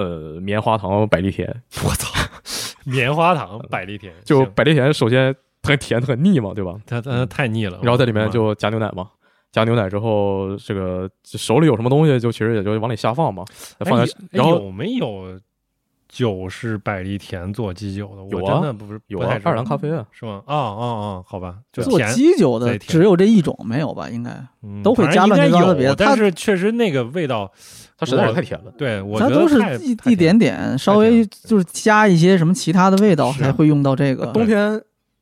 Speaker 1: 呃，棉花糖百利甜，我操！
Speaker 3: 棉花糖
Speaker 2: 嗯
Speaker 3: 百利甜，
Speaker 1: 就
Speaker 3: 行嗯
Speaker 1: 百利甜，首先它甜，它很腻嘛，对吧？
Speaker 3: 它它太腻了，
Speaker 1: 然后在里面
Speaker 3: 我
Speaker 1: 就加牛奶嘛，加牛奶之后，这个手里有什么东西就其实也就往里瞎放嘛，
Speaker 3: 的妈
Speaker 1: 放
Speaker 3: 哎
Speaker 1: 点，
Speaker 3: 你
Speaker 1: 然
Speaker 3: 哎
Speaker 1: 后
Speaker 3: 有没有酒是百利甜做基酒的？我
Speaker 1: 有啊
Speaker 3: 真的不是
Speaker 1: 有
Speaker 3: 不太
Speaker 1: 啊
Speaker 3: 知，道
Speaker 1: 爱尔兰咖啡啊，
Speaker 3: 是吗？哦哦哦，好吧，就
Speaker 2: 做
Speaker 3: 甜
Speaker 2: 基酒
Speaker 3: 贼
Speaker 2: 的
Speaker 3: 甜
Speaker 2: 只有这一种，没有吧？应该
Speaker 3: 嗯
Speaker 2: 都会
Speaker 3: 反正
Speaker 2: 加
Speaker 3: 应
Speaker 2: 乱
Speaker 3: 该
Speaker 2: 七八糟的
Speaker 3: 有
Speaker 2: 别的它
Speaker 3: 但是确实那个味道，
Speaker 1: 它实在是太甜了。
Speaker 3: 对我觉
Speaker 2: 它
Speaker 3: 得
Speaker 2: 都是
Speaker 3: 太
Speaker 2: 一
Speaker 3: 太
Speaker 2: 一
Speaker 3: 甜
Speaker 2: 点点，稍微就是加一些什么其他的味道
Speaker 3: 是啊
Speaker 2: 才会用到这个。
Speaker 1: 冬天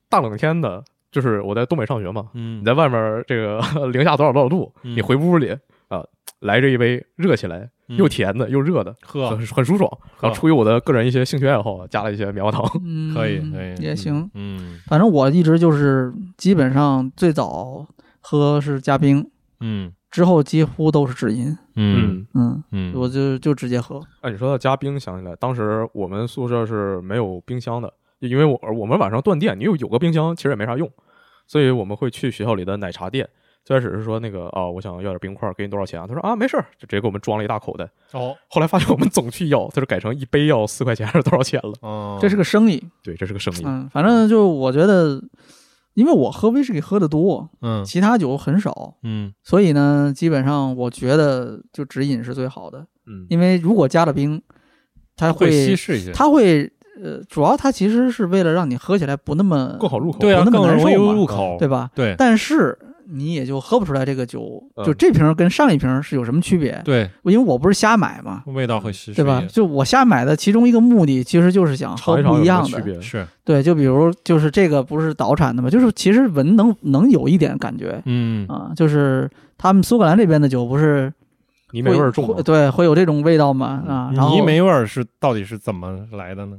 Speaker 1: 大冷天的，就是我在东北上学嘛，
Speaker 3: 嗯
Speaker 1: 你在外面这个 零下多少多少度，
Speaker 3: 嗯
Speaker 1: 你回屋里啊，来这一杯热起来，又甜的又热的，
Speaker 3: 嗯喝
Speaker 1: 很很舒爽。然
Speaker 3: 呵
Speaker 1: 后出于我的个人一些兴趣爱好，加了一些棉花糖。
Speaker 2: 嗯，
Speaker 3: 可以可以
Speaker 2: 也行。
Speaker 3: 嗯
Speaker 2: 反正我一直就是基本上最早喝是加冰，
Speaker 3: 嗯
Speaker 2: 之后几乎都是只饮。
Speaker 3: 嗯，
Speaker 2: 嗯，
Speaker 3: 嗯，哦
Speaker 2: 我就就直接喝。
Speaker 1: 哎，你说到加冰，想起来当时我们宿舍是没有冰箱的，因为我我们晚上断电，你有有个冰箱其实也没啥用，所以我们会去学校里的奶茶店。最开始是说那个啊、我想要点冰块，给你多少钱、啊？他说啊，没事儿，就直接给我们装了一大口袋。
Speaker 3: 哦
Speaker 1: 后来发现我们总去要，他说改成一杯要四块钱还是多少钱了？
Speaker 3: 哦，
Speaker 2: 这是个生意。
Speaker 1: 对，这是个生意。
Speaker 2: 嗯，反正就我觉得，因为我喝威士忌喝的多，
Speaker 3: 嗯
Speaker 2: 其他酒很少，
Speaker 3: 嗯
Speaker 2: 所以呢，基本上我觉得就只饮是最好的。
Speaker 1: 嗯，
Speaker 2: 因为如果加了冰，它
Speaker 3: 会稀
Speaker 2: 会
Speaker 3: 释一些，
Speaker 2: 它会呃，主要它其实是为了让你喝起来不那么
Speaker 1: 更好入口。
Speaker 3: 对啊，
Speaker 2: 不那
Speaker 3: 更
Speaker 2: 么难
Speaker 3: 容易
Speaker 2: 受嘛
Speaker 3: 入口，
Speaker 2: 对吧？
Speaker 3: 对
Speaker 2: 但是你也就喝不出来这个酒，
Speaker 1: 嗯
Speaker 2: 就这瓶儿跟上一瓶儿是有什么区别？
Speaker 3: 对，
Speaker 2: 因为我不是瞎买嘛，
Speaker 3: 味道会稀释
Speaker 2: 对
Speaker 3: 一
Speaker 2: 吧
Speaker 3: 些，？
Speaker 2: 就我瞎买的其中一个目的，其实就是想
Speaker 1: 尝
Speaker 2: 喝
Speaker 1: 一尝
Speaker 2: 不
Speaker 1: 有
Speaker 2: 一
Speaker 1: 什么
Speaker 2: 样
Speaker 1: 区
Speaker 2: 的。
Speaker 1: 别。
Speaker 3: 是
Speaker 2: 对，就比如就是这个不是岛产的嘛，就是其实闻能能有一点感觉
Speaker 3: 嗯
Speaker 2: 啊、就是他们苏格兰这边的酒不是
Speaker 1: 泥
Speaker 2: 会
Speaker 1: 煤味儿重吗
Speaker 2: 会，对，会有这种味道嘛啊，然后
Speaker 3: 嗯泥煤味儿是到底是怎么来的呢？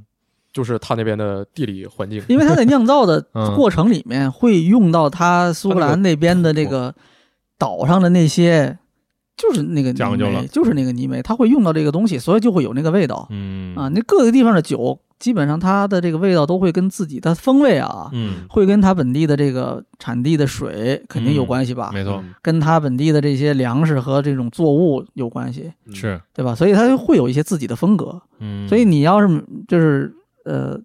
Speaker 1: 就是它那边的地理环境。
Speaker 2: 因为它在酿造的
Speaker 3: 嗯
Speaker 2: 过程里面会用到它苏格兰那边的这个岛上的那些，就是那个泥煤
Speaker 3: 讲究了
Speaker 2: 就是那个泥煤，它会用到这个东西，所以就会有那个味道
Speaker 3: 嗯
Speaker 2: 啊。那各个地方的酒，基本上它的这个味道都会跟自己的风味啊，
Speaker 3: 嗯，
Speaker 2: 会跟它本地的这个产地的水肯定有关系吧，
Speaker 3: 没错，
Speaker 1: 嗯
Speaker 2: 跟它本地的这些粮食和这种作物有关系，
Speaker 1: 嗯
Speaker 3: 是
Speaker 2: 对吧？所以它就会有一些自己的风格。
Speaker 3: 嗯，
Speaker 2: 所以你要是就是呃，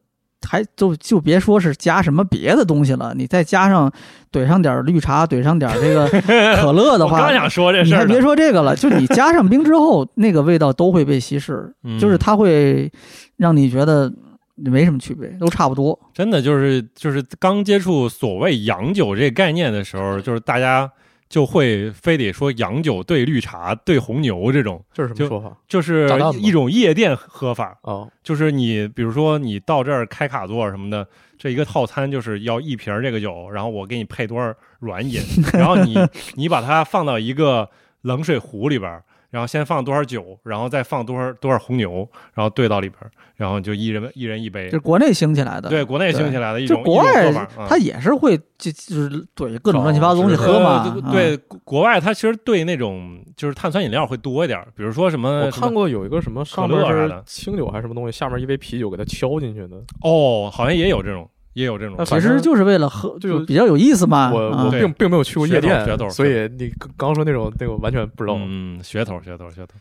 Speaker 2: 还就就别说是加什么别的东西了，你再加上怼上点儿绿茶，怼上点儿 这个可乐的
Speaker 3: 我
Speaker 2: 话
Speaker 3: 刚，想说这
Speaker 2: 你
Speaker 3: 事儿
Speaker 2: 还
Speaker 3: 呢，
Speaker 2: 别说这个了，就你加上冰之后，那个味道都会被稀释，
Speaker 3: 嗯
Speaker 2: 就是它会让你觉得没什么区别，都差不多。
Speaker 3: 真的就是就是刚接触所谓洋酒这个概念的时候，就是大家就会非得说洋酒兑绿茶兑红牛这种，
Speaker 1: 这是什
Speaker 3: 就
Speaker 1: 么说法
Speaker 3: 就是
Speaker 1: 炸弹吗
Speaker 3: 一种夜店喝法。
Speaker 1: 啊？
Speaker 3: 就是你比如说你到这儿开卡座什么的，这一个套餐就是要 一瓶儿这个酒，然后我给你配多少软饮，然后你你把它放到一个。冷水壶里边儿，然后先放多少酒，然后再放多少多少红牛，然后兑到里边儿，然后就一人一人一杯
Speaker 2: 就。是国内兴起来的。
Speaker 3: 对，，国内兴起来的一
Speaker 2: 就
Speaker 3: 种
Speaker 2: 国
Speaker 3: 一
Speaker 2: 外
Speaker 3: 种做法，嗯
Speaker 2: 他也是会就就是怼各种乱七
Speaker 1: 搞
Speaker 2: 八糟东西
Speaker 1: 是
Speaker 2: 喝嘛
Speaker 3: 呃。
Speaker 2: 啊
Speaker 3: 对，国国外它其实对那种就是碳酸饮料会多一点儿，比如说什么
Speaker 1: 我看
Speaker 3: 什么
Speaker 1: 呃过有一个什么上面
Speaker 3: 可乐啥
Speaker 1: 是
Speaker 3: 的
Speaker 1: 清酒还是什么东西，下面一杯啤酒给它敲进去的。
Speaker 3: 哦，好像也有这种，也有这种
Speaker 1: 那。
Speaker 2: 其
Speaker 1: 反
Speaker 2: 实
Speaker 1: 正
Speaker 2: 就是为了喝，
Speaker 1: 就
Speaker 2: 比较有意思嘛。
Speaker 1: 我
Speaker 2: 啊
Speaker 1: 我并并没有去过夜
Speaker 3: 噱头噱头
Speaker 1: 店，所以你刚刚说那种那个完全不知道。
Speaker 3: 嗯，噱头，噱头，噱头。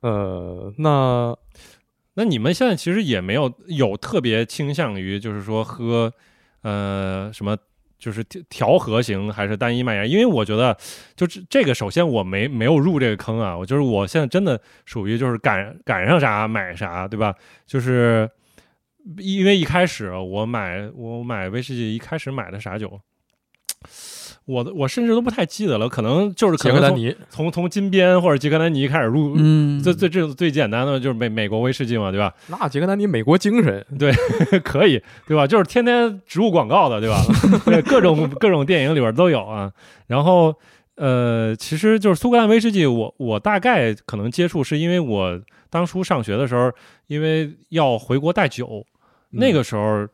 Speaker 1: 呃，那
Speaker 3: 那你们现在其实也没有有特别倾向于，就是说喝，呃，什么，就是调调和型还是单一麦芽？因为我觉得，就这这个，首先我没没有入这个坑啊，我就是我现在真的属于就是赶赶上啥买啥，对吧？就是因为一开始我买我买威士忌，一开始买的啥酒？我我甚至都不太记得了，可能就是可
Speaker 1: 杰克
Speaker 3: 能
Speaker 1: 丹
Speaker 3: 从
Speaker 1: 尼
Speaker 3: 从从金边或者杰克丹尼开始入，
Speaker 2: 嗯，
Speaker 3: 最最这种最简单的就是美美国威士忌嘛，对吧？
Speaker 1: 那杰克丹尼美国精神，
Speaker 3: 可以，对吧？就是天天植入广告的，对吧？ 对各种各种电影里边都有啊。然后呃，其实就是苏格兰威士忌，我我大概可能接触是因为我当初上学的时候，因为要回国带酒，
Speaker 1: 嗯
Speaker 3: 那个时候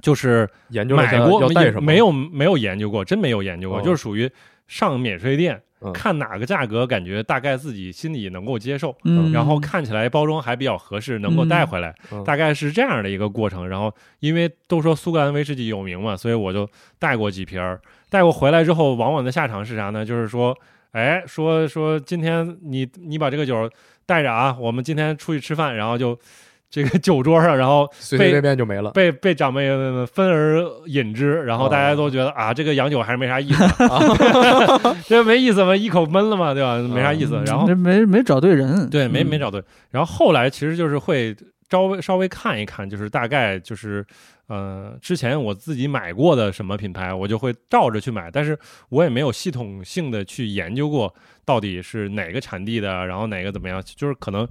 Speaker 3: 就是
Speaker 1: 研究了一下
Speaker 3: 买过
Speaker 1: 要
Speaker 3: 没
Speaker 1: 带什么，
Speaker 3: 没有没有研究过，真没有研究过，
Speaker 1: 哦
Speaker 3: 就是属于上免税店。
Speaker 1: 嗯
Speaker 3: 看哪个价格，感觉大概自己心里能够接受，
Speaker 2: 嗯，
Speaker 3: 然后看起来包装还比较合适，能够带回来，
Speaker 1: 嗯
Speaker 3: 大概是这样的一个过程。然后因为都说苏格兰威士忌有名嘛，所以我就带过几瓶儿。带过回来之后，往往的下场是啥呢？就是说，哎，说说今天你你把这个酒带着啊，我们今天出去吃饭，然后就这个酒桌上，然后
Speaker 1: 随随
Speaker 3: 被
Speaker 1: 便便就没了。
Speaker 3: 被被长辈们分而饮之，然后大家
Speaker 1: 哦
Speaker 3: 都觉得、啊，这个洋酒还是没啥意思， 这没意思嘛，一口闷了嘛，对吧？没啥意
Speaker 1: 嗯
Speaker 3: 思。然后
Speaker 2: 这没没找对人，
Speaker 3: 对，没
Speaker 2: 嗯
Speaker 3: 没找对。然后后来其实就是会稍微稍微看一看，就是大概就是呃，之前我自己买过的什么品牌，我就会照着去买，但是我也没有系统性的去研究过到底是哪个产地的，啊然后哪个怎么样，就是可能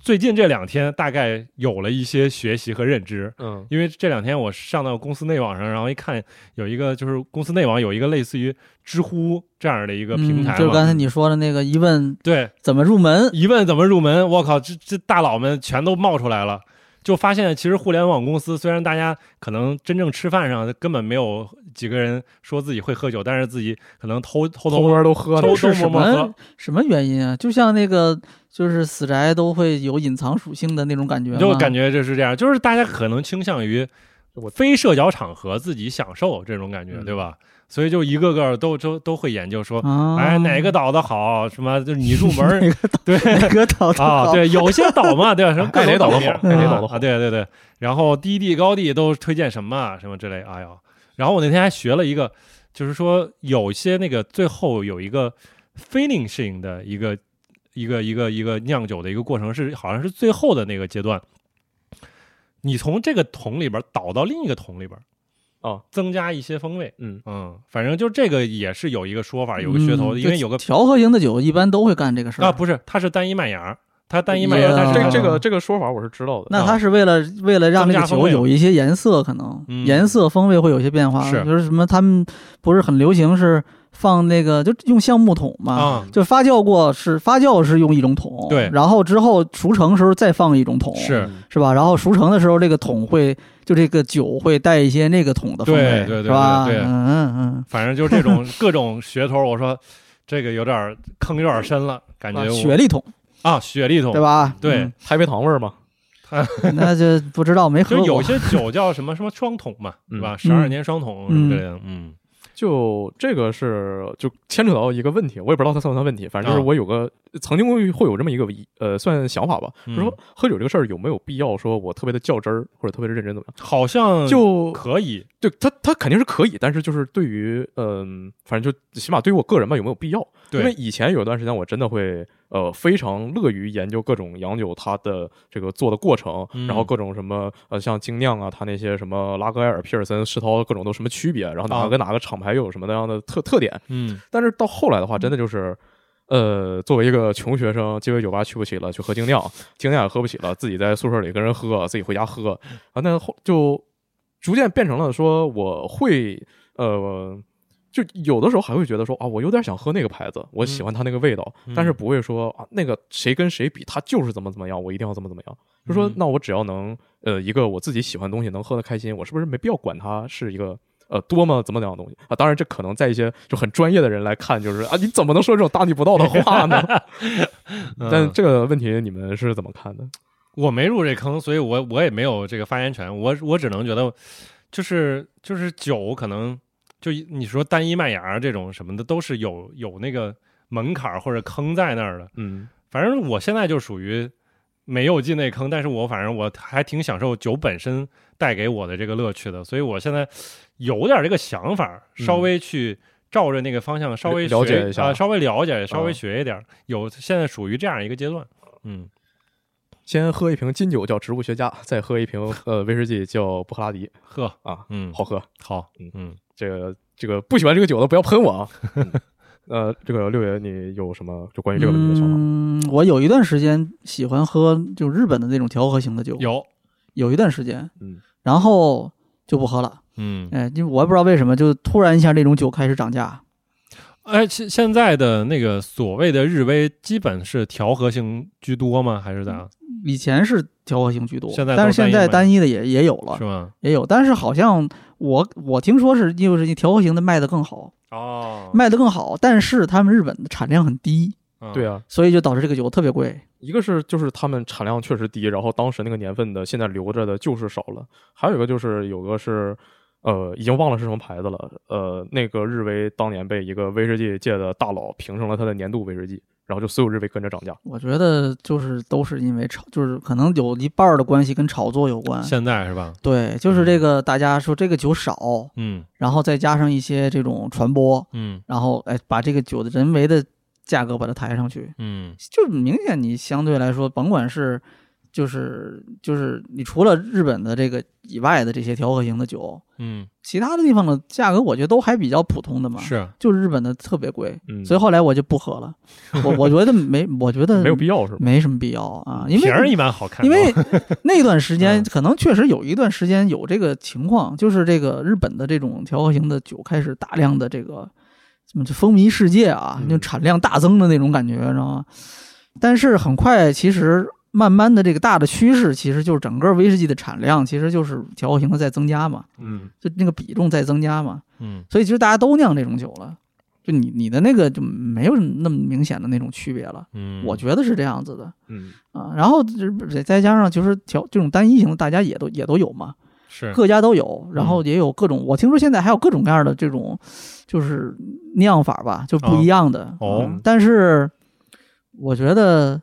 Speaker 3: 最近这两天大概有了一些学习和认知。
Speaker 1: 嗯
Speaker 3: 因为这两天我上到公司内网上，然后一看有一个就是公司内网有一个类似于知乎这样的一个平台嘛，
Speaker 2: 嗯就是刚才你说的那个一问
Speaker 3: 对，
Speaker 2: 怎么入 门，
Speaker 3: 一问怎么入门，我靠，这这大佬们全都冒出来了。就发现，其实互联网公司虽然大家可能真正吃饭上根本没有几个人说自己会喝酒，但是自己可能偷偷
Speaker 1: 偷
Speaker 3: 偷
Speaker 1: 摸都喝
Speaker 3: 偷
Speaker 1: 了
Speaker 2: 这
Speaker 3: 偷，
Speaker 2: 是什
Speaker 3: 摸摸
Speaker 2: 么
Speaker 3: 喝
Speaker 2: 什么原因啊？就像那个就是死宅都会有隐藏属性的那种感觉吗，
Speaker 3: 就感觉这是这样，就是大家可能倾向于
Speaker 1: 我
Speaker 3: 非社交场合自己享受这种感觉，
Speaker 1: 嗯
Speaker 3: 对吧？所以就一个个都都都会研究说，
Speaker 2: 啊，
Speaker 3: 哎，哪个岛的好，什么就是你入门儿
Speaker 2: 哪个
Speaker 3: 对
Speaker 2: 哪个导的
Speaker 3: 啊，
Speaker 2: 好，
Speaker 3: 对，有些岛嘛，对吧？什么
Speaker 1: 盖雷岛的
Speaker 3: 岛名
Speaker 1: 好
Speaker 3: 儿
Speaker 1: 盖雷
Speaker 3: 啊
Speaker 1: 岛的好
Speaker 3: 啊，对对对。然后低地、高地都推荐什么啊什么之类，哎呦。然后我那天还学了一个，就是说有一些那个最后有一个 finishing 的一个一个一个一个酿酒的一个过程是，好像是最后的那个阶段，你从这个桶里边儿倒到另一个桶里边，
Speaker 1: 哦，
Speaker 3: 增加一些风味。
Speaker 1: 嗯
Speaker 3: 嗯，反正就这个也是有一个说法，有个噱头，
Speaker 2: 嗯
Speaker 3: 因为有个
Speaker 2: 调和型的酒一般都会干这个事儿
Speaker 3: 啊，不是，它是单一麦芽儿，它单一麦芽儿，
Speaker 2: 呀
Speaker 3: 但是
Speaker 1: 这
Speaker 3: 它
Speaker 2: 啊
Speaker 1: 这个这个说法我是知道的。啊
Speaker 2: 那它是为了为了让这个
Speaker 3: 啊增加风
Speaker 2: 酒
Speaker 3: 味嘛
Speaker 2: 有一些颜色，可能
Speaker 3: 嗯
Speaker 2: 颜色风味会有一些变化。
Speaker 3: 是
Speaker 2: 就是什么，他们不是很流行是放那个就用橡木桶嘛，
Speaker 3: 啊，
Speaker 2: 就发酵过是发酵是用一种桶，
Speaker 3: 对
Speaker 2: 然后之后熟成时候再放一种桶，
Speaker 3: 是
Speaker 1: 嗯
Speaker 2: 是吧？然后熟成的时候，这个桶会就这个酒会带一些那个桶的风味，
Speaker 3: 对对对
Speaker 2: 是吧？
Speaker 3: 对对
Speaker 2: 嗯嗯嗯。
Speaker 3: 反正就这种各种噱头，我说这个有点儿坑，有点儿深了，感觉
Speaker 1: 啊
Speaker 3: 我
Speaker 2: 雪莉桶，
Speaker 3: 啊，雪莉桶
Speaker 2: 对？吧？
Speaker 3: 哎对，
Speaker 1: 太妃糖味儿嘛，
Speaker 2: 嗯，那就不知道没喝
Speaker 3: 就
Speaker 2: 过。
Speaker 3: 有些酒叫什么什么双桶嘛，
Speaker 1: 嗯
Speaker 3: 对吧？十二年双桶什么之类的，嗯
Speaker 1: 就这个是就牵扯到一个问题，我也不知道它算不算问题，反正就是
Speaker 3: 啊
Speaker 1: 我有个、曾经会有这么一个疑呃算想法吧，就是说
Speaker 3: 嗯
Speaker 1: 喝酒这个事儿有没有必要说我特别的较真儿或者特别的认真怎么样？
Speaker 3: 好像
Speaker 1: 就
Speaker 3: 可以，
Speaker 1: 对他他肯定是可以，但是就是对于嗯、反正就起码对于我个人吧有没有必要？因为
Speaker 3: 对，
Speaker 1: 以前有一段时间我真的会呃非常乐于研究各种洋酒它的这个做的过程，
Speaker 3: 嗯
Speaker 1: 然后各种什么呃像精酿啊，它那些什么拉格埃尔、皮尔森、世涛各种都什么区别，然后哪
Speaker 3: 啊
Speaker 1: 个跟哪个厂牌又有什么那样的特特点。
Speaker 3: 嗯
Speaker 1: 但是到后来的话，真的就是。呃，作为一个穷学生，街尾酒吧去不起了，去喝精酿，精酿也喝不起了，自己在宿舍里跟人喝，自己回家喝啊，那后就逐渐变成了说我会呃就有的时候还会觉得说啊，我有点想喝那个牌子，我喜欢它那个味道，
Speaker 3: 嗯
Speaker 1: 但是不会说啊，那个谁跟谁比，它就是怎么怎么样，我一定要怎么怎么样。就说
Speaker 3: 嗯
Speaker 1: 那我只要能呃一个我自己喜欢的东西能喝得开心，我是不是没必要管它是一个呃多么怎么样的东西啊？当然，这可能在一些就很专业的人来看，就是啊，你怎么能说这种大逆不道的话呢？
Speaker 3: 嗯
Speaker 1: 但这个问题你们是怎么看的？
Speaker 3: 我没入这坑，所以我我也没有这个发言权，我我只能觉得，就是就是酒可能就你说单一麦芽这种什么的，都是有有那个门槛儿或者坑在那儿的。
Speaker 1: 嗯
Speaker 3: 反正我现在就属于没有进那坑，但是我反正我还挺享受酒本身带给我的这个乐趣的，所以我现在有点这个想法，
Speaker 1: 嗯
Speaker 3: 稍微去照着那个方向稍微
Speaker 1: 了解
Speaker 3: 学
Speaker 1: 一下
Speaker 3: 啊、稍微了解，稍微
Speaker 1: 嗯
Speaker 3: 学一点儿，有现在属于这样一个阶段，嗯。
Speaker 1: 先喝一瓶金酒叫植物学家，再喝一瓶呃威士忌叫布克拉迪
Speaker 3: 呵，
Speaker 1: 啊，
Speaker 3: 嗯，
Speaker 1: 好喝。
Speaker 3: 好，
Speaker 1: 嗯
Speaker 3: 嗯，
Speaker 1: 这个这个不喜欢这个酒的不要喷我啊。嗯呃，这个六爷，你有什么就关于这个问题的想法？
Speaker 2: 嗯，我有一段时间喜欢喝就日本的那种调和型的酒，
Speaker 3: 有，
Speaker 2: 有一段时间，
Speaker 1: 嗯，
Speaker 2: 然后就不喝了。
Speaker 3: 嗯，
Speaker 2: 哎，因为我也不知道为什么，就突然一下这种酒开始涨价。
Speaker 3: 哎，现现在的那个所谓的日威，基本是调和型居多吗？还是咋样？
Speaker 2: 以前是调和型居多，
Speaker 3: 现在都
Speaker 2: 但是现在单一的也也有了
Speaker 3: 是，吗？
Speaker 2: 也有。但是好像我我听说是就是调和型的卖的更好，
Speaker 3: 哦，
Speaker 2: 卖的更好，但是他们日本的产量很低，
Speaker 1: 对
Speaker 3: 啊，
Speaker 1: 啊，
Speaker 2: 所以就导致这个酒特别贵。
Speaker 1: 一个是就是他们产量确实低，然后当时那个年份的现在留着的就是少了，还有一个就是有个是。呃，已经忘了是什么牌子了。呃，那个日威当年被一个威士忌界的大佬评成了他的年度威士忌，然后就所有日威跟着涨价。
Speaker 2: 我觉得就是都是因为炒，就是可能有一半儿的关系跟炒作有关。
Speaker 3: 现在是吧？
Speaker 2: 对，就是这个大家说这个酒少，
Speaker 3: 嗯
Speaker 2: 然后再加上一些这种传播，
Speaker 3: 嗯
Speaker 2: 然后哎把这个酒的人为的价格把它抬上去，
Speaker 3: 嗯
Speaker 2: 就明显你相对来说，甭管是就是就是你除了日本的这个以外的这些调和型的酒，
Speaker 3: 嗯，
Speaker 2: 其他的地方的价格我觉得都还比较普通的嘛，
Speaker 3: 是，
Speaker 2: 就日本的特别贵，
Speaker 1: 嗯，
Speaker 2: 所以后来我就不喝了，我我觉得没，我觉得
Speaker 1: 没有必要是吧？
Speaker 2: 没什么必要啊，因
Speaker 3: 瓶儿
Speaker 2: 为
Speaker 3: 一般好 看，
Speaker 2: 因为 那段时间
Speaker 3: 嗯
Speaker 2: 可能确实有一段时间有这个情况，就是这个日本的这种调和型的酒开始大量的这个怎么就风靡世界啊，
Speaker 1: 嗯
Speaker 2: 就产量大增的那种感觉，知道吗？但是很快，其实慢慢的这个大的趋势其实就是整个威士忌的产量其实就是调和型的在增加嘛，
Speaker 3: 嗯
Speaker 2: 就那个比重在增加嘛，
Speaker 3: 嗯
Speaker 2: 所以其实大家都酿这种酒了。就你你的那个就没有那么明显的那种区别了，
Speaker 3: 嗯，
Speaker 2: 我觉得是这样子的。
Speaker 1: 嗯，
Speaker 2: 啊，然后就是再加上就是调这种单一型的，大家也都也都有嘛，
Speaker 3: 是
Speaker 2: 各家都有，然后也有各种，我听说现在还有各种各样的这种就是酿法吧，就不一样的
Speaker 3: 哦
Speaker 2: 嗯但是我觉得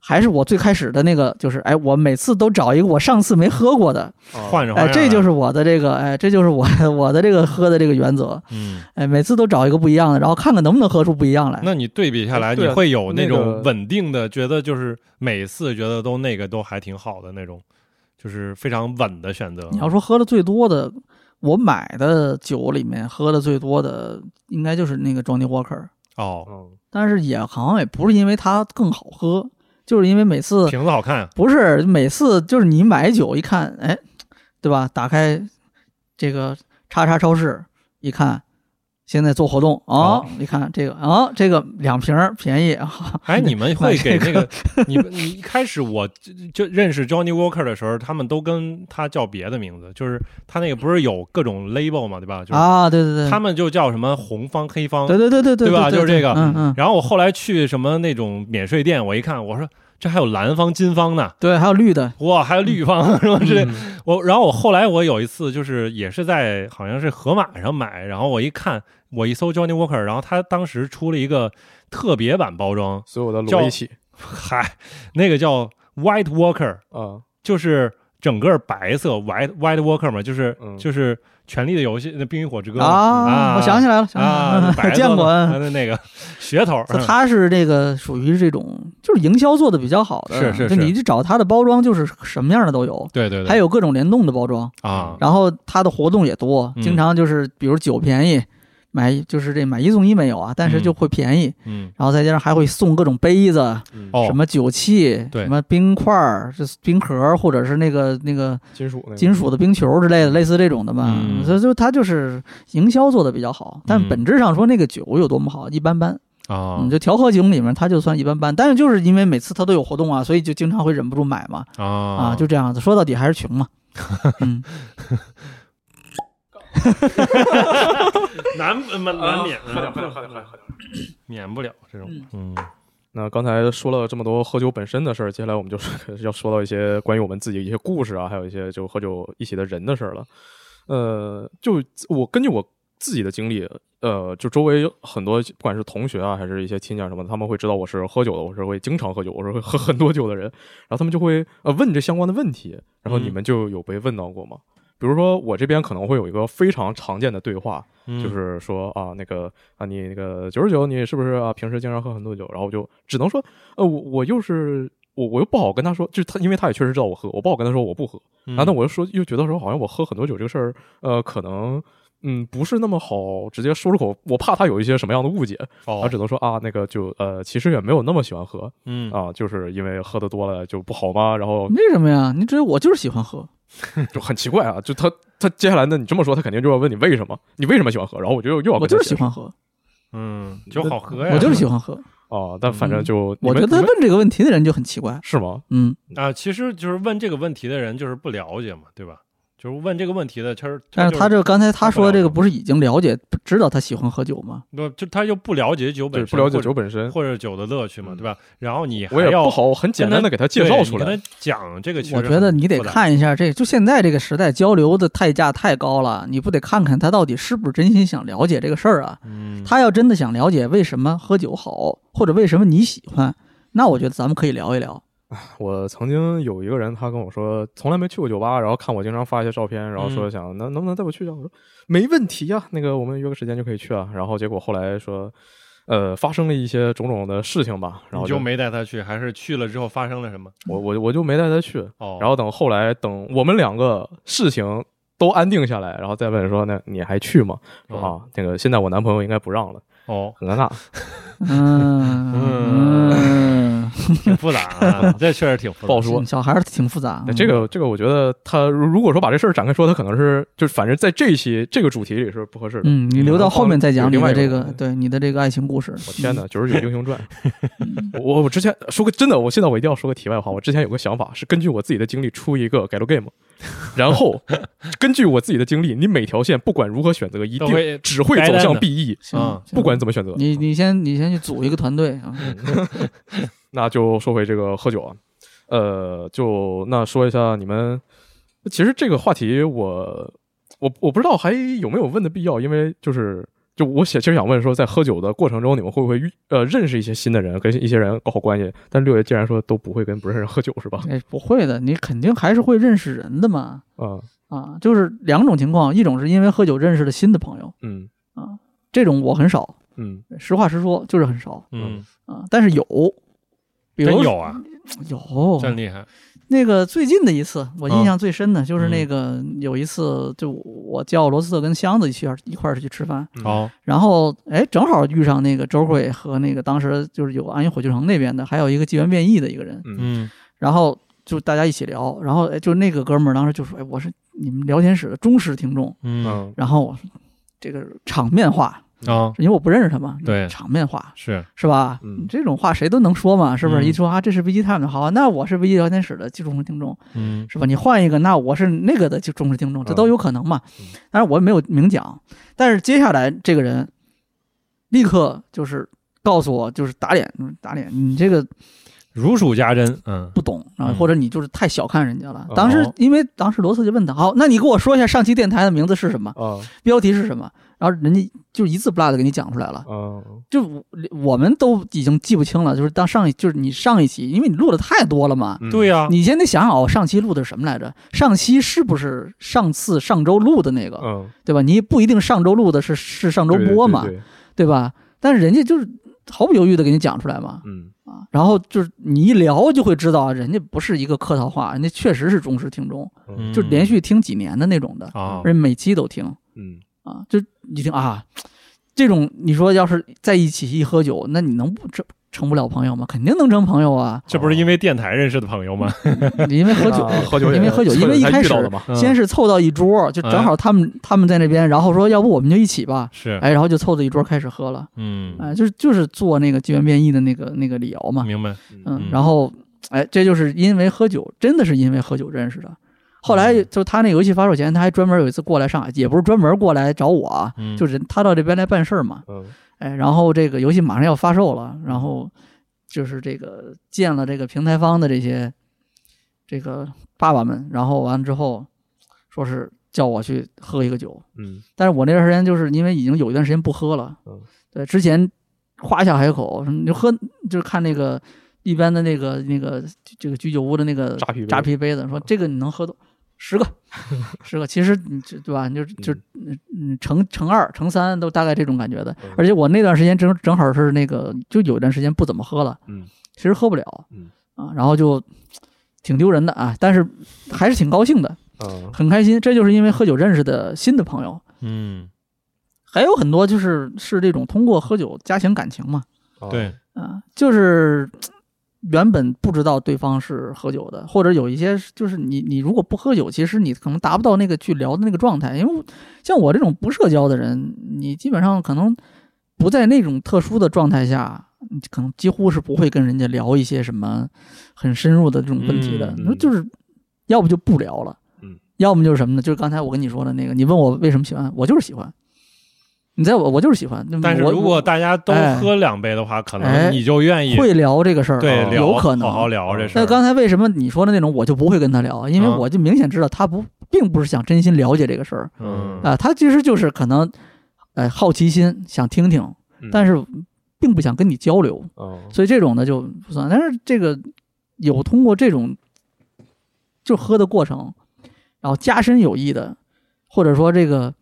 Speaker 2: 还是我最开始的那个，就是哎，我每次都找一个我上次没喝过的，
Speaker 3: 换着换
Speaker 2: 哎，
Speaker 3: 着来，
Speaker 2: 这就是我的这个哎，这就是我 我的这个喝的这个原则，
Speaker 3: 嗯。
Speaker 2: 哎，每次都找一个不一样的，然后看看能不能喝出不一样来。
Speaker 3: 那你对比下来，你
Speaker 1: 对啊
Speaker 3: 会有那
Speaker 1: 那
Speaker 3: 种
Speaker 1: 个
Speaker 3: 稳定的，觉得就是每次觉得都那个都还挺好的那种，就是非常稳的选择。
Speaker 2: 你要说喝的最多的，我买的酒里面喝的最多的应该就是那个 Johnny Walker，
Speaker 3: 哦，
Speaker 1: 嗯
Speaker 2: 但是也好像也不是因为它更好喝，就是因为每次
Speaker 3: 瓶子好看，
Speaker 2: 不是每次就是你买酒一看，哎，对吧？打开这个叉叉超市一看。现在做活动啊、
Speaker 3: 哦
Speaker 2: 你看这个啊、这个两瓶儿便宜 啊，
Speaker 3: 哎，你们会
Speaker 2: 买
Speaker 3: 给那
Speaker 2: 这
Speaker 3: 个你们你一开始我就就认识 Johnny Walker 的时候，他们都跟他叫别的名字，就是他那个不是有各种 label 嘛，对吧？就是
Speaker 2: 啊，对对对，
Speaker 3: 他们就叫什么红方、黑方。
Speaker 2: 对对对对对
Speaker 3: 对吧就是这个
Speaker 2: 嗯嗯，
Speaker 3: 然后我后来去什么那种免税店，我一看，我说这还有蓝方、金方呢，
Speaker 2: 对，还有绿的，
Speaker 3: 哇，还有绿方什么之类
Speaker 1: 嗯
Speaker 3: 的。我然后我后来我有一次就是也是在好像是盒马上买，然后我一看，我一搜 Johnny Walker，然后他当时出了一个特别版包装，
Speaker 1: 所有的
Speaker 3: 叫
Speaker 1: 摞一起
Speaker 3: 嗨，那个叫 White Walker，
Speaker 1: 啊，
Speaker 3: 就是整个白色 White White Walker 嘛，就是、
Speaker 1: 嗯
Speaker 3: 就是《权力的游戏》那《冰与火之歌》嘛
Speaker 2: 啊，我想起来了，想起来
Speaker 3: 啊
Speaker 2: 了，，
Speaker 3: 白色的
Speaker 2: 见过。嗯
Speaker 3: 啊那那个噱头，
Speaker 2: 就
Speaker 3: 嗯
Speaker 2: 它是这个属于这种就是营销做的比较好的，
Speaker 3: 是是
Speaker 2: 就是你去找它的包装就是什么样的都有，
Speaker 3: 对对对，
Speaker 2: 还有各种联动的包装，
Speaker 3: 啊，
Speaker 2: 然后它的活动也多，
Speaker 3: 嗯
Speaker 2: 经常就是比如酒便宜。买一就是这买一送一没有啊，但是就会便宜，
Speaker 3: 嗯，
Speaker 2: 然后再加上还会送各种杯子、
Speaker 1: 嗯
Speaker 3: 哦
Speaker 2: 什么酒器、
Speaker 3: 对
Speaker 2: 什么冰块儿、这冰壳儿，或者是那个那个
Speaker 1: 金属那个
Speaker 2: 金属的冰球之类的，类似这种的吧。
Speaker 3: 嗯
Speaker 2: 所以就它就是营销做的比较好，但
Speaker 3: 嗯
Speaker 2: 本质上说那个酒有多么好，一般般。
Speaker 3: 啊
Speaker 2: 嗯，就调和酒里面它就算一般般，但是就是因为每次它都有活动啊，所以就经常会忍不住买嘛。
Speaker 3: 啊
Speaker 2: 啊，就这样子，说到底还是穷嘛。嗯，
Speaker 3: 难呃难免
Speaker 1: 喝点喝点喝点喝点。
Speaker 3: 免不了这种，嗯
Speaker 1: 那刚才说了这么多喝酒本身的事儿，接下来我们就是 要说到一些关于我们自己一些故事啊，还有一些就喝酒一起的人的事儿了。呃，就我根据我自己的经历，呃，就周围有很多不管是同学啊，还是一些亲戚啊什么的，他们会知道我是喝酒的，我是会经常喝酒，我是会喝很多酒的人，然后他们就会呃问这相关的问题，然后你
Speaker 3: 嗯
Speaker 1: 们就有被问到过吗？比如说我这边可能会有一个非常常见的对话，
Speaker 3: 嗯
Speaker 1: 就是说啊，那个啊，你那个九十九，你是不是啊？平时经常喝很多酒，然后我就只能说，呃，我我又是我我又不好跟他说，就是他，因为他也确实知道我喝，我不好跟他说我不喝，
Speaker 2: 嗯
Speaker 3: 嗯
Speaker 1: 然后那我又说又觉得说好像我喝很多酒这个事儿，呃，可能嗯不是那么好直接说出口，我怕他有一些什么样的误解，然后
Speaker 3: 哦
Speaker 1: 只能说啊，那个就呃其实也没有那么喜欢喝
Speaker 3: 嗯
Speaker 1: 啊，就是因为喝的多了就不好嘛，然后
Speaker 2: 为什么呀？你只有我就是喜欢喝，
Speaker 1: 就很奇怪啊，就他他接下来呢，你这么说，他肯定就要问你为什么，你为什么喜欢喝，然后我就又又要
Speaker 2: 我
Speaker 1: 跟他
Speaker 2: 就是
Speaker 1: 解
Speaker 2: 喜
Speaker 1: 释
Speaker 2: 欢喝，
Speaker 3: 嗯酒好喝呀，
Speaker 2: 我就是喜欢喝。
Speaker 1: 哦，但
Speaker 3: 嗯
Speaker 1: 反正就、你
Speaker 2: 我
Speaker 1: 们
Speaker 2: 觉得
Speaker 1: 你
Speaker 2: 问
Speaker 1: 们
Speaker 2: 这个问题的人就很奇怪。
Speaker 1: 是吗？
Speaker 2: 嗯，
Speaker 3: 啊，其实就是问这个问题的人就是不了解嘛，对吧？就是问这个问题的，其实
Speaker 2: 但是他
Speaker 3: 就
Speaker 2: 这刚才他说的这个
Speaker 3: 他不了解
Speaker 2: 不是已经了解知道他喜欢喝酒吗？
Speaker 3: 不就他又不了解酒
Speaker 1: 对，
Speaker 3: 本
Speaker 1: 不
Speaker 3: 身，
Speaker 1: 了解酒本身，
Speaker 3: 或者酒的乐趣嘛，
Speaker 1: 嗯
Speaker 3: 对吧？然后你还
Speaker 1: 我也
Speaker 3: 要
Speaker 1: 不好很简单的给他介
Speaker 3: 对
Speaker 1: 绍出
Speaker 3: 你
Speaker 1: 来
Speaker 3: 跟。他讲这个其实
Speaker 2: 我
Speaker 3: 很复杂，
Speaker 2: 觉得你得看一下这，就现在这个时代交流的代价太高了，你不得看看他到底是不是真心想了解这个事儿啊？
Speaker 3: 嗯，
Speaker 2: 他要真的想了解为什么喝酒好，或者为什么你喜欢，那我觉得咱们可以聊一 聊。
Speaker 1: 我曾经有一个人，他跟我说从来没去过酒吧，然后看我经常发一些照片，然后说
Speaker 3: 嗯
Speaker 1: 想能能不能带我去一下？我说没问题呀、那个我们约个时间就可以去啊。然后结果后来说，呃，发生了一些种种的事情吧，然
Speaker 3: 你
Speaker 1: 后
Speaker 3: 就没带他去，还是去了之后发生了什么？
Speaker 1: 我我我就没带他去。
Speaker 3: 哦，
Speaker 1: 然后等后来等我们两个事情都安定下来，然后再问说那你还去吗？说
Speaker 3: 哦
Speaker 1: 啊，那个现在我男朋友应该不让了，
Speaker 3: 哦，
Speaker 1: 很尴尬。
Speaker 2: 嗯
Speaker 3: 嗯挺复杂啊，这确实挺复 杂。
Speaker 1: 不好说
Speaker 2: 嗯，小孩儿挺复杂
Speaker 1: 那。这个这个，我觉得他如如果说把这事儿展开说，他可能是就反正在这一期这个主题里是不合适的。
Speaker 2: 嗯，你留到后面再讲你
Speaker 1: 另外
Speaker 2: 的
Speaker 1: 一
Speaker 2: 这
Speaker 1: 个
Speaker 2: 个，对你的这个爱情故事。
Speaker 1: 我天哪，《九十九英雄 传》我，我我之前说个真的，我现在我一定要说个题外话。我之前有个想法是根据我自己的经历出一个 g a l game，然后根据我自己的经历，你每条线不管如何选择，一
Speaker 3: 都会
Speaker 1: 定只会
Speaker 3: 该
Speaker 1: 走
Speaker 3: 烂
Speaker 1: 向
Speaker 3: 的
Speaker 1: BE，
Speaker 2: 行行
Speaker 3: 嗯，
Speaker 1: 啊不管怎么选择。
Speaker 2: 你你先你先去组一个团队啊，
Speaker 1: 那就说回这个喝酒啊，呃，就那说一下你们，其实这个话题我我我不知道还有没有问的必要，因为就是就我想其实想问说，在喝酒的过程中，你们会不会遇呃认识一些新的人，跟一些人搞好关系？但六爷竟然说都不会跟不认识人喝酒是吧？
Speaker 2: 哎，不会的，你肯定还是会认识人的嘛。
Speaker 1: 啊、
Speaker 2: 啊，就是两种情况，一种是因为喝酒认识了新的朋友，
Speaker 1: 嗯
Speaker 2: 这种我很少，
Speaker 1: 嗯
Speaker 2: 实话实说就是很少
Speaker 3: 嗯，
Speaker 2: 啊，但是有，比
Speaker 3: 真
Speaker 2: 如
Speaker 3: 有啊，
Speaker 2: 有
Speaker 3: 真厉害。
Speaker 2: 那个最近的一次，我
Speaker 3: 嗯
Speaker 2: 印象最深的就是那个有一次，就我叫罗斯特跟箱子一起一块儿去吃饭，
Speaker 1: 嗯
Speaker 3: 哦，
Speaker 2: 然后哎正好遇上那个周贵和那个当时就是有安阳火炬城那边的，还有一个纪元变异的一个人，
Speaker 1: 嗯
Speaker 3: 嗯
Speaker 2: 然后就大家一起聊，然后哎就那个哥们儿当时就说，哎我是你们聊天室的忠实听众，
Speaker 3: 嗯
Speaker 1: 嗯
Speaker 2: 然后我说这个场面话，
Speaker 3: 啊，
Speaker 2: 因为我不认识他嘛，
Speaker 3: 对
Speaker 2: 场面话
Speaker 3: 是
Speaker 2: 是吧？
Speaker 1: 嗯
Speaker 2: 这种话谁都能说嘛，是不是？
Speaker 3: 嗯
Speaker 2: 一说啊，这是危机 time 的，好啊，那我是危机聊天室的忠实听众，
Speaker 3: 嗯
Speaker 2: 是吧？你换一个，那我是那个的就忠实听众，这都有可能嘛
Speaker 1: 嗯。
Speaker 2: 但是我也没有明讲，但是接下来这个人立刻就是告诉我，就是打脸打脸，你这个
Speaker 3: 如数家珍。嗯
Speaker 2: 不懂，然后
Speaker 3: 嗯
Speaker 2: 或者你就是太小看人家了
Speaker 1: 哦。
Speaker 2: 当时因为当时罗斯就问他，好，那你给我说一下上期电台的名字是什么？
Speaker 1: 啊
Speaker 2: 标题是什么，然后人家就一字不落的给你讲出来了。
Speaker 1: 啊
Speaker 2: 就我我们都已经记不清了，就是当上一就是你上一期，因为你录的太多了嘛，
Speaker 1: 嗯
Speaker 3: 对啊呀，
Speaker 2: 你先得想想哦，上期录的是什么来着？上期是不是上次上周录的那个，
Speaker 1: 嗯
Speaker 2: 对吧？你不一定上周录的是是上周
Speaker 1: 对对
Speaker 2: 播嘛，
Speaker 1: 对对
Speaker 2: 对吧？但是人家就是毫不犹豫的给你讲出来嘛，
Speaker 1: 嗯
Speaker 2: 啊，然后就是你一聊就会知道，人家不是一个客套话，人家确实是忠实听众，
Speaker 1: 嗯哦
Speaker 2: 就连续听几年的那种的，
Speaker 3: 啊！
Speaker 2: 人每期都听。
Speaker 1: 嗯
Speaker 2: 啊，就一听啊，这种你说要是在一起一喝酒，那你能不成成不了朋友吗？肯定能成朋 友啊
Speaker 3: 这不是因为电台认识的朋友吗？
Speaker 2: 你因为喝酒，
Speaker 1: 啊喝酒也
Speaker 2: 因为喝酒
Speaker 1: 是
Speaker 2: 因为一
Speaker 1: 才
Speaker 2: 开
Speaker 1: 遇到
Speaker 2: 始
Speaker 1: 的嘛，
Speaker 3: 嗯哎
Speaker 2: 先是凑到一桌，就正好他们、他们在那边，然后说要不我们就一起吧，
Speaker 3: 是，
Speaker 2: 哎，然后就凑到一桌开始喝了，
Speaker 3: 嗯，
Speaker 2: 哎，就是就是做那个机缘变异的那个那个理由嘛，
Speaker 3: 明白，
Speaker 2: 嗯
Speaker 3: 嗯，
Speaker 2: 然后哎，这就是因为喝酒，真的是因为喝酒认识的。后来
Speaker 3: 嗯
Speaker 2: 就他那游戏发售前，他还专门有一次过来上海，也不是专门过来找我啊，
Speaker 3: 嗯
Speaker 2: 就是他到这边来办事儿嘛，
Speaker 1: 嗯
Speaker 2: 哎，然后这个游戏马上要发售了，然后就是这个见了这个平台方的这些这个爸爸们，然后完了之后，说是叫我去喝一个酒，
Speaker 1: 嗯
Speaker 2: 但是我那段时间就是因为已经有一段时间不喝了，
Speaker 1: 嗯
Speaker 2: 对，之前夸下海口，你就喝就是看那个一般的那个那个这个居酒屋的那个
Speaker 1: 扎啤杯
Speaker 2: 扎啤杯子，说这个你能喝多 十个，十个，其实你这对吧？你就就嗯乘乘二乘三都大概这种感觉的
Speaker 1: 嗯，
Speaker 2: 而且我那段时间正正好是那个就有一段时间不怎么喝了，
Speaker 1: 嗯，
Speaker 2: 其实喝不了，
Speaker 1: 嗯
Speaker 2: 啊，然后就挺丢人的啊，但是还是挺高兴的，
Speaker 1: 嗯
Speaker 2: 很开心，这就是因为喝酒认识的新的朋友。
Speaker 3: 嗯，
Speaker 2: 还有很多就是是这种通过喝酒加强感情嘛，
Speaker 1: 啊
Speaker 3: 对，
Speaker 2: 啊、就是嘖原本不知道对方是喝酒的，或者有一些是就是你你如果不喝酒，其实你可能达不到那个去聊的那个状态，因为我像我这种不社交的人，你基本上可能不在那种特殊的状态下。你可能几乎是不会跟人家聊一些什么很深入的这种问题的，
Speaker 3: 嗯
Speaker 2: 那、
Speaker 1: 嗯
Speaker 2: 就是要不就不聊了，
Speaker 1: 嗯，
Speaker 2: 要么就是什么呢？就是刚才我跟你说的那个，你问我为什么喜欢，我就是喜欢，你在我我就是喜欢，那么
Speaker 3: 但是
Speaker 2: 我
Speaker 3: 如果大家都
Speaker 2: 哎
Speaker 3: 喝两杯的话，可
Speaker 2: 哎
Speaker 3: 能你就愿意
Speaker 2: 会聊这个事儿，
Speaker 3: 对
Speaker 1: 哦
Speaker 3: 聊，
Speaker 2: 有可能
Speaker 3: 好好聊这事儿。
Speaker 2: 那刚才为什么你说的那种我就不会跟他聊？因为
Speaker 3: 嗯
Speaker 2: 我就明显知道他不并不是想真心了解这个事儿
Speaker 3: 嗯
Speaker 2: 啊、他其实就是可能，呃，好奇心想听听，
Speaker 1: 嗯
Speaker 2: 但是并不想跟你交流，
Speaker 3: 哦
Speaker 1: 嗯
Speaker 2: 所以这种呢就不算。但是这个有通过这种就喝的过程，然后加深友谊的，或者说这个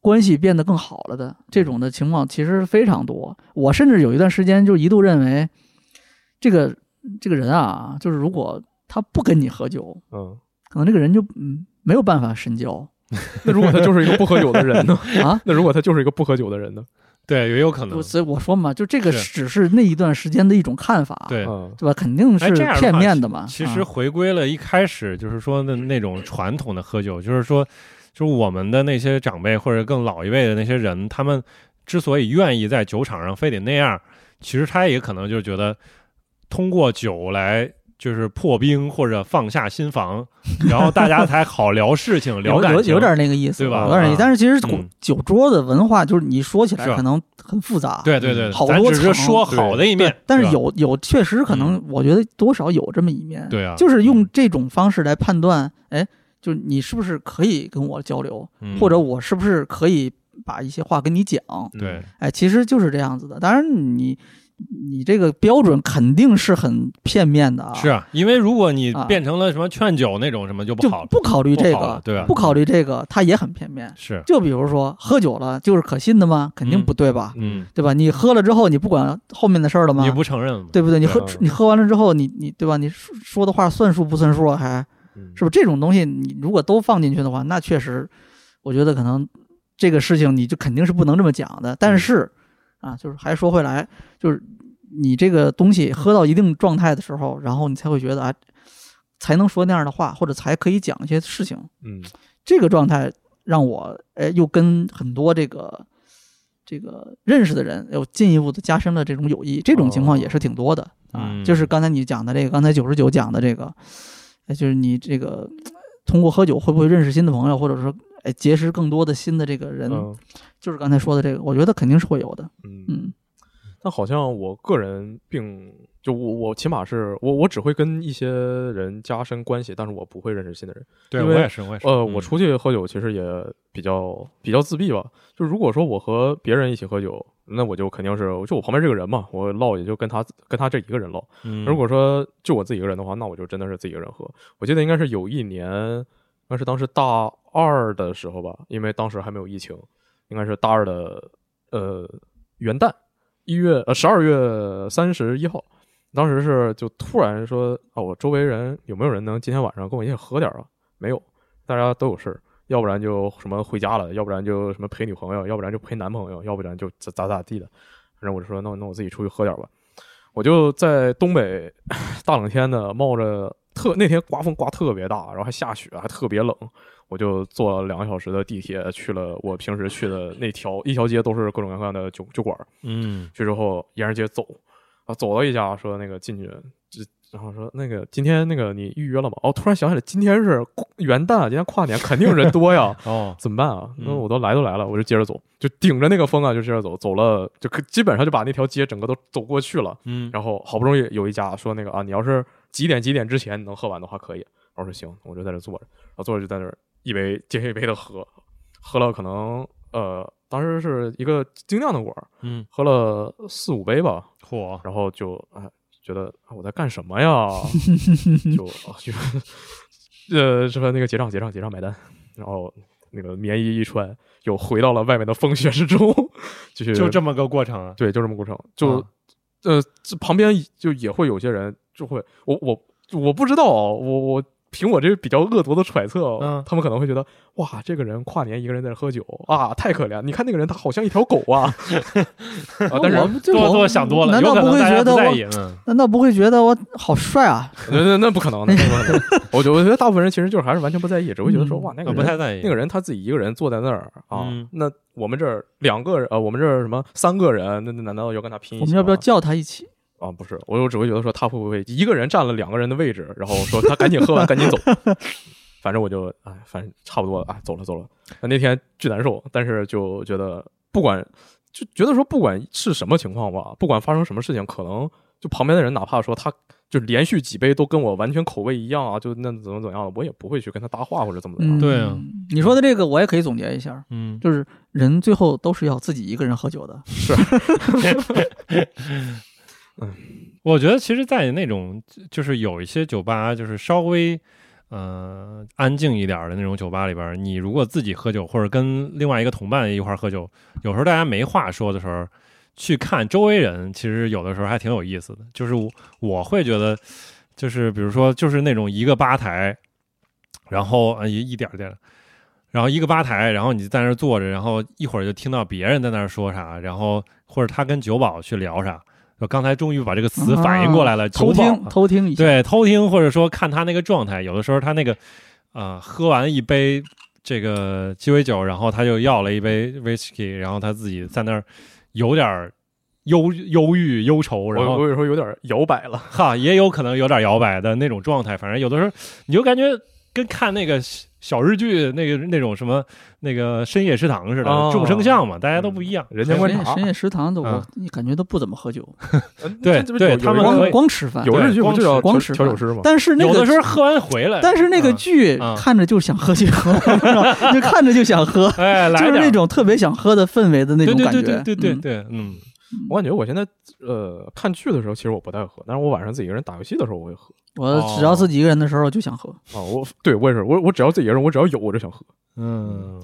Speaker 2: 关系变得更好了的这种的情况，其实非常多。我甚至有一段时间就一度认为，这个这个人啊，就是如果他不跟你喝酒，
Speaker 1: 嗯，
Speaker 2: 可能这个人就嗯没有办法深交
Speaker 1: 那如果他就是一个不喝酒的 人呢？。
Speaker 2: 啊
Speaker 1: 那如果他就是一个不喝酒的人呢？
Speaker 3: 对也有可能
Speaker 2: 我，所以我说嘛，就这个
Speaker 3: 嗯是
Speaker 2: 只是那一段时间的一种看法，
Speaker 3: 对。
Speaker 1: 嗯
Speaker 2: 对吧？肯定
Speaker 3: 哎
Speaker 2: 是
Speaker 3: 这样的话
Speaker 2: 片面的嘛。
Speaker 3: 其
Speaker 2: 啊
Speaker 3: 实回归了一开始，就是说的那种传统的喝酒，就是说，就是我们的那些长辈或者更老一辈的那些人，他们之所以愿意在酒场上非得那样，其实他也可能就是觉得通过酒来。就是破冰或者放下心防，然后大家才好聊事 情、聊
Speaker 2: 有
Speaker 3: 感
Speaker 2: 有
Speaker 3: 情。
Speaker 2: 有点那个意思，
Speaker 3: 对吧
Speaker 2: 有点那个意
Speaker 3: 啊
Speaker 2: 思。但是其实
Speaker 3: 嗯
Speaker 2: 酒桌的文化，就是你说起来
Speaker 3: 是
Speaker 2: 可能很复杂，
Speaker 3: 对对对，
Speaker 2: 好
Speaker 3: 咱
Speaker 2: 多
Speaker 3: 只是
Speaker 2: 层
Speaker 3: 说好的一
Speaker 2: 对
Speaker 3: 面，
Speaker 2: 但是
Speaker 3: 吧嗯
Speaker 2: 有有确实可能，我觉得多少有这么一面。
Speaker 3: 对啊
Speaker 2: 就是用这种方式来判断，哎，就是你是不是可以跟我交流，
Speaker 3: 嗯
Speaker 2: 或者我是不是可以把一些话跟你讲，
Speaker 3: 对，
Speaker 2: 哎，其实就是这样子的。当然你。你这个标准肯定是很片面的啊，
Speaker 3: 是啊，因为如果你
Speaker 2: 啊
Speaker 3: 变成了什么劝酒那种什么就不
Speaker 2: 就
Speaker 3: 好了，
Speaker 2: 不考虑这
Speaker 3: 不好
Speaker 2: 个
Speaker 3: 了，对啊吧
Speaker 2: 不考虑这个，它也很片面。
Speaker 3: 是，
Speaker 2: 就比如说喝酒了就是可信的吗？肯定不对吧，
Speaker 3: 嗯，
Speaker 2: 对吧？你喝了之后你不管后面的事儿了吗
Speaker 3: 你？不承认了嘛，
Speaker 2: 对不对？你喝
Speaker 1: 对啊
Speaker 2: 你喝完了之后，你你对吧？你说说的话算数不算数啊？还
Speaker 1: 嗯
Speaker 2: 是不是这种东西？你如果都放进去的话，那确实，我觉得可能这个事情你就肯定是不能这么讲的。
Speaker 3: 嗯
Speaker 2: 但是啊，就是还说回来，就是你这个东西喝到一定状态的时候，然后你才会觉得啊，才能说那样的话，或者才可以讲一些事情。
Speaker 1: 嗯
Speaker 2: 这个状态让我哎又跟很多这个这个认识的人又进一步的加深了这种友谊，这种情况也是挺多的、
Speaker 3: 嗯
Speaker 2: 啊。就是刚才你讲的这个，刚才九十九讲的这个，哎，就是你这个通过喝酒会不会认识新的朋友，或者说哎结识更多的新的这个人，
Speaker 1: 嗯
Speaker 2: 就是刚才说的这个，我觉得肯定是会有的。
Speaker 1: 嗯
Speaker 2: 嗯
Speaker 1: 但好像我个人并就我我起码是我我只会跟一些人加深关系，但是我不会认识新的人。
Speaker 3: 对
Speaker 1: 因
Speaker 3: 我
Speaker 1: 为
Speaker 3: 也是，我也是，
Speaker 1: 呃，我
Speaker 3: 嗯
Speaker 1: 出去喝酒其实也比较比较自闭吧。就如果说我和别人一起喝酒，那我就肯定是就我旁边这个人嘛，我唠也就跟他跟他这一个人唠。
Speaker 3: 嗯
Speaker 1: 如果说就我自己一个人的话，那我就真的是自己一个人喝。我记得应该是有一年，应该是当时大二的时候吧，因为当时还没有疫情，应该是大二的呃元旦，一月呃十二月三十一号，当时是就突然说啊，我周围人有没有人能今天晚上跟我一起喝点儿啊？没有，大家都有事儿。要不然就什么回家了，要不然就什么陪女朋友，要不然就陪男朋友，要不然就咋咋咋地的。反正我就说，那我那我自己出去喝点吧。我就在东北大冷天的，冒着特那天刮风刮特别大，然后还下雪，还特别冷，我就坐了两个小时的地铁去了我平时去的那条一条街都是各种各样的酒酒馆儿。
Speaker 3: 嗯，，
Speaker 1: 去之后沿着街走，啊，走到一家说那个进去，这然后说那个今天那个你预约了吗？哦，突然想起来今天是跨元旦，今天跨年肯定人多呀
Speaker 3: 哦，
Speaker 1: 怎么办啊？那
Speaker 3: 嗯
Speaker 1: 我都来都来了，我就接着走，就顶着那个风啊，就接着走，走了就可基本上就把那条街整个都走过去了。
Speaker 3: 嗯，
Speaker 1: 然后好不容易有一家说那个啊，你要是几点几点之前你能喝完的话可以。我说行，我就在这坐着，然后坐着就在那儿一杯接一杯的喝，喝了可能呃当时是一个精酿的果儿，
Speaker 3: 嗯，
Speaker 1: 喝了四五杯吧，
Speaker 3: 嚯，
Speaker 1: 然后就哎觉得啊我在干什么呀？就啊就呃说那个结账结账结账买单，然后那个棉衣一穿，又回到了外面的风雪之中， 继续
Speaker 3: 就这么个过程啊，
Speaker 1: 对，就这么过程，就、
Speaker 2: 嗯
Speaker 3: 啊
Speaker 1: 呃，这旁边就也会有些人就会，我我我不知道啊，我我凭我这比较恶毒的揣测，啊
Speaker 3: 嗯
Speaker 1: 他们可能会觉得哇，这个人跨年一个人在这喝酒啊，太可怜，你看那个人他好像一条狗 啊，啊，但
Speaker 2: 我
Speaker 1: 是
Speaker 2: 这
Speaker 3: 多
Speaker 2: 我
Speaker 3: 多想多了，
Speaker 2: 难
Speaker 3: 有
Speaker 2: 道
Speaker 3: 可
Speaker 2: 不
Speaker 3: 能
Speaker 2: 会
Speaker 3: 大家
Speaker 2: 觉得
Speaker 3: 不在
Speaker 2: 我
Speaker 3: 意，嗯
Speaker 2: 难道不会觉得我好帅啊？
Speaker 1: 那那那不可能的，那不 可能的我觉得我觉得大部分人其实就是还是完全不在意，只会觉得说
Speaker 2: 嗯
Speaker 1: 哇那个
Speaker 3: 呃
Speaker 1: 人
Speaker 3: 不太在意
Speaker 1: 那个人他自己一个人坐在那儿啊
Speaker 3: 嗯，
Speaker 1: 那我们这儿两个人呃，我们这儿什么三个人，那那难道要跟他拼一
Speaker 2: 我
Speaker 1: 起
Speaker 2: 们要不
Speaker 1: 吗
Speaker 2: 要叫他一起？
Speaker 1: 啊，不是，我我只会觉得说他会不会一个人占了两个人的位置，然后说他赶紧喝完赶紧走。反正我就哎，反正差不多了，哎，走了走了。那天巨难受，但是就觉得不管就觉得说不管是什么情况吧，不管发生什么事情，可能就旁边的人哪怕说他就连续几杯都跟我完全口味一样啊，就那怎么怎么样的，我也不会去跟他搭话或者怎么怎么样。
Speaker 2: 嗯，
Speaker 3: 对啊，
Speaker 2: 你说的这个我也可以总结一下，
Speaker 3: 嗯，
Speaker 2: 就是人最后都是要自己一个人喝酒 的。
Speaker 3: 我觉得其实，在那种就是有一些酒吧，就是稍微呃安静一点儿的那种酒吧里边儿，你如果自己喝酒或者跟另外一个同伴一块儿喝酒，有时候大家没话说的时候，去看周围人，其实有的时候还挺有意思的。就是我我会觉得，就是比如说，就是那种一个吧台，然后呃一一点儿点儿。然后一个吧台，然后你在那儿坐着，然后一会儿就听到别人在那儿说啥，然后或者他跟酒保去聊啥。我刚才终于把这个词反应过来了，
Speaker 2: 嗯偷
Speaker 3: 酒保
Speaker 2: 听偷听一下，
Speaker 3: 啊对，偷听或者说看他那个状态，有的时候他那个，啊、喝完一杯这个鸡尾酒，然后他就要了一杯 whisky，然后他自己在那儿有点儿忧忧郁忧愁，然
Speaker 1: 我
Speaker 3: 后
Speaker 1: 我有时候有点摇摆了，
Speaker 3: 哈也有可能有点摇摆的那种状态，反正有的时候你就感觉跟看那个小小日剧那个那种什么那个深夜食堂似的，
Speaker 1: 哦嗯
Speaker 3: 众生相嘛，大家都不一样，哎
Speaker 1: 人
Speaker 2: 深
Speaker 1: 间观
Speaker 2: 夜
Speaker 1: 察
Speaker 2: 深。夜食堂的我
Speaker 3: 啊，
Speaker 2: 你感觉都不怎么喝酒，
Speaker 1: 这
Speaker 3: 对
Speaker 1: 这不
Speaker 3: 对
Speaker 1: 有
Speaker 3: 他们
Speaker 1: 有一
Speaker 3: 可
Speaker 1: 个
Speaker 2: 光
Speaker 3: 以
Speaker 2: 光吃饭。
Speaker 1: 有
Speaker 3: 对
Speaker 1: 日剧不
Speaker 3: 光
Speaker 1: 就叫
Speaker 2: 光
Speaker 1: 调
Speaker 2: 吃
Speaker 1: 调酒
Speaker 2: 饭
Speaker 1: 师吗？
Speaker 2: 但是那
Speaker 3: 有
Speaker 2: 个
Speaker 3: 的时候喝完回来，
Speaker 2: 但是那个
Speaker 3: 嗯
Speaker 2: 剧
Speaker 3: 嗯
Speaker 2: 看着就想喝酒， 就看着就想喝，
Speaker 3: 哎 来
Speaker 2: 就是
Speaker 3: 点
Speaker 2: 那
Speaker 3: 儿
Speaker 2: 种特别想喝的氛围的那
Speaker 3: 对
Speaker 2: 种
Speaker 3: 对
Speaker 2: 感觉。
Speaker 3: 对对对对
Speaker 2: 嗯
Speaker 3: 对，嗯
Speaker 1: 我感觉我现在呃看剧的时候，其实我不太喝，但是我晚上自己一个人打游戏的时候我会喝
Speaker 3: 哦
Speaker 2: 我只要自己一个人的时候就想喝。
Speaker 1: 啊。我对我也是，我我只要自己一个人，我只要有我就想喝。
Speaker 3: 嗯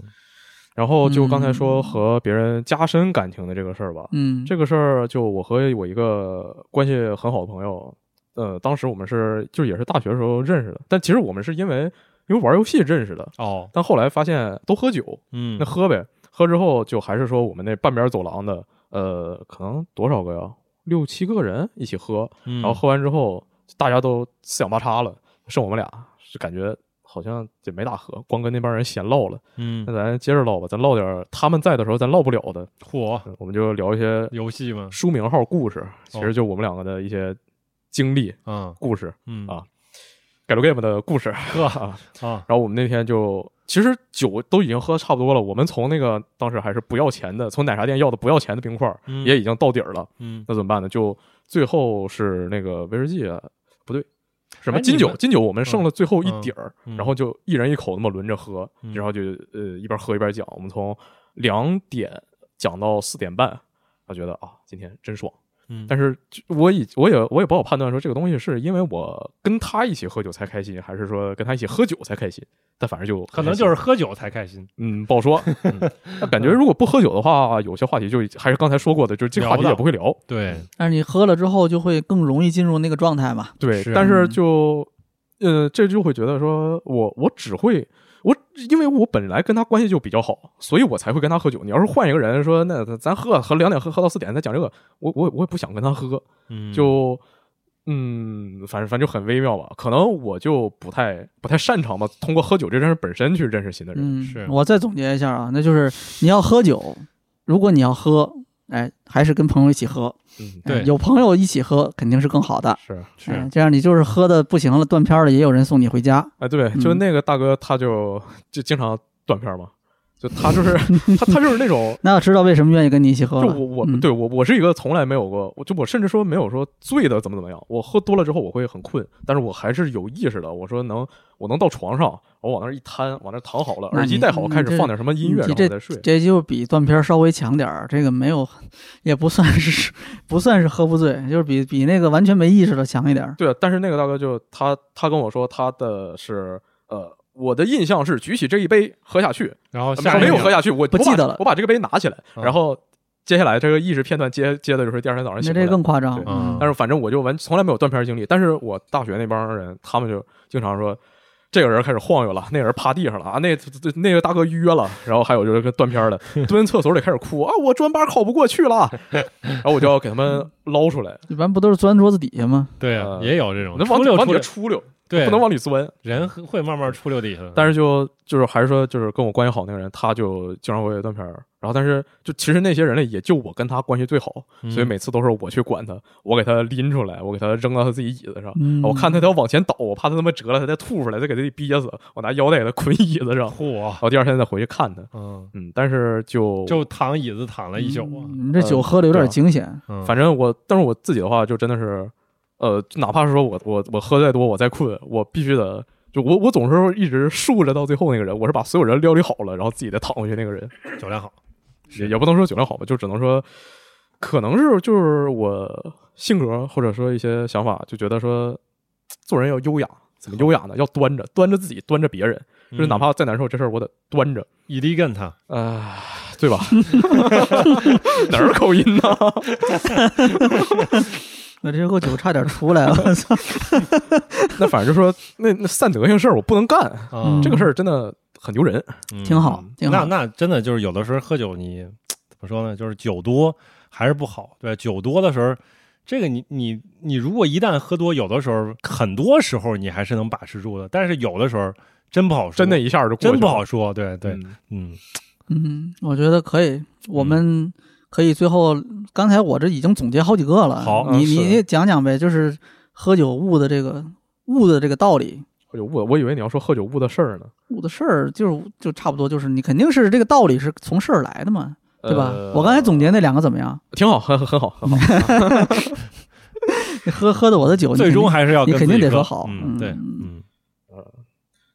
Speaker 1: 然后就刚才
Speaker 2: 嗯
Speaker 1: 说和别人加深感情的这个事儿吧，
Speaker 2: 嗯，
Speaker 1: 这个事儿就我和我一个关系很好的朋友，呃，当时我们是就也是大学的时候认识的，但其实我们是因为因为玩游戏认识的，
Speaker 3: 哦
Speaker 1: 但后来发现都喝酒，
Speaker 3: 嗯
Speaker 1: 那喝呗，喝之后就还是说我们那半边走廊的，呃，可能多少个呀，六七个人一起喝，
Speaker 3: 然
Speaker 1: 然后喝完之后，大家都四仰八叉了，剩我们俩，就感觉好像也没大喝，光跟那帮人闲唠了。
Speaker 3: 嗯
Speaker 1: 那，咱接着唠吧，咱唠点儿他们在的时候咱唠不了的，嗯
Speaker 3: 嚯，
Speaker 1: 我们就聊一些
Speaker 3: 游戏嘛，
Speaker 1: 书名号故事，其
Speaker 3: 哦
Speaker 1: 实就我们两个的一些经历、
Speaker 3: 嗯
Speaker 1: 故事，
Speaker 3: 嗯
Speaker 1: 啊改录 game 的故事。
Speaker 3: 呵啊，
Speaker 1: 然后我们那天就，其实酒都已经喝差不多了，我们从那个当时还是不要钱的，从奶茶店要的不要钱的冰块儿
Speaker 3: 嗯
Speaker 1: 也已经到底儿了，
Speaker 3: 嗯，
Speaker 1: 那怎么办呢？就最后是那个威士忌啊，不对，什
Speaker 3: 哎
Speaker 1: 么金
Speaker 3: 你
Speaker 1: 酒，
Speaker 3: 们
Speaker 1: 金酒我们剩了最后一底儿，
Speaker 3: 嗯
Speaker 1: 然后就一人一口那么轮着喝，
Speaker 3: 嗯
Speaker 1: 然后就呃一边喝一边讲，我们从两点讲到四点半，他觉得啊今天真爽。
Speaker 3: 嗯
Speaker 1: 但是就我已我也我也不好判断说这个东西是因为我跟他一起喝酒才开心，还是说跟他一起喝酒才开心。但反正就
Speaker 3: 可能就是喝酒才开心，
Speaker 1: 嗯不好 说，嗯那感觉如果不喝酒的话，有些话题就还是刚才说过的，就是这个话题
Speaker 3: 聊
Speaker 1: 也
Speaker 3: 不到
Speaker 1: 不会聊。
Speaker 3: 对，
Speaker 2: 但是你喝了之后就会更容易进入那个状态嘛。
Speaker 1: 对，
Speaker 3: 是啊
Speaker 1: 但是
Speaker 2: 嗯
Speaker 1: 就呃，这就会觉得说我我只会我因为我本来跟他关系就比较好，所以我才会跟他喝酒。你要是换一个人说，那咱喝喝两点喝喝到四点，再讲这个，我我我也不想跟他喝，
Speaker 3: 嗯
Speaker 1: 就嗯，反正反正就很微妙吧。可能我就不太不太擅长吧，通过喝酒这件事本身去认识新的人。
Speaker 2: 嗯，
Speaker 3: 是
Speaker 2: 我再总结一下啊，那就是你要喝酒，如果你要喝，哎，还是跟朋友一起喝，
Speaker 1: 嗯，
Speaker 2: 哎
Speaker 3: 对
Speaker 2: 有朋友一起喝肯定是更好的。
Speaker 1: 是
Speaker 2: 哎
Speaker 3: 是，
Speaker 2: 这样你就是喝的不行了，断片儿了，也有人送你回家。
Speaker 1: 哎，对，就
Speaker 2: 嗯
Speaker 1: 那个大哥，他就就经常断片儿嘛，就他就是他他就是那种。
Speaker 2: 那要知道为什么愿意跟你一起喝
Speaker 1: 就
Speaker 2: 了。
Speaker 1: 我我
Speaker 2: 嗯
Speaker 1: 对我我是一个从来没有过，我就我甚至说没有说醉的怎么怎么样，我喝多了之后我会很困，但是我还是有意识的，我说能我能到床上，我往那儿一摊，往那儿躺好了，
Speaker 2: 那
Speaker 1: 耳机
Speaker 2: 你
Speaker 1: 戴好，
Speaker 2: 你
Speaker 1: 开始
Speaker 2: 这
Speaker 1: 放点什么音乐，然
Speaker 2: 你
Speaker 1: 后
Speaker 2: 嗯这
Speaker 1: 再睡。
Speaker 2: 这就比断片儿稍微强点儿，这个没有，也不算是不算是喝不醉，就是比比那个完全没意识的强一点儿。
Speaker 1: 对，啊但是那个大哥就他他跟我说他的是呃。我的印象是举起这一杯喝下去，
Speaker 3: 然后
Speaker 1: 没
Speaker 3: 下
Speaker 1: 有
Speaker 3: 哦一
Speaker 1: 没有
Speaker 3: 秒
Speaker 1: 喝下去，我
Speaker 2: 不
Speaker 1: 我
Speaker 2: 记
Speaker 1: 把
Speaker 2: 得了
Speaker 1: 我把这个杯拿起来，
Speaker 3: 嗯
Speaker 1: 然后接下来这个意识片段接接的就是第二天早上
Speaker 2: 那
Speaker 1: 醒
Speaker 2: 这
Speaker 1: 来。
Speaker 2: 更夸张
Speaker 1: 对。
Speaker 2: 嗯
Speaker 1: 但是反正我就完从来没有断片经历，但是我大学那帮人他们就经常说。这个人开始晃悠了，那个人趴地上了啊，那这那个大哥约了，然后还有就是跟断片的蹲厕所里开始哭啊，我专八考不过去 了，然后我就要给他们捞出来，
Speaker 2: 一般不都是钻桌子底下吗？
Speaker 3: 对啊
Speaker 1: 呃，
Speaker 3: 也有这种
Speaker 1: 我能往
Speaker 3: 出
Speaker 1: 底
Speaker 3: 溜
Speaker 1: 往
Speaker 3: 出
Speaker 1: 底下
Speaker 3: 溜，
Speaker 1: 出溜，
Speaker 3: 对，嗯
Speaker 1: 不能往里钻。
Speaker 3: 人会慢慢出溜底下的，
Speaker 1: 但
Speaker 3: 是
Speaker 1: 是就就是还是说就是跟我关系好那个人，他就经常会断片儿然后但是就其实那些人类也就我跟他关系最好，
Speaker 3: 嗯
Speaker 1: 所以每次都是我去管他，我给他拎出来，我给他扔到他自己椅子上，
Speaker 2: 嗯，
Speaker 1: 哦啊我看他都要往前倒，我怕他他妈折了，他再吐出来，再给他憋死。我拿腰带给他捆椅子上，
Speaker 3: 嚯
Speaker 1: 然，后第二天再回去看他。
Speaker 3: 嗯，
Speaker 1: 嗯，但是就
Speaker 3: 就躺椅子躺了一宿啊，
Speaker 2: 你嗯这酒喝的有点惊险。
Speaker 3: 嗯
Speaker 1: 反正我，但是我自己的话，就真的是，呃，就哪怕是说我我我喝再多，我再困，我必须得就我我总是一直竖着到最后那个人，我是把所有人料理好了，然后自己再躺回去那个人，
Speaker 3: 酒量好，
Speaker 1: 也也不能说酒量好吧，就只能说，可能是就是我性格或者说一些想法，就觉得说做人要优雅。怎么优雅呢？要端着，端着自己，端着别人。就是哪怕再难受，这事儿我得端着，
Speaker 3: 嗯一滴跟他，
Speaker 1: 嗯啊、对吧？ 哪儿口音呢？
Speaker 2: 我这口酒差点出来了，我操！
Speaker 1: 那反正就说那那散德性事儿我不能干，
Speaker 3: 啊
Speaker 2: 嗯
Speaker 1: 这个事儿真的很丢人。
Speaker 3: 嗯
Speaker 2: 挺好，挺
Speaker 3: 那
Speaker 2: 好。
Speaker 3: 那真的就是有的时候喝酒你怎么说呢？就是酒多还是不好。对，酒多的时候，这个你你你如果一旦喝多，有的时候很多时候你还是能把持住的，但是有的时候真不好 说，
Speaker 1: 真的一下就过去了
Speaker 3: 真不好说。对对，
Speaker 1: 嗯
Speaker 3: 嗯
Speaker 2: 嗯，我觉得可以，我
Speaker 1: 嗯
Speaker 2: 们可以最后，刚才我这已经总结好几个了。
Speaker 3: 好
Speaker 1: 嗯
Speaker 2: 你你
Speaker 1: 是
Speaker 2: 你讲讲呗，就是喝酒悟的这个悟的这个道理。
Speaker 1: 喝酒误，我以为你要说喝酒误的事儿呢，
Speaker 2: 悟的事儿就是就差不多，就是你肯定是这个道理是从事儿来的嘛，对吧？
Speaker 1: 呃
Speaker 2: 我刚才总结那两个怎么样？
Speaker 1: 挺好，很很很好，很好。
Speaker 2: 你喝喝的我的酒，你
Speaker 3: 最
Speaker 2: 肯定
Speaker 3: 终还是要
Speaker 2: 你
Speaker 3: 跟
Speaker 2: 肯定
Speaker 3: 自己
Speaker 2: 得
Speaker 3: 喝
Speaker 2: 说好
Speaker 3: 嗯，
Speaker 2: 嗯
Speaker 3: 对，嗯，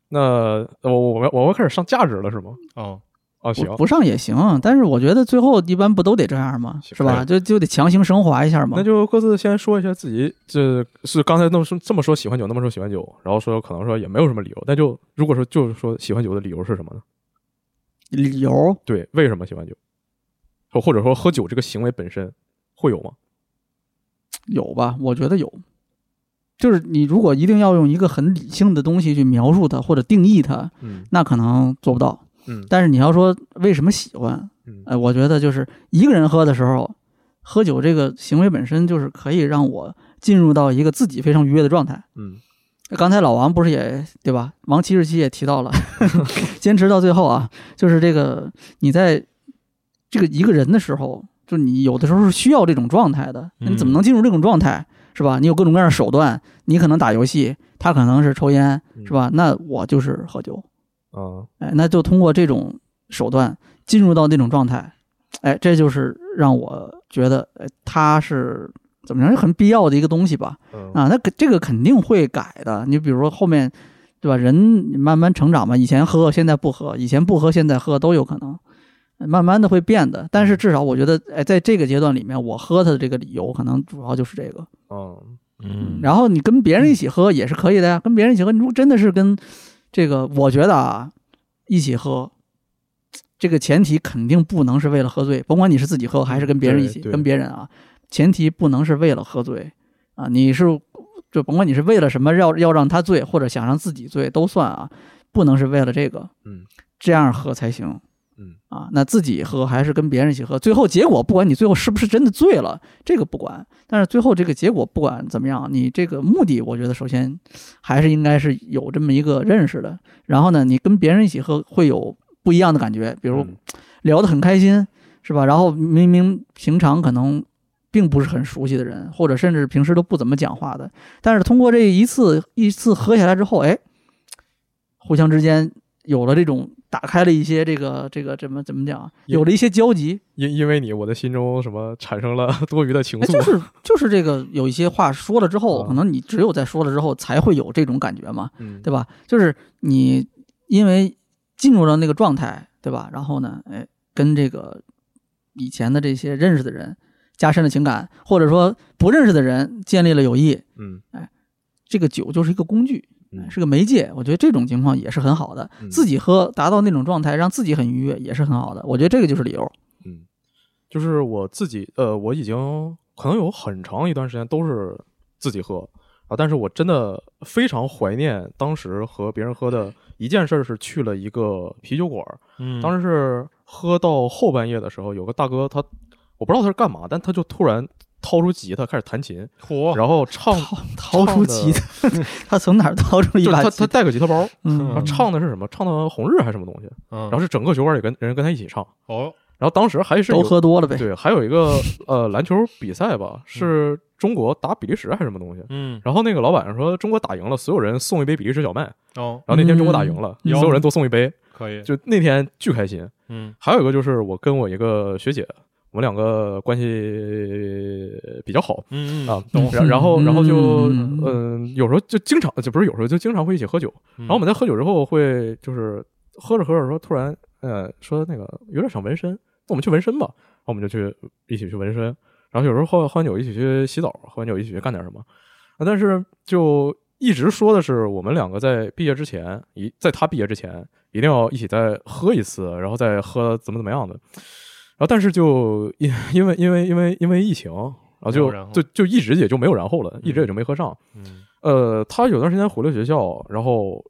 Speaker 1: 那呃我我们我要开始上价值了是吗？
Speaker 3: 哦，
Speaker 1: 啊，行
Speaker 2: 不，不上也行，但是我觉得最后一般不都得这样吗？
Speaker 1: 行
Speaker 2: 是吧？就就得强行升华一下嘛。
Speaker 1: 那就各自先说一下自己，这是刚才那么说这么说喜欢酒，那么说喜欢酒，然后说可能说也没有什么理由，那就如果说就是说喜欢酒的理由是什么呢？
Speaker 2: 理由
Speaker 1: 对，为什么喜欢酒？或或者说喝酒这个行为本身会有吗？
Speaker 2: 有吧？我觉得有，就是你如果一定要用一个很理性的东西去描述它或者定义它，
Speaker 1: 嗯
Speaker 2: 那可能做不到。
Speaker 1: 嗯
Speaker 2: 但是你要说为什么喜欢，
Speaker 1: 嗯
Speaker 2: 哎，我觉得就是一个人喝的时候，喝酒这个行为本身就是可以让我进入到一个自己非常愉悦的状态。
Speaker 1: 嗯
Speaker 2: 刚才老王不是也对吧？王七十七也提到了，坚持到最后啊，就是这个你在这个一个人的时候，就你有的时候是需要这种状态的。那你怎么能进入这种状态，是吧？你有各种各样的手段，你可能打游戏，他可能是抽烟，是吧？那我就是喝酒，
Speaker 1: 啊
Speaker 2: 哎，那就通过这种手段进入到那种状态，哎，这就是让我觉得，哎，他是怎么样，很必要的一个东西吧。
Speaker 1: 嗯
Speaker 2: 啊，那肯这个肯定会改的。你比如说后面，对吧？人慢慢成长嘛，以前喝，现在不喝；以前不喝，现在喝都有可能，慢慢的会变的。但是至少我觉得，哎，在这个阶段里面，我喝它的这个理由可能主要就是这个。
Speaker 1: 嗯
Speaker 3: 嗯，
Speaker 2: 然后你跟别人一起喝也是可以的呀，跟别人一起喝，你如果真的是跟这个，我觉得啊，一起喝。这个前提肯定不能是为了喝醉，甭管你是自己喝还是跟别人一起，
Speaker 1: 对对
Speaker 2: 跟别人啊，前提不能是为了喝醉啊，你是就甭管你是为了什么要要让他醉，或者想让自己醉都算啊，不能是为了这个，
Speaker 1: 嗯，
Speaker 2: 这样喝才行，
Speaker 1: 嗯
Speaker 2: 啊，那自己喝还是跟别人一起喝，最后结果不管你最后是不是真的醉了，这个不管，但是最后这个结果不管怎么样，你这个目的，我觉得首先还是应该是有这么一个认识的，然后呢，你跟别人一起喝会有不一样的感觉，
Speaker 1: 比
Speaker 2: 比如聊得很开心，是吧？然后明明平常可能并不是很熟悉的人，或者甚至平时都不怎么讲话的，但是通过这一次一次喝下来之后，哎，互相之间有了这种打开了一些这个这个怎么怎么讲啊，
Speaker 1: 也
Speaker 2: 有了一些交集，
Speaker 1: 因因为你，我的心中什么产生了 多余的情
Speaker 2: 哎，
Speaker 1: 愫，
Speaker 2: 就是就是这个有一些话说了之后，
Speaker 1: 啊
Speaker 2: 可能你只有在说了之后才会有这种感觉嘛，
Speaker 1: 嗯，
Speaker 2: 对吧？就是你因为进入到那个状态，对吧？然后呢，哎，跟这个以前的这些认识的人加深了情感，或者说不认识的人建立了友谊，
Speaker 1: 嗯
Speaker 2: 这个酒就是一个工具，
Speaker 1: 嗯
Speaker 2: 是个媒介。我觉得这种情况也是很好的，
Speaker 1: 嗯
Speaker 2: 自己喝达到那种状态，让自己很愉悦也是很好的。我觉得这个就是理由。
Speaker 1: 嗯，就是我自己，呃，我已经可能有很长一段时间都是自己喝啊，但是我真的非常怀念当时和别人喝
Speaker 2: 嗯
Speaker 1: 的一件事儿是去了一个啤酒馆儿，
Speaker 3: 嗯，
Speaker 1: 当时是喝到后半夜的时候，有个大哥他我不知道他是干嘛，但他就突然掏出吉他开始弹琴，
Speaker 3: 火，
Speaker 1: 然后唱，
Speaker 2: 掏出吉他， 他从哪儿掏出一
Speaker 1: 就是
Speaker 2: 把
Speaker 1: 他
Speaker 2: 吉
Speaker 1: 他
Speaker 2: 他？
Speaker 1: 带个吉他包，然后
Speaker 2: 嗯，
Speaker 1: 唱的是什么？唱的红日还是什么东西？
Speaker 3: 然
Speaker 1: 嗯然后是整个酒馆里跟人跟他一起唱，
Speaker 3: 哦，
Speaker 1: 然后当时还是
Speaker 2: 都
Speaker 1: 有
Speaker 2: 喝多了呗。
Speaker 1: 对，还有一个呃 篮球比赛吧，是中国打比利时还是什么东西？
Speaker 3: 嗯，
Speaker 1: 然后那个老板说中国打赢了，所有人送一杯比利时小麦。
Speaker 3: 哦，
Speaker 1: 然后那天中国打赢了，
Speaker 2: 嗯
Speaker 1: 所有人都送一杯，
Speaker 3: 可以，
Speaker 1: 就那天巨开心。
Speaker 3: 嗯
Speaker 1: 还有一个就是我跟我一个学姐，我们两个关系比较好。
Speaker 3: 嗯嗯
Speaker 1: 啊，
Speaker 3: 懂，
Speaker 1: 然然后然后就
Speaker 2: 嗯
Speaker 1: 嗯、有时候就经常就不是有时候就经常会一起喝酒，
Speaker 3: 然
Speaker 1: 然后我们在喝酒之后会就是喝着喝着说突然呃说那个有点想纹身，那我们去纹身吧，然后我们就去一起去纹身，然后有时候喝喝完酒一起去洗澡，喝完酒一起去干点什么，啊但是就一直说的是我们两个在毕业之前一在他毕业之前一定要一起再喝一次，然后再喝怎么怎么样的，然后但是就因因为因为因为因为疫情，然后
Speaker 3: 没有
Speaker 1: 就
Speaker 3: 然后
Speaker 1: 就就一直也就没有然后了，一直也就没喝上。
Speaker 3: 嗯
Speaker 1: 呃，他有段时间回了学校，然后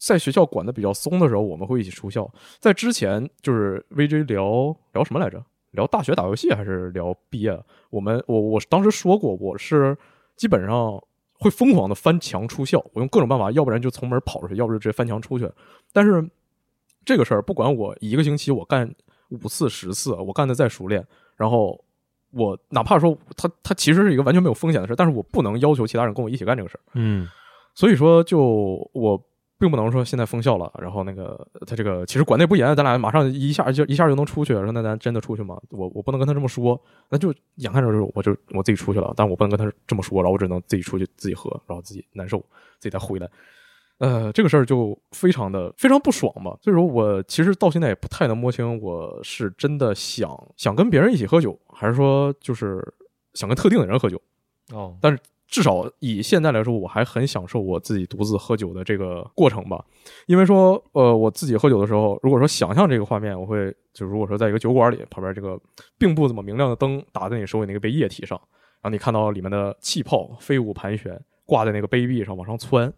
Speaker 1: 在学校管的比较松的时候，我们会一起出校。在之前就是 VJ 聊聊什么来着？聊大学打游戏还是聊毕业？我们我我当时说过，我是基本上会疯狂的翻墙出校，我用各种办法，要不然就从门跑出去，要不就直接翻墙出去。但是这个事儿，不管我一个星期我干五次十次，我干的再熟练，然后我哪怕说他他其实是一个完全没有风险的事，但是我不能要求其他人跟我一起干这个事儿。
Speaker 3: 嗯
Speaker 1: 所以说，就我并不能说现在封校了，然后那个他这个其实管得也不严，啊咱俩马上一下就一下就能出去，说那咱真的出去吗？我我不能跟他这么说，那就眼看着就是我就我自己出去了，但我不能跟他这么说，然后我只能自己出去自己喝，然后自己难受，自己再回来。呃，这个事儿就非常的非常不爽吧，所以说我其实到现在也不太能摸清，我是真的想想跟别人一起喝酒，还是说就是想跟特定的人喝酒。嗯
Speaker 3: 哦，
Speaker 1: 至少以现在来说，我还很享受我自己独自喝酒的这个过程吧。因为说，呃，我自己喝酒的时候，如果说想象这个画面，我会就如果说在一个酒馆里，旁边这个并不怎么明亮的灯打在你手里那个杯液体上，然后你看到里面的气泡飞舞盘旋，挂在那个杯壁上往上窜。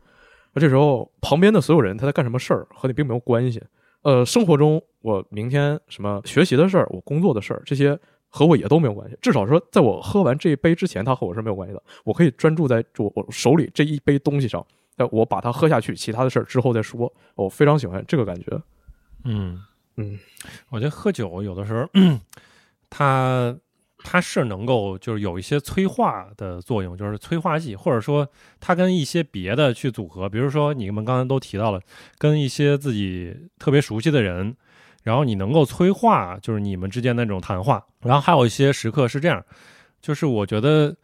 Speaker 1: 那这时候旁边的所有人他在干什么事儿和你并没有关系。呃，生活中我明天什么学习的事儿，我工作的事儿，这些和我也都没有关系。至少说，在我喝完这一杯之前，他和我是没有关系的。我可以专注在我我手里这一杯东西上，但我把它喝下去，其他的事儿之后再说。我非常喜欢这个感觉。
Speaker 3: 嗯
Speaker 1: 嗯，
Speaker 3: 我觉得喝酒有的时候，它它是能够就是有一些催化的作用，就是催化剂，或者说它跟一些别的去组合，比如说你们刚才都提到了，跟一些自己特别熟悉的人，然后你能够催化就是你们之间那种谈话，然后还有一些时刻是这样，就是我觉得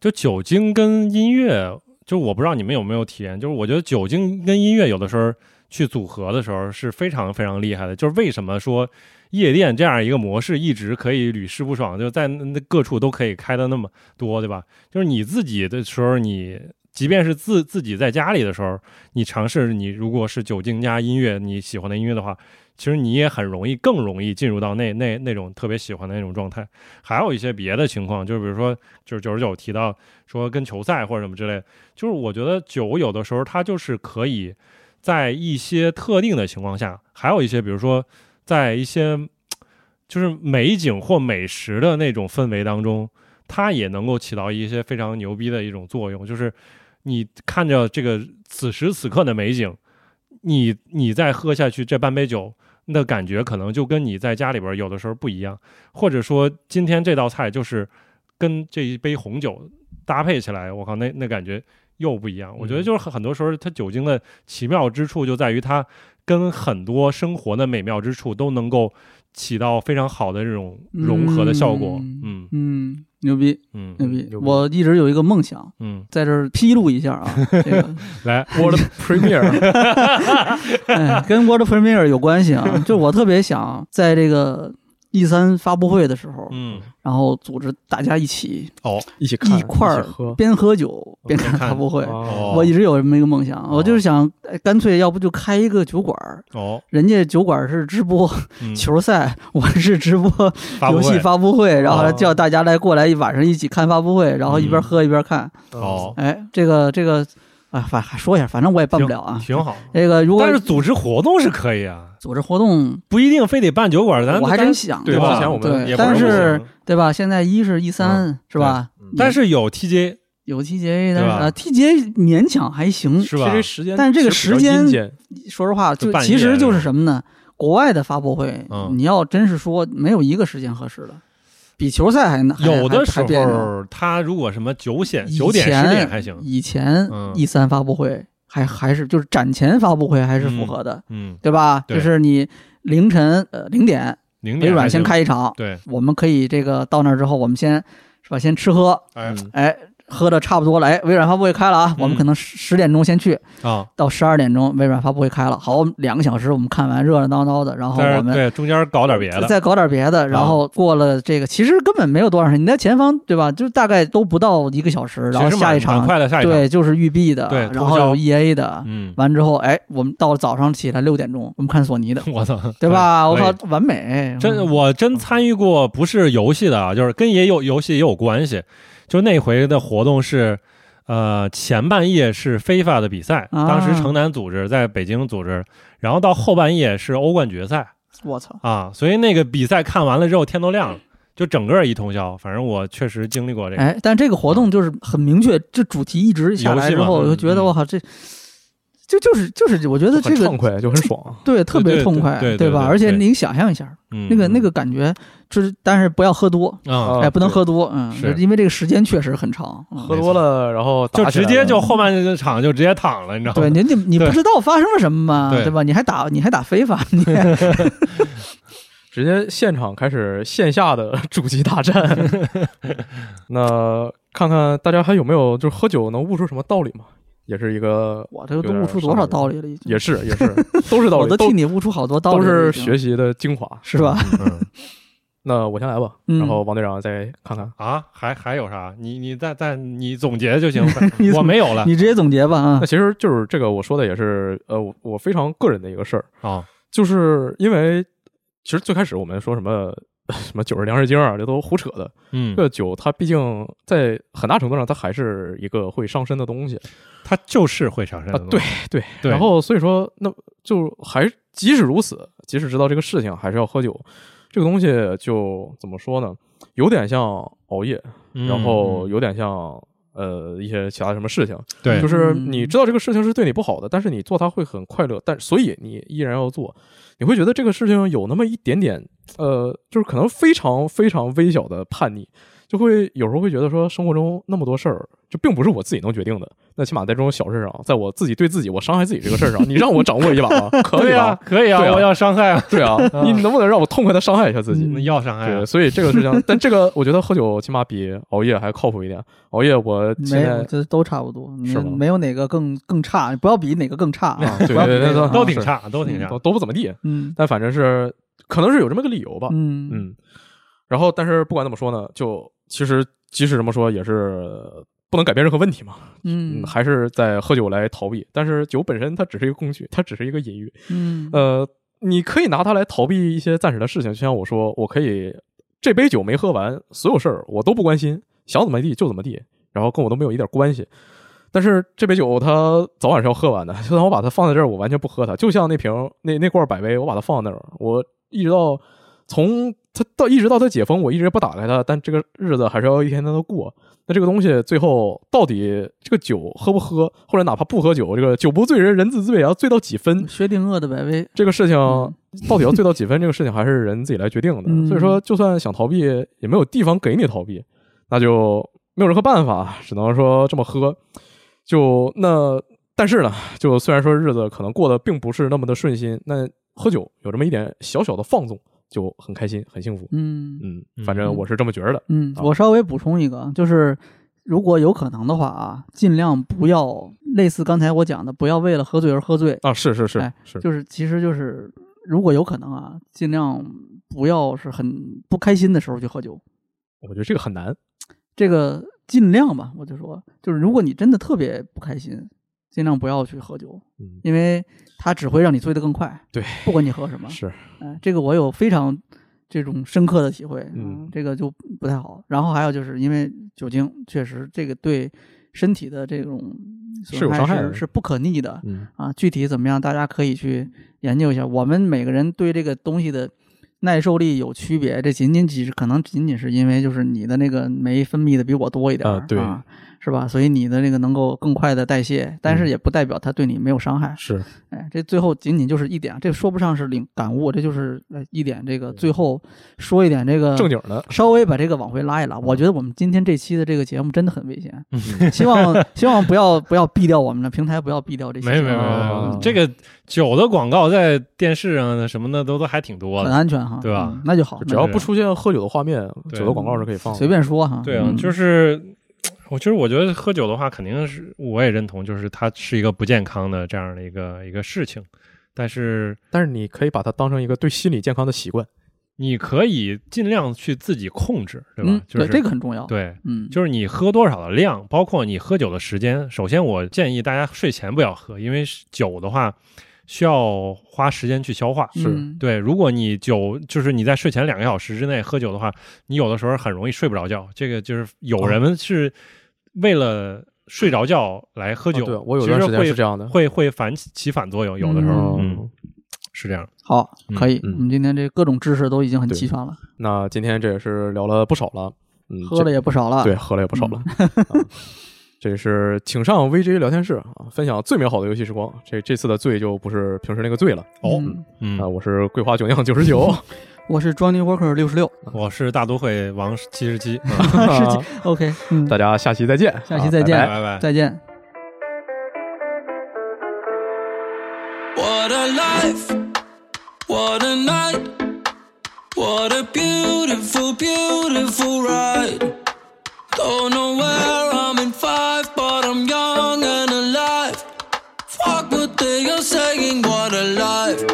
Speaker 3: 就酒精跟音乐，就我不知道你们有没有体验，就是我觉得酒精跟音乐有的时候。去组合的时候是非常非常厉害的。就是为什么说夜店这样一个模式一直可以屡试不爽，就在那那各处都可以开的那么多，对吧？就是你自己的时候，你即便是自自己在家里的时候，你尝试你如果是酒精加音乐你喜欢的音乐的话，其实你也很容易更容易进入到那那那种特别喜欢的那种状态。还有一些别的情况，就是比如说，就是九十九提到说跟球赛或者什么之类的，就是我觉得酒有的时候它就是可以。在一些特定的情况下，还有一些比如说在一些就是美景或美食的那种氛围当中，它也能够起到一些非常牛逼的一种作用，就是你看着这个此时此刻的美景，你你再喝下去这半杯酒。那感觉可能就跟你在家里边有的时候不一样，或者说今天这道菜就是跟这一杯红酒搭配起来，我靠，那那感觉又不一样。我觉得就是很很多时候，它酒精的奇妙之处就在于它跟很多生活的美妙之处都能够起到非常好的这种融合的效果。嗯
Speaker 2: 嗯，牛逼
Speaker 3: 嗯
Speaker 2: 牛逼！
Speaker 1: 牛逼
Speaker 2: 我一直有一个梦想，
Speaker 3: 嗯，
Speaker 2: 在这儿披露一下啊， 这个
Speaker 3: 来，
Speaker 1: World Premiere，
Speaker 2: 哎，跟 World Premiere 有关 系啊。就我特别想在这个 E 三发布会的时候，
Speaker 3: 嗯
Speaker 2: 然后组织大家一起
Speaker 3: 哦
Speaker 1: 一起看，
Speaker 2: 一块儿
Speaker 1: 起喝。
Speaker 2: 边喝酒边
Speaker 3: 边
Speaker 2: 看
Speaker 3: 看
Speaker 2: 发布会。
Speaker 1: 哦
Speaker 3: 哦
Speaker 2: 我一直有这么一个梦想，我就是想，哎干脆要不就开一个酒馆儿，
Speaker 3: 哦，
Speaker 2: 人家酒馆儿是直播
Speaker 3: 嗯
Speaker 2: 球赛， 我是直播
Speaker 3: 发布
Speaker 2: 游
Speaker 3: 会
Speaker 2: 戏发布会，然后还
Speaker 1: 哦
Speaker 2: 叫大家来过来一晚上一起看发布会，然后一边
Speaker 3: 嗯
Speaker 2: 喝一边看。
Speaker 3: 哦，
Speaker 2: 哎，这个这个，啊，反还说一下，反正我也办不了啊。
Speaker 3: 挺好。
Speaker 2: 这个如果
Speaker 3: 但是组织活动是可以啊，
Speaker 2: 组织活动，
Speaker 3: 不一定非得办酒馆，咱
Speaker 2: 我还
Speaker 3: 咱
Speaker 2: 真想
Speaker 1: 对
Speaker 3: 对吧
Speaker 1: 之前我们
Speaker 2: 对
Speaker 3: 也不
Speaker 2: 但
Speaker 3: 容易
Speaker 2: 是
Speaker 3: 行
Speaker 2: 对吧？现在一是一三是吧？
Speaker 1: 嗯
Speaker 2: 也
Speaker 3: 但是有 TJ
Speaker 2: 有 TGA，
Speaker 3: 对
Speaker 2: 但是
Speaker 3: 吧
Speaker 2: 啊 TGA 勉强还行。
Speaker 1: 其
Speaker 3: 是吧？
Speaker 1: 实时间，
Speaker 2: 但是这个时间说实话，
Speaker 3: 就
Speaker 2: 就
Speaker 3: 半夜
Speaker 2: 其实就是什么呢？国外的发布会
Speaker 3: 嗯，
Speaker 2: 你要真是说没有一个时间合适的，比球赛还难。还
Speaker 3: 有的
Speaker 2: 还
Speaker 3: 时
Speaker 2: 还别扭
Speaker 3: 候，他如果什么九点
Speaker 2: 以
Speaker 3: 九点
Speaker 2: 前
Speaker 3: 十点还行，
Speaker 2: 以前
Speaker 3: 嗯
Speaker 2: E 三发布会还还是就是展前发布会还是符合的，
Speaker 3: 嗯，
Speaker 2: 对吧？
Speaker 3: 对
Speaker 2: 就是你凌晨呃零点，
Speaker 3: 零
Speaker 2: 微
Speaker 3: 点
Speaker 2: 软
Speaker 3: 还行
Speaker 2: 先，开一场，
Speaker 3: 对，
Speaker 2: 我们可以这个到那儿之后，我们先是吧？先吃喝，
Speaker 3: 哎
Speaker 2: 哎，喝的差不多了，哎，微软发布会开了啊，
Speaker 3: 嗯
Speaker 2: 我们可能十十点钟先去，
Speaker 3: 啊，
Speaker 2: 到十二点钟微软发布会开了，好，我们两个小时我们看完热热闹闹的，然后
Speaker 3: 但
Speaker 2: 我
Speaker 3: 是
Speaker 2: 们。
Speaker 3: 对中间搞点别的，啊
Speaker 2: 再搞点别的，然后过了这个，其实根本没有多长时间。你在前方对吧？就大概都不到一个小时，然
Speaker 3: 其
Speaker 2: 后
Speaker 3: 实
Speaker 2: 下
Speaker 3: 蛮
Speaker 2: 一场
Speaker 3: 蛮快的下一场，
Speaker 2: 对，就是育碧的，
Speaker 3: 对
Speaker 2: 然
Speaker 3: 通
Speaker 2: 后
Speaker 3: 宵
Speaker 2: 有 E A 的，
Speaker 3: 嗯，，
Speaker 2: 完之后，哎，我们到了早上起来六点钟，我们看索尼的
Speaker 3: 我操，
Speaker 2: 对吧？我
Speaker 3: 可以
Speaker 2: 靠，嗯完美，
Speaker 3: 真，我真参与过，不是游戏的啊，就是跟也有游戏也有关系。就那回的活动是，呃，前半夜是非法的比赛，
Speaker 2: 啊
Speaker 3: 当时城南组织在北京组织，然后到后半夜是欧冠决赛
Speaker 2: 我操，
Speaker 3: 啊，所以那个比赛看完了之后天都亮了，就整个一通宵。反正我确实经历过这个，
Speaker 2: 哎，但这个活动就是很明确，这主题一直下
Speaker 3: 游
Speaker 2: 来
Speaker 3: 戏
Speaker 2: 之
Speaker 3: 嘛
Speaker 2: 后，我就
Speaker 3: 嗯
Speaker 2: 觉得
Speaker 3: 嗯
Speaker 2: 我靠，这就就是就是，我觉得这
Speaker 1: 很畅
Speaker 2: 个
Speaker 1: 快，就很爽。啊
Speaker 2: 对特别
Speaker 3: 对
Speaker 2: 痛
Speaker 3: 对
Speaker 2: 快，
Speaker 3: 对对
Speaker 2: 吧？
Speaker 3: 对
Speaker 2: 而且
Speaker 3: 对
Speaker 2: 你想象一下，
Speaker 3: 嗯
Speaker 2: 那个那个感觉，就是但是不要喝多，
Speaker 3: 啊、
Speaker 1: 啊
Speaker 2: 哎，不能
Speaker 1: 对
Speaker 2: 喝多，嗯，
Speaker 3: 是
Speaker 2: 因为这个时间确实很长，嗯
Speaker 1: 喝多了，然后
Speaker 3: 就
Speaker 1: 打起
Speaker 3: 直
Speaker 1: 来
Speaker 3: 接
Speaker 1: 了嗯
Speaker 3: 就后半场就直接躺了，你知道
Speaker 2: 对，
Speaker 3: 吗？
Speaker 2: 你你你不
Speaker 3: 对
Speaker 2: 知道发生了什么嘛，
Speaker 3: 对
Speaker 2: 对吧？你还打你还打非法，你还
Speaker 1: 直接现场开始线下的 主机大 战。那看看大家还有没有就是喝酒能悟出什么道理吗？也是一个，
Speaker 2: 我这个都悟出多少道理了，已经
Speaker 1: 也是也是， 都是道
Speaker 2: 我
Speaker 1: 理，
Speaker 2: 都
Speaker 1: 都
Speaker 2: 替你悟出好多道
Speaker 1: 都
Speaker 2: 理了，
Speaker 1: 是
Speaker 2: 已经
Speaker 1: 学习的精华。
Speaker 2: 是吧？
Speaker 3: 嗯
Speaker 1: 那我先来吧，
Speaker 2: 嗯
Speaker 1: 然后王队长再看看。
Speaker 3: 啊，还还有啥？你你再再你总结 就行
Speaker 2: 你，
Speaker 3: 我
Speaker 2: 总
Speaker 3: 没有了
Speaker 2: 你直接总结吧啊
Speaker 1: 那！其实就是这个我说的也是，呃，我我非常个人的一个事儿，
Speaker 3: 啊。
Speaker 1: 就是因为其实最开始我们说什么 什么酒是粮食精啊，这都胡扯的。
Speaker 3: 嗯
Speaker 1: 这，个酒它毕竟在很大程度上它还是一个会伤身的东西
Speaker 3: 它就是会上身
Speaker 1: 啊
Speaker 3: 的，东
Speaker 1: 对
Speaker 3: 西、
Speaker 1: 对。
Speaker 3: 对
Speaker 1: 然后所以说，那就还即使如此，即使知道这个事情，还是要喝酒。这个东西就怎么说呢？有点像熬夜，
Speaker 3: 嗯
Speaker 1: 然后
Speaker 3: 嗯
Speaker 1: 有点像呃一些其他什么事情，
Speaker 3: 对，
Speaker 1: 就是
Speaker 2: 嗯
Speaker 1: 你知道这个事情是对你不好的，但是你做它会很快乐，但所以你依然要做，你会觉得这个事情有那么一点点，呃，就是可能非常非常微小的叛逆，就会有时候会觉得说生活中那么多事儿，就并不是我自己能决定的，那起码在这种小事上，在我自己对自己我伤害自己这个事儿上，你让我掌握一把 吧，可以
Speaker 3: 对啊，
Speaker 1: 吧？
Speaker 3: 可以啊，
Speaker 1: 对啊
Speaker 3: 我要伤 害啊，
Speaker 1: 对啊，哎你能不能让我痛快的伤害一下自己？
Speaker 2: 嗯
Speaker 3: 那要伤害啊
Speaker 1: 对，，所以这个事 情，但这个我觉得喝酒起码比熬夜还靠谱一点。熬夜我现
Speaker 2: 没
Speaker 1: 在
Speaker 2: 有，这都差不多，没
Speaker 1: 是吗
Speaker 2: 没有哪个更更差，不要比哪个更差啊！
Speaker 1: 对
Speaker 2: 不要比
Speaker 1: 对对
Speaker 2: 哪
Speaker 1: 对
Speaker 2: 个 更
Speaker 3: 都
Speaker 1: 对
Speaker 2: 差
Speaker 3: 挺差，啊都挺差
Speaker 1: 都，都不怎么地，
Speaker 2: 嗯
Speaker 1: 但反正是可能是有这么个理由吧。
Speaker 2: 嗯
Speaker 1: 嗯，然后但是不管怎么说呢，就其实即使这么说也是。不能改变任何问题嘛？
Speaker 2: 嗯
Speaker 1: 还是在喝酒来逃避。但是酒本身它只是一个工具，它只是一个隐喻。
Speaker 2: 嗯
Speaker 1: 呃，你可以拿它来逃避一些暂时的事情，就像我说，我可以这杯酒没喝完，所有事儿我都不关心，想怎么地就怎么地，然后跟我都没有一点关系。但是这杯酒它早晚是要喝完的，就算我把它放在这儿，我完全不喝它。就像那瓶那那罐百威，我把它放在那儿，我一直到从它到一直到它解封，我一直不打开它，但这个日子还是要一天天的过。那这个东西最后到底这个酒喝不喝，或者哪怕不喝酒，这个酒不醉人人自醉啊，醉到几分，
Speaker 2: 薛定谔的百威，
Speaker 1: 这个事情
Speaker 2: 嗯
Speaker 1: 到底要醉到几分，这个事情还是人自己来决定的。
Speaker 2: 嗯
Speaker 1: 所以说，就算想逃避，也没有地方给你逃避，那就没有任何办法，只能说这么喝。就那，但是呢，就虽然说日子可能过得并不是那么的顺心，那喝酒有这么一点小小的放纵，就很开心，很幸福。
Speaker 2: 嗯
Speaker 1: 嗯
Speaker 3: 嗯，
Speaker 1: 反正我是这么觉着的。
Speaker 2: 嗯，
Speaker 1: 啊
Speaker 2: 我稍微补充一个，啊就是如果有可能的话啊，尽量不要类似刚才我讲的，不要为了喝醉而喝醉，
Speaker 1: 啊，是是是
Speaker 2: 哎
Speaker 1: 是，
Speaker 2: 就是其实就是如果有可能啊，尽量不要是很不开心的时候去喝酒，
Speaker 1: 我觉得这个很难。
Speaker 2: 这个尽量吧，我就说，就是如果你真的特别不开心，尽量不要去喝酒，
Speaker 1: 嗯，
Speaker 2: 因为它只会让你醉得更快。
Speaker 1: 对，
Speaker 2: 不管你喝什么，
Speaker 1: 是
Speaker 2: 哎，这个我有非常这种深刻的体会，
Speaker 1: 嗯
Speaker 2: 这个就不太好。然后还有就是因为酒精，确实这个对身体的这种
Speaker 1: 是有
Speaker 2: 损
Speaker 1: 伤害
Speaker 2: 害是
Speaker 1: 的
Speaker 2: 是不可逆的
Speaker 1: 嗯
Speaker 2: 啊。具体怎么样，大家可以去研究一下。我们每个人对这个东西的耐受力有区别，这仅仅只是可能仅仅是因为就是你的那个酶分泌的比我多一点儿，
Speaker 1: 啊对
Speaker 2: 啊，是吧？所以你的那个能够更快的代谢，但
Speaker 3: 嗯
Speaker 2: 是也不代表它对你没有伤害。
Speaker 1: 是
Speaker 2: 哎，这最后仅仅就是一点，这说不上是领感悟，这就是呃一点这个最后说一点这个
Speaker 1: 正，经的，
Speaker 2: 稍微把这个往回拉一拉。我觉得我们今天这期的这个节目真的很危险，
Speaker 3: 嗯
Speaker 1: 嗯
Speaker 2: 希望希望不要不要毙掉我们的平台，不要毙掉这些，
Speaker 3: 没有没有没有没
Speaker 1: 啊
Speaker 3: 有，哦这个酒的广告在电视上的什么的都都还挺多
Speaker 2: 很
Speaker 3: 的。
Speaker 2: 安全哈，
Speaker 3: 对吧
Speaker 2: 嗯那就好，
Speaker 1: 只要不出现喝酒的画面，
Speaker 3: 对
Speaker 1: 酒的广告是可以放的。
Speaker 2: 那随便说哈，
Speaker 3: 对啊，
Speaker 2: 嗯
Speaker 3: 就是我就是我觉得喝酒的话，肯定是我也认同，就是它是一个不健康的这样的一个一个事情，但是
Speaker 1: 但是你可以把它当成一个对心理健康的习惯。
Speaker 3: 你可以尽量去自己控制，对吧？
Speaker 2: 嗯，
Speaker 3: 就是
Speaker 2: 对，这个很重要，，
Speaker 3: 对。
Speaker 2: 嗯，
Speaker 3: 就是你喝多少的量，包括你喝酒的时间。首先，我建议大家睡前不要喝，因为酒的话需要花时间去消化。
Speaker 1: 是
Speaker 2: 嗯
Speaker 3: 对，如果你酒就是你在睡前两个小时之内喝酒的话，你有的时候很容易睡不着觉。这个就是有
Speaker 1: 哦
Speaker 3: 人是为了睡着觉来喝酒，
Speaker 1: 啊对我有段时间是这样的
Speaker 3: 其实会会会反起反作用，有的时候
Speaker 2: 嗯
Speaker 3: 嗯是这样。
Speaker 2: 好，
Speaker 3: 嗯
Speaker 2: 可以，
Speaker 1: 嗯
Speaker 2: 我们今天这各种知识都已经很
Speaker 1: 对
Speaker 2: 齐全了，
Speaker 1: 那今天这也是聊了不少了，嗯，
Speaker 2: 喝了
Speaker 1: 也
Speaker 2: 也不少了，嗯
Speaker 1: 对，，喝了也不少了。啊这是请上 VJ 聊天室啊，分享最美好的游戏时光。这这次的醉就不是平时那个醉了
Speaker 3: 哦
Speaker 2: 嗯，
Speaker 3: 嗯
Speaker 1: 啊，，我是桂花酒酿九十 九，
Speaker 2: 我是 Johnny Walker 六十六
Speaker 3: 我是大都会王七十 七，嗯
Speaker 1: 啊
Speaker 2: ，OK，嗯，
Speaker 1: 大家下期再见，
Speaker 2: 下期
Speaker 1: 啊
Speaker 2: 再
Speaker 1: 拜
Speaker 2: 见
Speaker 1: 拜
Speaker 3: 拜拜。
Speaker 2: 再见。
Speaker 4: What a life, what a night, what a beautiful, beautiful ride. Don't know where I'm in five, but I'm young and alive. Fuck what they are saying, what a life.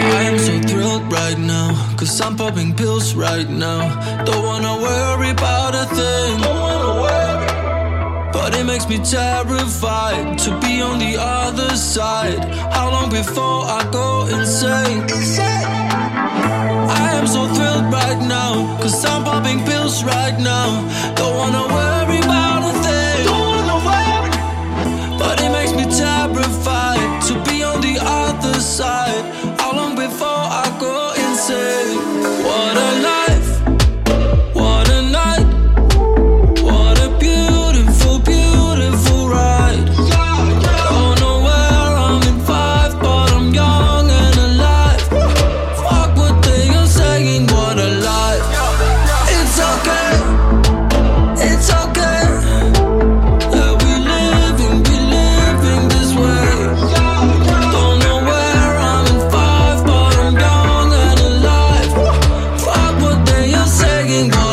Speaker 4: I am so thrilled right now, cause I'm popping pills right now. Don't wanna worry about a thing. Don't wanna worry. But it makes me terrified to be on the other side. How long before I go insane? I am so thrilled right now, cause I'm popping pills right now. Don't wanna worry about a thing. But it makes me terrified to be on the other side. How long before I go insane? What a life, what a night. What a beautiful, beautiful ride. Don't know where I'm in five, but I'm young and alive. Fuck what they are saying, what a lie. It's okay, it's okay. That we living, we living this way. Don't know where I'm in five, but I'm young and alive. Fuck what they are saying, what